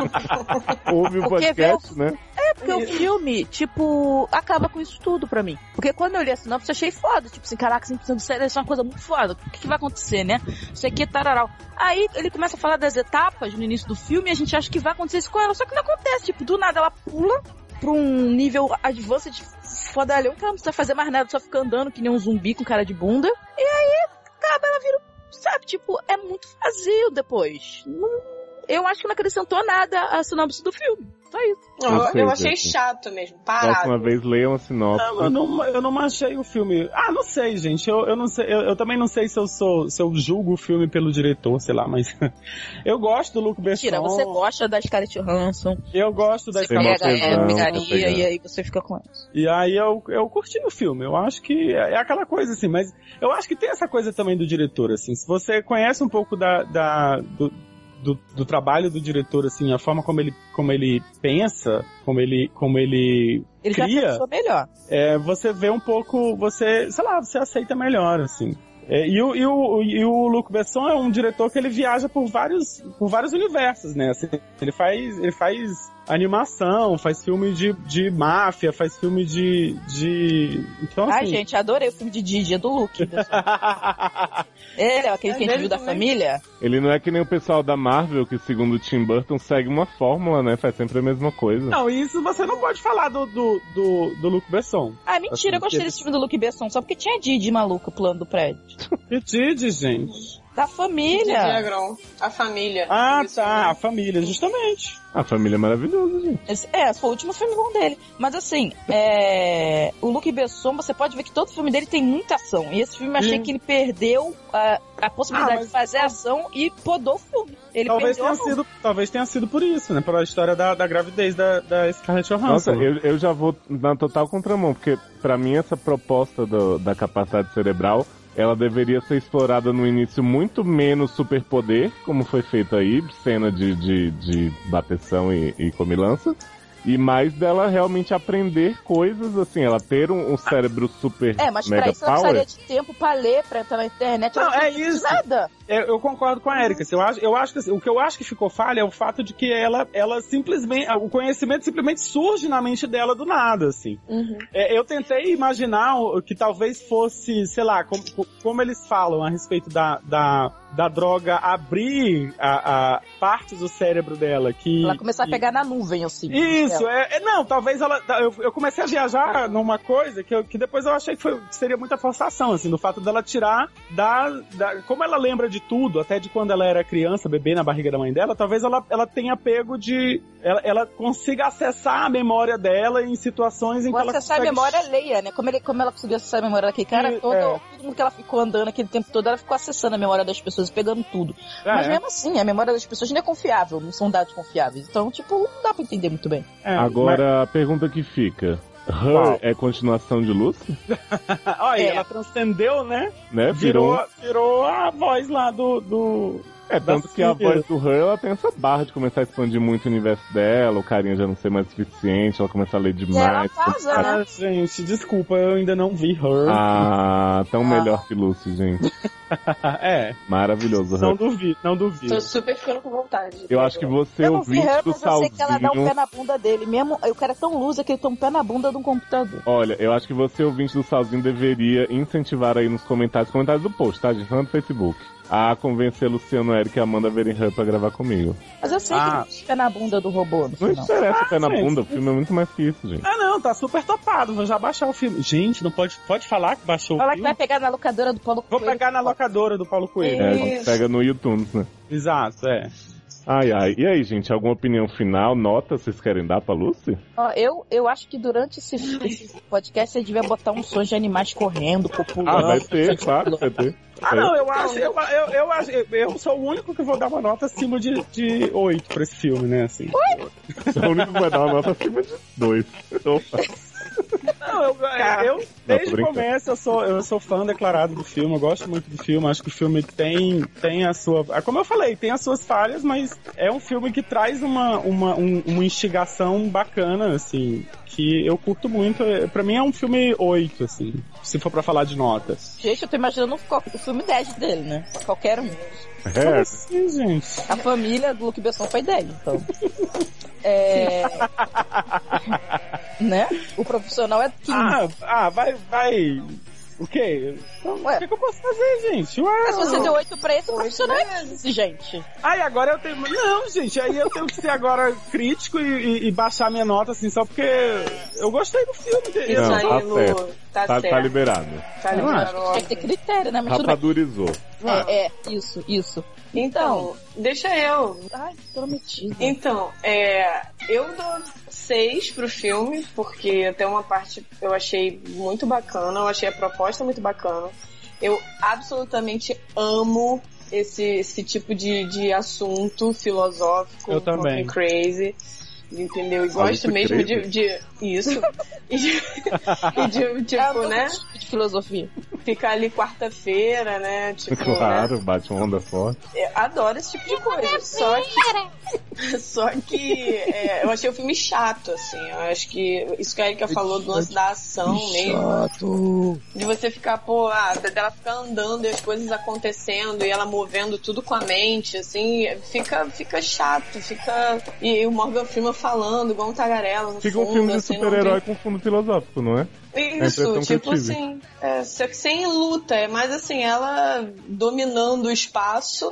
Speaker 1: Houve o
Speaker 2: Porque
Speaker 1: podcast, né?
Speaker 2: É porque o filme, tipo, acaba com isso tudo pra mim. Porque quando eu li a sinopse, eu achei foda. Tipo assim, caraca, 100% de série, isso é uma coisa muito foda. O que, que vai acontecer, né? Isso aqui é tararau. Aí ele começa a falar das etapas no início do filme e a gente acha que vai acontecer isso com ela. Só que não acontece. Tipo, do nada ela pula pra um nível advanced tipo, fodalhão que ela não precisa fazer mais nada, só fica andando que nem um zumbi com cara de bunda. E aí, acaba, ela vira, um- sabe? Tipo, é muito vazio depois. Não- eu acho que não acrescentou nada a sinopse do filme. Só isso.
Speaker 4: Não, eu,
Speaker 1: sei,
Speaker 4: eu achei
Speaker 1: gente.
Speaker 4: chato mesmo,
Speaker 1: Próxima
Speaker 4: parado.
Speaker 1: vez leiam a sinopse.
Speaker 3: Não, eu não, eu não achei o filme. Ah, não sei, gente. Eu, eu não sei. Eu, eu também não sei se eu sou, se eu julgo o filme pelo diretor, sei lá. Mas eu gosto do Luke Besson.
Speaker 2: Mentira, você gosta da Scarlett Johansson,
Speaker 3: Eu gosto da
Speaker 2: você
Speaker 1: Tem uma
Speaker 2: pega
Speaker 1: tesão,
Speaker 2: ela,
Speaker 1: tá
Speaker 2: pegaria,
Speaker 1: pegando.
Speaker 2: e aí você fica com ela.
Speaker 3: E aí eu, eu curti o filme, eu acho que é aquela coisa assim, mas eu acho que tem essa coisa também do diretor, assim, se você conhece um pouco da, da- do, do, do trabalho do diretor, assim, a forma como ele, como ele pensa, como ele, como ele
Speaker 2: Ele
Speaker 3: Cria?
Speaker 2: já pensou melhor.
Speaker 3: é, você vê um pouco, você, sei lá, você aceita melhor, assim. É, e, o, e, o, e o Luc Besson é um diretor que ele viaja por vários, por vários universos, né? Assim, ele, faz, ele faz animação, faz filme de, de máfia, faz filme de. de... Então, assim.
Speaker 2: Ai, gente, adorei o filme de Didi, é do Luke. Ele é aquele que a gente viu da
Speaker 3: né?
Speaker 2: família.
Speaker 1: Ele não é que nem o pessoal da Marvel, que segundo o Tim Burton segue uma fórmula, né? Faz sempre a mesma coisa.
Speaker 3: Não, isso você não pode falar do, do, do, do Luc Besson.
Speaker 2: Ah, mentira, eu gostei desse filme do Luke Besson, só porque tinha Didi maluco pulando do prédio.
Speaker 3: E Didi, gente.
Speaker 2: Da
Speaker 4: Didi
Speaker 2: família.
Speaker 4: Agron, a família.
Speaker 3: Ah,
Speaker 4: Isso,
Speaker 3: tá, a
Speaker 4: né?
Speaker 3: família, justamente.
Speaker 1: A família é maravilhosa, gente.
Speaker 2: Esse- É, foi o último filme bom dele. Mas assim, é... o Luke Besson, você pode ver que todo filme dele tem muita ação. E esse filme eu achei
Speaker 3: Hum.
Speaker 2: que ele perdeu a, a possibilidade
Speaker 3: Ah, mas-
Speaker 2: de fazer ação e podou o filme. Ele
Speaker 3: Talvez
Speaker 2: perdeu a
Speaker 3: tenha,
Speaker 2: mão.
Speaker 3: sido, talvez tenha sido por isso, né? Pela história da, da gravidez da, da Scarlett
Speaker 1: Nossa,
Speaker 3: Johansson.
Speaker 1: eu, eu já vou na total contramão, porque pra mim essa proposta do- da capacidade cerebral ela deveria ser explorada no início muito menos superpoder, como foi feito aí, cena de, de, de bateção e, e comilança. E mais dela realmente aprender coisas, assim, ela ter um, um cérebro super
Speaker 2: É, mas
Speaker 1: mega
Speaker 2: pra isso ela
Speaker 1: power.
Speaker 2: precisaria de tempo pra ler, pra entrar na internet.
Speaker 3: Não,
Speaker 2: ela
Speaker 3: é
Speaker 2: precisa de
Speaker 3: isso.
Speaker 2: Nada.
Speaker 3: É, eu concordo com
Speaker 2: Uhum.
Speaker 3: a Erika. assim, Eu acho, eu acho que, assim, o que eu acho que ficou falha é o fato de que ela, ela simplesmente. O conhecimento simplesmente surge na mente dela do nada, assim.
Speaker 2: Uhum.
Speaker 3: É, eu tentei imaginar o- que talvez fosse, sei lá, com- co- como eles falam a respeito da, da, da droga abrir a, a parte do cérebro dela. Que,
Speaker 2: Ela começar a
Speaker 3: que-
Speaker 2: pegar na nuvem, assim.
Speaker 3: isso, é, é- não, talvez ela. tá, Eu, eu comecei a viajar numa coisa que, eu- que depois eu achei que, foi- que seria muita forçação, assim, do fato dela tirar da, da- Como ela lembra de tudo, até de quando ela era criança, bebê na barriga da mãe dela, talvez ela, ela tenha pego de. Ela, ela consiga acessar a memória dela em situações em que
Speaker 2: Quando
Speaker 3: ela
Speaker 2: você sai a
Speaker 3: consegue-
Speaker 2: memória alheia, né? Como, ele, como ela conseguiu acessar a memória daquele cara,
Speaker 3: E,
Speaker 2: todo,
Speaker 3: é.
Speaker 2: todo mundo que ela ficou andando aquele tempo todo, ela ficou acessando a memória das pessoas e pegando tudo.
Speaker 3: É,
Speaker 2: Mas mesmo assim, a memória das pessoas não é confiável, não são dados confiáveis. Então, tipo, não dá pra entender muito bem.
Speaker 3: é,
Speaker 1: Agora a pergunta que fica: Her
Speaker 3: Qual?
Speaker 1: é continuação de Lucy?
Speaker 3: mas- olha,
Speaker 2: É.
Speaker 3: ela transcendeu, né?
Speaker 1: Né? Virou.
Speaker 3: Virou, virou a voz lá do. do...
Speaker 1: É, tanto
Speaker 3: das
Speaker 1: que a
Speaker 3: primeiras.
Speaker 1: voz do Her ela tem essa barra de começar a expandir muito o universo dela, o carinha já não ser mais suficiente, ela começa a ler
Speaker 2: ela
Speaker 1: demais.
Speaker 2: casa, né?
Speaker 3: Ah, gente, desculpa, eu ainda não vi her.
Speaker 1: Ah, tão
Speaker 2: Ah.
Speaker 1: melhor que Lucy, gente.
Speaker 3: é,
Speaker 1: Maravilhoso,
Speaker 3: não
Speaker 1: Ah. Her.
Speaker 3: duvido, não duvido.
Speaker 4: Tô super ficando com vontade.
Speaker 1: Eu acho que você
Speaker 2: Eu não vi
Speaker 1: ouvinte
Speaker 2: ela,
Speaker 1: do
Speaker 2: mas eu sei que ela dá um pé
Speaker 1: Salzinho.
Speaker 2: na bunda dele. Mesmo, o cara é tão lusa que ele tem um pé na bunda de um computador.
Speaker 1: Olha, eu acho que você ouvinte do Salzinho deveria incentivar aí nos comentários, comentários do post, tá, gente? Não no Facebook. A convencer Luciano, Eric e Amanda a verem Her pra gravar comigo.
Speaker 2: Mas eu sei que
Speaker 3: Ah.
Speaker 2: ele tem um pé na bunda do robô no
Speaker 1: Não
Speaker 2: final.
Speaker 1: interessa o pé na
Speaker 3: gente.
Speaker 1: bunda, o filme é muito mais que isso, gente.
Speaker 3: Ah, não, tá super topado. Vou já baixar o filme. Gente, não pode, pode falar que baixou o
Speaker 2: Fala que
Speaker 3: filme.
Speaker 2: vai pegar na locadora do Paulo
Speaker 3: Vou
Speaker 2: Coelho.
Speaker 3: pegar na locadora do Paulo Coelho.
Speaker 1: É,
Speaker 4: Isso.
Speaker 1: pega no iTunes, né?
Speaker 3: Exato, é.
Speaker 1: Ai, ai. E aí, gente, alguma opinião final, nota vocês querem dar pra Lucy?
Speaker 2: Ó, eu, eu acho que durante esse, esse podcast você devia botar um som de animais correndo,
Speaker 1: Ah,
Speaker 2: populando.
Speaker 1: vai ter, claro que vai ter.
Speaker 3: Ah, não, eu acho, eu, eu, eu acho, eu, eu sou o único que vou dar uma nota acima de, de 8 pra esse filme, né, assim.
Speaker 1: O único que vai dar uma nota acima de dois. Opa.
Speaker 3: Não, eu, é, eu desde o
Speaker 1: brincando.
Speaker 3: começo eu sou, eu sou fã declarado do filme, eu gosto muito do filme, acho que o filme tem, tem a sua. ah, Como eu falei, tem as suas falhas, mas é um filme que traz uma, uma, um- uma instigação bacana, assim, que eu curto muito. É, Pra mim é um filme 8, assim, se for pra falar de notas.
Speaker 2: Gente, eu tô imaginando um o filme 10 dele, né? Qualquer um.
Speaker 3: Como
Speaker 1: É,
Speaker 3: assim, gente?
Speaker 2: A família do Luke Besson foi 10, então. É. né? O profissional é 15.
Speaker 3: Ah, ah, vai, vai. O quê? Então,
Speaker 2: Ué.
Speaker 3: o que, que eu posso fazer, gente? Ué,
Speaker 2: Mas se você deu 8 pra esse, o profissional é 15, gente.
Speaker 3: Aí agora eu tenho. Não, gente, aí eu tenho que ser agora crítico e, e- e baixar minha nota, assim, só porque eu gostei do filme.
Speaker 4: Isso
Speaker 1: Não,
Speaker 4: aí,
Speaker 1: tá
Speaker 4: Lu.
Speaker 1: certo.
Speaker 4: Tá,
Speaker 1: tá, tá
Speaker 4: certo.
Speaker 1: liberado.
Speaker 4: Tá
Speaker 3: Eu acho.
Speaker 4: liberado.
Speaker 2: Tem que ter critério, né? Mas tudo bem.
Speaker 1: Rapadurizou.
Speaker 2: É, é, isso, isso.
Speaker 4: Então, deixa eu.
Speaker 2: Ai, prometido.
Speaker 4: Então, é, eu dou seis pro filme, porque até uma parte eu achei muito bacana, eu achei a proposta muito bacana. Eu absolutamente amo esse, esse tipo de, de assunto filosófico.
Speaker 3: Eu também.
Speaker 4: fucking Crazy. Entendeu? E gosto
Speaker 1: muito
Speaker 4: mesmo de,
Speaker 1: crazy.
Speaker 4: de- Isso. E de, e de, tipo, né?
Speaker 2: tipo de filosofia.
Speaker 4: Ficar ali quarta-feira, né? Tipo, né?
Speaker 1: Claro, bate uma onda forte.
Speaker 4: Eu adoro esse tipo de coisa. Só que, só que é, eu achei o filme chato, assim. Eu acho que isso que a Erika falou do lance da ação mesmo.
Speaker 2: Chato.
Speaker 4: De você ficar, pô, ah, de- dela ficar andando e as coisas acontecendo e ela movendo tudo com a mente, assim, fica, fica chato, fica. E, e o Morgan Freeman falando, igual um tagarela. No
Speaker 1: Fica um
Speaker 4: fundo,
Speaker 1: filme de
Speaker 4: assim, não
Speaker 1: super-herói
Speaker 4: tem-
Speaker 1: com fundo filosófico, não é? a impressão
Speaker 4: Isso,
Speaker 1: que
Speaker 4: tipo
Speaker 1: eu tive.
Speaker 4: assim. É, só que sem luta, é mais assim, ela dominando o espaço,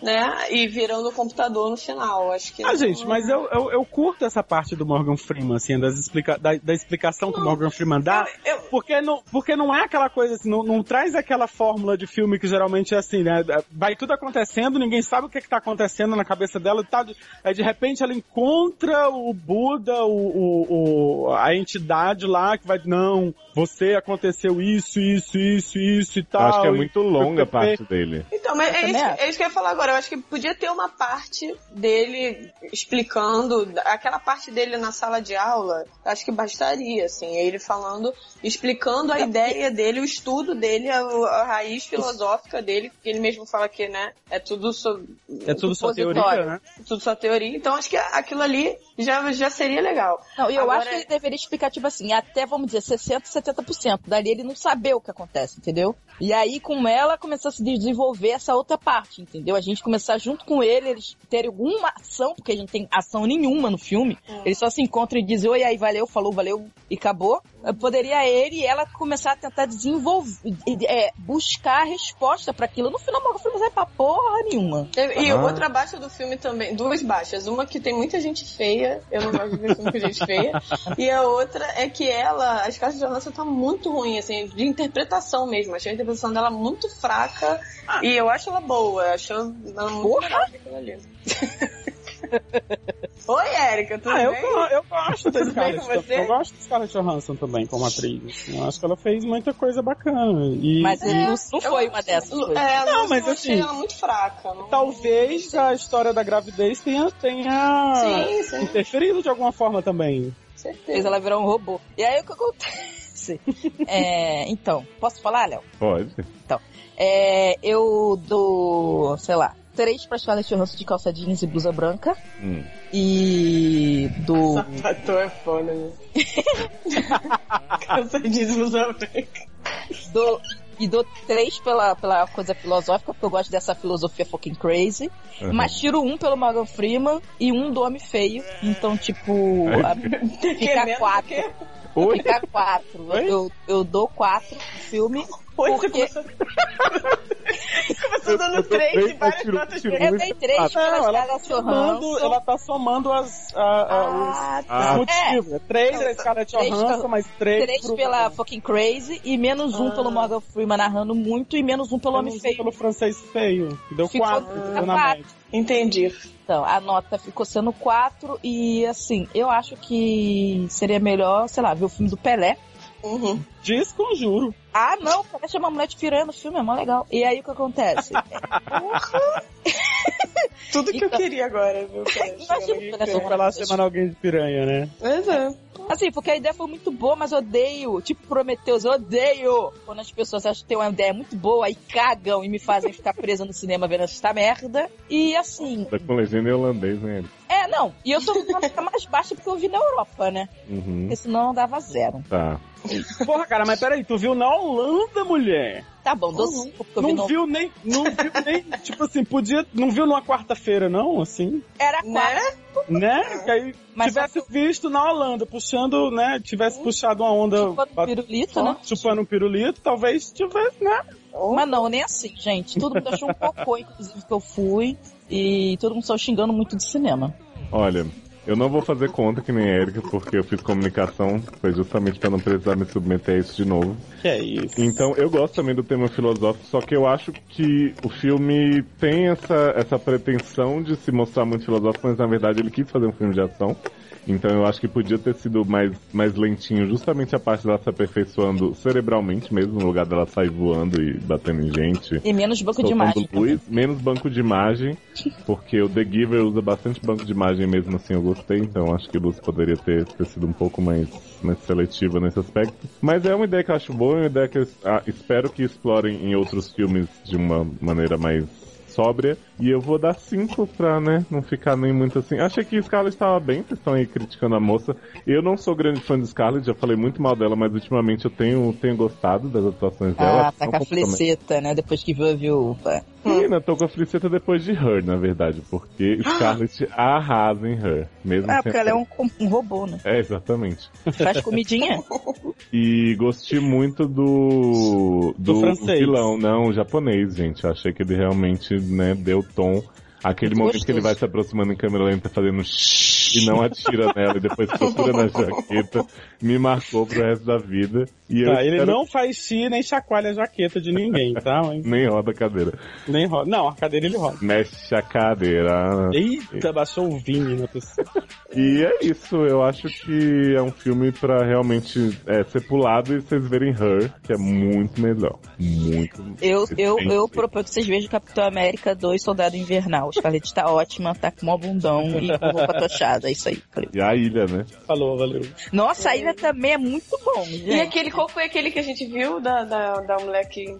Speaker 4: né? E virando o computador no final. Acho que.
Speaker 3: Ah, gente, mas eu, eu, eu curto essa parte do Morgan Freeman, assim, das explica da, da explicação que o Morgan Freeman dá.
Speaker 4: Eu-
Speaker 3: Porque não, porque não é aquela coisa assim, não, não traz aquela fórmula de filme que geralmente é assim, né? Vai tudo acontecendo, ninguém sabe o que, que tá acontecendo na cabeça dela e tal. Aí de repente ela encontra o Buda, o, o- o- a entidade lá que vai, não, você aconteceu isso, isso, isso, isso e
Speaker 1: Eu
Speaker 3: tal.
Speaker 1: acho que é
Speaker 3: e
Speaker 1: muito longa a
Speaker 3: PPP.
Speaker 1: parte dele.
Speaker 4: Então, mas é
Speaker 2: também
Speaker 4: isso,
Speaker 2: acho.
Speaker 4: é isso que eu ia falar agora. Eu acho que podia ter uma parte dele explicando, aquela parte dele na sala de aula, eu acho que bastaria, assim, ele falando, explicando a ideia dele, o estudo dele, a, a raiz filosófica dele, que ele mesmo fala que, né, é tudo sobre.
Speaker 3: É tudo só
Speaker 4: supositório,
Speaker 3: teoria, né?
Speaker 4: Tudo só teoria. Então acho que aquilo ali já, já seria legal.
Speaker 2: Não, e eu
Speaker 4: Agora-
Speaker 2: acho que ele deveria explicar, tipo assim, até, vamos dizer, 60%, 70%. Dali ele não saber o que acontece, entendeu? E aí, com ela, começou a se desenvolver essa outra parte, entendeu? A gente começar junto com ele, eles terem alguma ação, porque a gente tem ação nenhuma no filme. Eles só se encontram e dizem, oi, aí, valeu, falou, valeu, e acabou. Poderia ele e ela começar a tentar desenvolver, é, buscar a resposta pra aquilo. No final, o filme não vai pra porra nenhuma.
Speaker 4: E, e
Speaker 1: Ah.
Speaker 4: outra baixa do filme também, duas baixas. Uma que tem muita gente feia, eu não gosto de ver filme com gente feia. E a outra é que ela, as cartas de jornalista tá muito ruim, assim, de interpretação mesmo. Achei a interpretação dela muito fraca
Speaker 3: Ah.
Speaker 4: e eu acho ela boa. Acho ela muito melhor que aquela ali. Oi, Érica, tudo
Speaker 3: Ah, eu,
Speaker 4: bem?
Speaker 3: go- eu gosto da
Speaker 4: Tudo bem
Speaker 3: Scarlett
Speaker 4: com você?
Speaker 3: Johansson. Eu gosto da Scarlett Johansson também como atriz. assim. Eu acho que ela fez muita coisa bacana. E,
Speaker 2: Mas é-
Speaker 3: e-
Speaker 2: não, não foi uma dessas. coisas.
Speaker 4: É, não,
Speaker 3: mas
Speaker 4: eu achei
Speaker 3: assim, tá
Speaker 4: ela muito fraca. não-
Speaker 3: talvez a história da gravidez tenha, tenha
Speaker 4: Sim, sim,
Speaker 3: interferido de alguma forma também.
Speaker 2: fez
Speaker 4: certeza.
Speaker 2: ela virar um robô. E aí o que acontece? É, então, posso falar, Léo?
Speaker 1: Pode.
Speaker 2: É, eu dou, sei lá, três pra Scarlett Johansson de calça jeans e blusa branca.
Speaker 1: Hum.
Speaker 2: E do.
Speaker 4: Ator é foda, né? Cansadíssimo também.
Speaker 2: do e dou três pela, pela coisa filosófica, porque eu gosto dessa filosofia fucking crazy.
Speaker 1: Uhum.
Speaker 2: Mas tiro um pelo Morgan Freeman e um do Homem Feio. Então, tipo,
Speaker 1: É?
Speaker 2: a- fica
Speaker 4: menos
Speaker 2: quatro.
Speaker 1: Oi?
Speaker 2: Fica quatro.
Speaker 3: Oi?
Speaker 2: Eu, eu dou quatro no filme.
Speaker 4: Oi,
Speaker 2: porque...
Speaker 4: você começou... começou dando
Speaker 1: Eu tô
Speaker 4: três
Speaker 1: bem,
Speaker 4: e várias
Speaker 1: eu tiro-
Speaker 4: notas
Speaker 1: tiro
Speaker 2: Eu
Speaker 1: muito.
Speaker 2: dei três
Speaker 3: Ah,
Speaker 2: pela
Speaker 3: não, ela
Speaker 2: Scarlett
Speaker 3: Somando,
Speaker 2: Johansson.
Speaker 3: ela tá somando as, a, a, os,
Speaker 2: Ah, Então,
Speaker 1: Ah,
Speaker 3: os motivos. né? Três da Scarlett
Speaker 2: três
Speaker 3: Johansson,
Speaker 2: pela-
Speaker 3: mais três,
Speaker 2: três
Speaker 3: pro-
Speaker 2: pela fucking Crazy e menos um pelo Morgan Freeman narrando muito e menos um pelo
Speaker 3: pelo,
Speaker 2: Homem Feio.
Speaker 3: pelo francês feio. que Deu
Speaker 2: Ficou-
Speaker 3: quatro. ficou na
Speaker 2: quatro.
Speaker 3: média.
Speaker 4: Entendi.
Speaker 2: Então, a nota ficou sendo quatro e assim, eu acho que seria melhor, sei lá, ver o filme do Pelé.
Speaker 4: Uhum.
Speaker 3: Desconjuro.
Speaker 2: Ah, não, o Pelé chama a mulher de piranha no filme, é mó legal. E aí o que acontece?
Speaker 4: Tudo que eu
Speaker 2: Então-
Speaker 4: queria agora, viu? cara?
Speaker 2: Imagina é o tipo Pelé
Speaker 3: Vou falar
Speaker 2: sobre
Speaker 3: chamando alguém de piranha, né?
Speaker 4: Mas é.
Speaker 2: Assim, porque a ideia foi muito boa, mas eu odeio. Tipo, Prometeus, eu odeio quando as pessoas acham que tem uma ideia muito boa e cagam e me fazem ficar presa no cinema vendo essa merda. E assim,
Speaker 1: Tá com legenda em holandês, né?
Speaker 2: é, não. E eu tô com ficar mais baixa porque eu vi na Europa, né?
Speaker 1: Uhum.
Speaker 2: Porque senão eu dava zero.
Speaker 1: Tá.
Speaker 3: Porra, cara, mas peraí, tu viu na Holanda, mulher?
Speaker 2: Tá bom, dou cinco, porque eu vi
Speaker 3: Não
Speaker 2: no...
Speaker 3: viu nem. Não viu nem. tipo assim, podia. Não viu numa quarta-feira, não, assim?
Speaker 2: Era
Speaker 4: Né?
Speaker 2: quatro,
Speaker 3: Né? Que aí
Speaker 2: mas só
Speaker 3: tivesse visto na Holanda, puxando, né? Tivesse puxado uma onda.
Speaker 2: ficou no
Speaker 3: bat-
Speaker 2: Uhum. pirulito, né?
Speaker 3: Chupando um pirulito, talvez tivesse, né?
Speaker 2: Mas não, nem assim, gente. Todo mundo achou um cocô, inclusive, que eu fui. E todo mundo só xingando muito de cinema.
Speaker 1: Olha, eu não vou fazer conta que nem a Erika, porque eu fiz comunicação, foi justamente pra não precisar me submeter a isso de novo.
Speaker 3: Que é isso.
Speaker 1: Então, eu gosto também do tema filosófico, só que eu acho que o filme tem essa, essa pretensão de se mostrar muito filosófico, mas na verdade ele quis fazer um filme de ação. Então eu acho que podia ter sido mais, mais lentinho, justamente a parte dela se aperfeiçoando cerebralmente mesmo, no lugar dela sair voando e batendo em gente.
Speaker 2: E menos banco de
Speaker 1: Soltando
Speaker 2: imagem.
Speaker 1: luz, menos banco de imagem, porque o The Giver usa bastante banco de imagem mesmo assim, eu gostei, então acho que o Lúcio poderia ter, ter sido um pouco mais, mais seletiva nesse aspecto. Mas é uma ideia que eu acho boa, é uma ideia que eu ah, espero que explorem em outros filmes de uma maneira mais sóbria. E eu vou dar cinco pra, né, não ficar nem muito assim. Achei que Scarlett estava bem, vocês estão aí criticando a moça. Eu não sou grande fã de Scarlett, já falei muito mal dela, mas ultimamente eu tenho, tenho gostado das atuações dela. é um
Speaker 2: Ah, tá
Speaker 1: Não
Speaker 2: com a
Speaker 1: completamente.
Speaker 2: fleceta, né? Depois que viu a viúva.
Speaker 1: Menina, tô com a Felicita depois de Her, na verdade, porque Scarlett arrasa em Her. Mesmo
Speaker 2: Ah,
Speaker 1: sem-
Speaker 2: porque ela é um, um robô, né?
Speaker 1: É, exatamente.
Speaker 2: Faz comidinha.
Speaker 1: E gostei muito do...
Speaker 3: Do francês.
Speaker 1: vilão, não, o japonês, gente. Eu achei que ele realmente, né, deu tom. Aquele
Speaker 2: Muito
Speaker 1: momento que
Speaker 2: gostoso.
Speaker 1: ele vai se aproximando em câmera lenta, fazendo shhh, e não atira nela, e depois procura na jaqueta, me marcou pro resto da vida. E eu
Speaker 3: Tá, ele
Speaker 1: espero-
Speaker 3: não faz xi nem chacoalha a jaqueta de ninguém, tá? Mas
Speaker 1: Nem roda a cadeira.
Speaker 3: Nem roda. Não, a cadeira ele roda.
Speaker 1: Mexe a cadeira.
Speaker 3: Eita, baixou o vinho na pessoa.
Speaker 1: E é isso, eu acho que é um filme pra realmente é, ser pulado e vocês verem Her, que é muito melhor. Muito
Speaker 2: Eu, eu,
Speaker 1: Sim,
Speaker 2: eu
Speaker 1: sim.
Speaker 2: proponho que vocês vejam Capitão América 2 Soldado Invernal. Scarlett tá ótima, tá com mó bundão e com roupa tochada. É isso aí. Falei.
Speaker 1: E a ilha, né?
Speaker 3: Falou, valeu.
Speaker 2: Nossa, a ilha também é muito bom,
Speaker 4: E
Speaker 2: gente.
Speaker 4: aquele, qual foi aquele que a gente viu da, da, da mulher que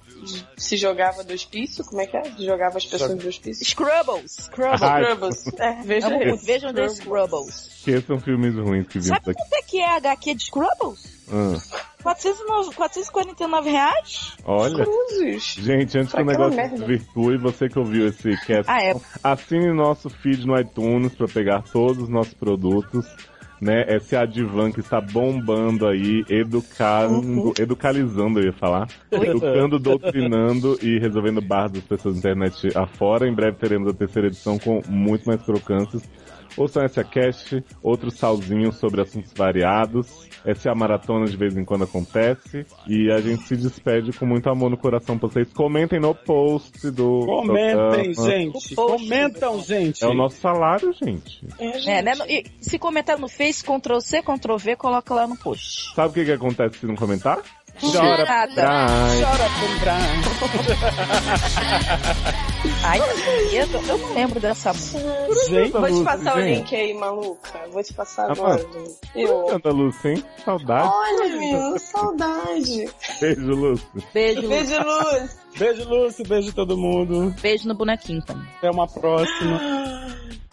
Speaker 4: se jogava do hospício? Como é que é? Jogava as pessoas do hospício?
Speaker 2: Scrubbles. Scrubbles.
Speaker 1: Ah,
Speaker 4: Scrubbles. É, veja
Speaker 2: Não,
Speaker 4: isso.
Speaker 2: vejam The Scrubbles.
Speaker 1: Esqueçam filmes ruins que vimos
Speaker 2: Sabe
Speaker 1: tá aqui.
Speaker 2: quanto é que é a HQ de Scrubbles?
Speaker 1: Ah,
Speaker 2: 409, 449 reais?
Speaker 1: olha.
Speaker 4: Cruzes.
Speaker 1: Gente, antes que
Speaker 4: Pra
Speaker 1: o
Speaker 4: aquela
Speaker 1: negócio
Speaker 4: merda.
Speaker 1: desvirtue, você que ouviu esse cast,
Speaker 2: é Ah, é.
Speaker 1: assine nosso feed no iTunes pra pegar todos os nossos produtos. Né, esse Adivan que está bombando aí, educando,
Speaker 2: Uhum.
Speaker 1: educalizando, eu ia falar. Educando, doutrinando e resolvendo barras das pessoas da internet afora. Em breve teremos a terceira edição com muito mais crocâncias. Ouçam essa cast, outros salzinhos sobre assuntos variados. Essa é a maratona de vez em quando acontece. E a gente se despede com muito amor no coração pra vocês. Comentem no post do.
Speaker 3: Comentem,
Speaker 1: programa.
Speaker 3: gente. Comentam, gente.
Speaker 1: É o nosso salário, gente.
Speaker 2: É, né? E se comentar no Face, Ctrl C, Ctrl V, coloca lá no post.
Speaker 1: Sabe o que, que acontece se não comentar?
Speaker 2: Chora.
Speaker 1: Ai,
Speaker 3: Chora comprar.
Speaker 2: Ai, eu, eu não lembro dessa música.
Speaker 3: Gente,
Speaker 4: Vou te
Speaker 1: Lúcia,
Speaker 4: passar o
Speaker 1: gente.
Speaker 4: link aí, maluca. Vou te passar
Speaker 1: Ah,
Speaker 4: agora. gente. Eu.
Speaker 1: Tanta Lúcia, hein? Saudade.
Speaker 4: Olha, menino, saudade.
Speaker 1: Beijo, Lúcia.
Speaker 2: Beijo, Lu.
Speaker 4: Beijo, Luz.
Speaker 3: beijo, Lúcio. Beijo todo mundo.
Speaker 2: beijo no bonequinho também.
Speaker 3: Até uma próxima.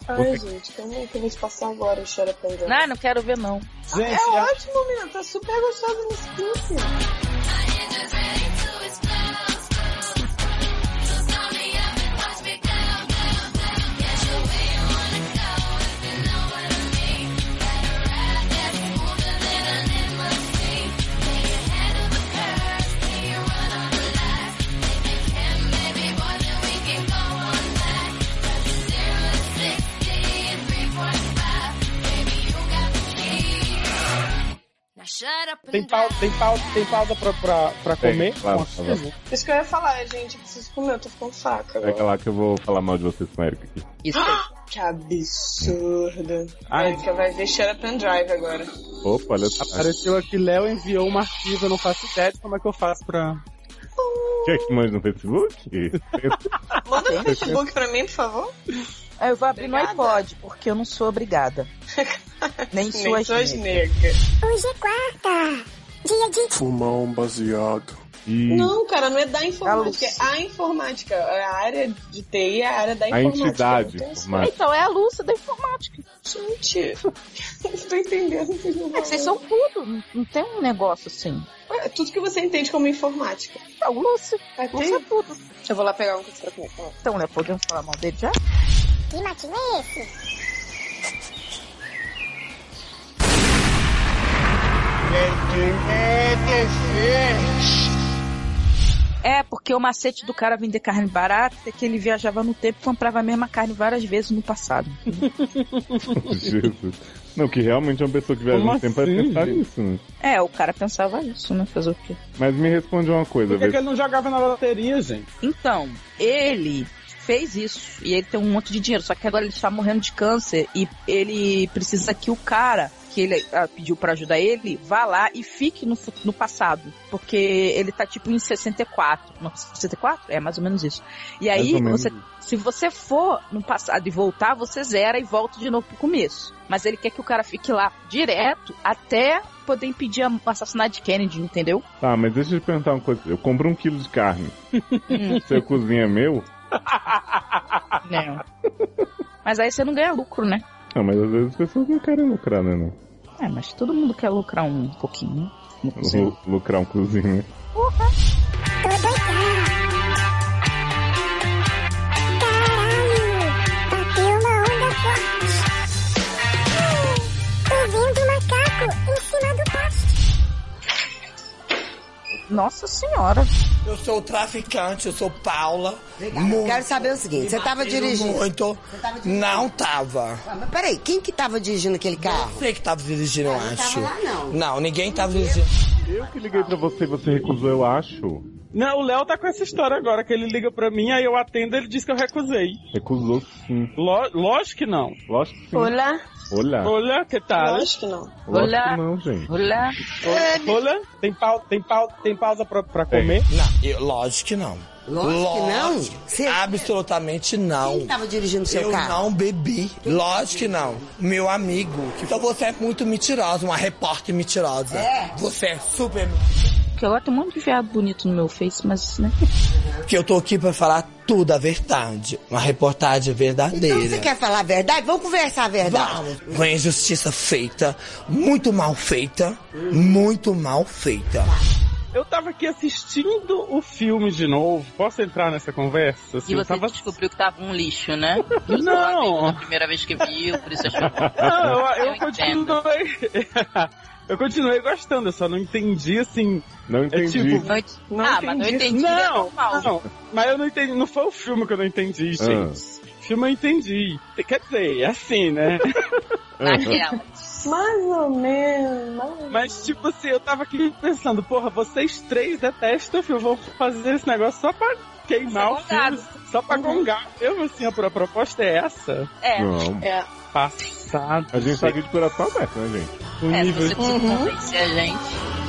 Speaker 4: Ai, gente, calma aí que eu vou te passar agora o choro aprendendo.
Speaker 2: Ah, Não, não quero ver não.
Speaker 3: Gente,
Speaker 4: É ótimo, menina. Tá super gostosa nesse clipe.
Speaker 5: Now shut up
Speaker 3: tem
Speaker 5: and
Speaker 3: pausa,
Speaker 5: die.
Speaker 3: tem pausa, tem pausa pra, pra, pra
Speaker 1: Tem,
Speaker 3: comer? Um
Speaker 1: claro,
Speaker 3: Uma
Speaker 1: claro.
Speaker 3: coisa?
Speaker 4: Isso que eu ia falar, gente. Eu preciso comer, eu tô ficando fraca
Speaker 1: Pega
Speaker 4: agora.
Speaker 1: É lá que eu vou falar mal de vocês com a Erika aqui.
Speaker 2: Isso aí.
Speaker 4: Que absurdo. A
Speaker 3: Ai.
Speaker 4: Erika vai ver Shut Up and Drive agora.
Speaker 1: Opa, olha só.
Speaker 3: Apareceu aqui, Léo enviou um arquivo, eu não faço ideia de como é que eu faço pra...
Speaker 1: Quer que mande no Facebook?
Speaker 4: Manda no Facebook pra mim, por favor.
Speaker 2: Ah, eu vou abrir
Speaker 4: Obrigada.
Speaker 2: no iPod, porque eu não sou obrigada. Nem
Speaker 4: Nem
Speaker 2: suas.
Speaker 4: suas
Speaker 2: nem.
Speaker 4: negras.
Speaker 5: é
Speaker 8: Fumar um baseado.
Speaker 1: E
Speaker 4: Não, cara, não é da informática.
Speaker 2: Alô.
Speaker 4: É a informática. É A área de TI é a área da
Speaker 1: a
Speaker 4: informática.
Speaker 1: entidade.
Speaker 4: Não tem isso.
Speaker 1: Mas...
Speaker 2: Então é a Lúcia da informática.
Speaker 4: Gente, não tô entendendo. Vocês, não
Speaker 2: É que vocês são tudo. Não, não tem um negócio assim.
Speaker 4: É tudo que você entende como informática. Tá
Speaker 2: É o Lúcio.
Speaker 4: Vai ter?
Speaker 2: Lúcio é tudo.
Speaker 4: Eu vou lá pegar um que você pra comer. calma.
Speaker 2: Então, né? Podemos falar mal dele já? É, porque o macete do cara vender carne barata é que ele viajava no tempo e comprava a mesma carne várias vezes no passado.
Speaker 1: Jesus. Não, que realmente é uma pessoa que viaja
Speaker 3: Como
Speaker 1: no tempo
Speaker 3: assim,
Speaker 1: é pensar
Speaker 3: gente?
Speaker 1: nisso, né?
Speaker 2: É, o cara pensava isso, né? Fazer o quê?
Speaker 1: Mas me responde uma coisa,
Speaker 3: Por que,
Speaker 1: vê
Speaker 3: que ele não jogava na loteria, gente?
Speaker 2: Então, ele fez isso e ele tem um monte de dinheiro, só que agora ele está morrendo de câncer e ele precisa que o cara que ele ah, pediu pra ajudar ele vá lá e fique no, fu- no passado, porque ele tá tipo em 64, não, 64? É mais ou menos isso. E
Speaker 1: Mais
Speaker 2: aí
Speaker 1: ou menos.
Speaker 2: você se você for no passado e voltar, você zera e volta de novo pro começo. Mas ele quer que o cara fique lá direto até poder impedir a- o assassinato de Kennedy, entendeu?
Speaker 1: Tá, mas deixa eu te perguntar uma coisa. Eu compro um quilo de carne.
Speaker 2: Hum.
Speaker 1: Seu cozinha é meu?
Speaker 2: Não. Mas aí você não ganha lucro, né?
Speaker 1: Não, mas às vezes as pessoas não querem lucrar, né? Não?
Speaker 2: É, mas todo mundo quer lucrar um pouquinho, né?
Speaker 3: Uhum.
Speaker 2: No cozinho.
Speaker 1: Lu- lucrar um cozinho, né?
Speaker 2: Nossa senhora.
Speaker 9: Eu sou traficante, eu sou Paula. Muito,
Speaker 10: Quero saber o seguinte, você tava dirigindo.
Speaker 9: Muito. Não tava.
Speaker 10: Ah, Mas peraí, quem que tava dirigindo aquele carro?
Speaker 9: Sei que tava dirigindo, eu
Speaker 10: Não
Speaker 9: acho.
Speaker 10: tava lá, não.
Speaker 9: Não, ninguém tava dirigindo.
Speaker 1: Eu que liguei pra você e você recusou, eu acho.
Speaker 3: Não, o Léo tá com essa história agora, que ele liga pra mim, aí eu atendo ele diz que eu recusei.
Speaker 1: Recusou sim.
Speaker 3: Lo- lógico que não.
Speaker 1: Lógico que sim.
Speaker 4: Olá.
Speaker 1: Olá.
Speaker 3: Olha, que tal?
Speaker 4: Lógico que não.
Speaker 1: Lógico
Speaker 2: Olá.
Speaker 1: que não, gente.
Speaker 2: Olá.
Speaker 3: Olha, tem, pau, tem, pau, tem pausa pra, pra comer?
Speaker 9: Não, eu- lógico que não.
Speaker 10: Lógico que não? Você-
Speaker 9: Absolutamente não.
Speaker 10: Quem tava dirigindo seu
Speaker 9: eu
Speaker 10: carro?
Speaker 9: não bebi. Lógico que não. Meu amigo. Então você é muito mentirosa, uma repórter mentirosa.
Speaker 10: É.
Speaker 9: Você é super.
Speaker 2: Porque agora tem um monte de viado bonito no meu Face, mas, né?
Speaker 9: Porque eu tô aqui pra falar tudo a verdade. Uma reportagem verdadeira.
Speaker 10: Então você quer falar a verdade? Vamos conversar a verdade.
Speaker 9: Vamos. Uma injustiça feita, muito mal feita, muito mal feita.
Speaker 3: Eu tava aqui assistindo o filme de novo. Posso entrar nessa conversa? Assim,
Speaker 2: E
Speaker 3: eu
Speaker 2: você
Speaker 3: tava...
Speaker 2: descobriu que tava um lixo, né?
Speaker 3: Não.
Speaker 2: A primeira vez que viu, por isso achou.
Speaker 3: Não, eu, eu
Speaker 2: entendo.
Speaker 3: continuei. eu continuei gostando, eu só não entendi assim.
Speaker 1: Não entendi.
Speaker 3: tipo,
Speaker 2: Não ent- ah, mas não entendi. é
Speaker 3: Não,
Speaker 2: normal.
Speaker 3: não, mas eu não entendi. Não foi o filme que eu não entendi,
Speaker 1: Ah.
Speaker 3: gente. O filme eu entendi. Quer dizer, assim, né?
Speaker 2: Naquela.
Speaker 4: Mais ou menos. mais ou
Speaker 3: Mas, tipo assim, eu tava aqui pensando, porra, vocês três detestam o filme, eu vou fazer esse negócio só pra queimar o
Speaker 2: Só gongado.
Speaker 3: filme, só pra gongar. Eu, assim, a pro- a proposta é essa.
Speaker 2: É.
Speaker 1: Ah, Não.
Speaker 4: É.
Speaker 3: Passado.
Speaker 1: A gente tá aqui de coração aberto, né, gente?
Speaker 3: O
Speaker 2: É, se
Speaker 3: nível
Speaker 2: você conseguir convencer a gente.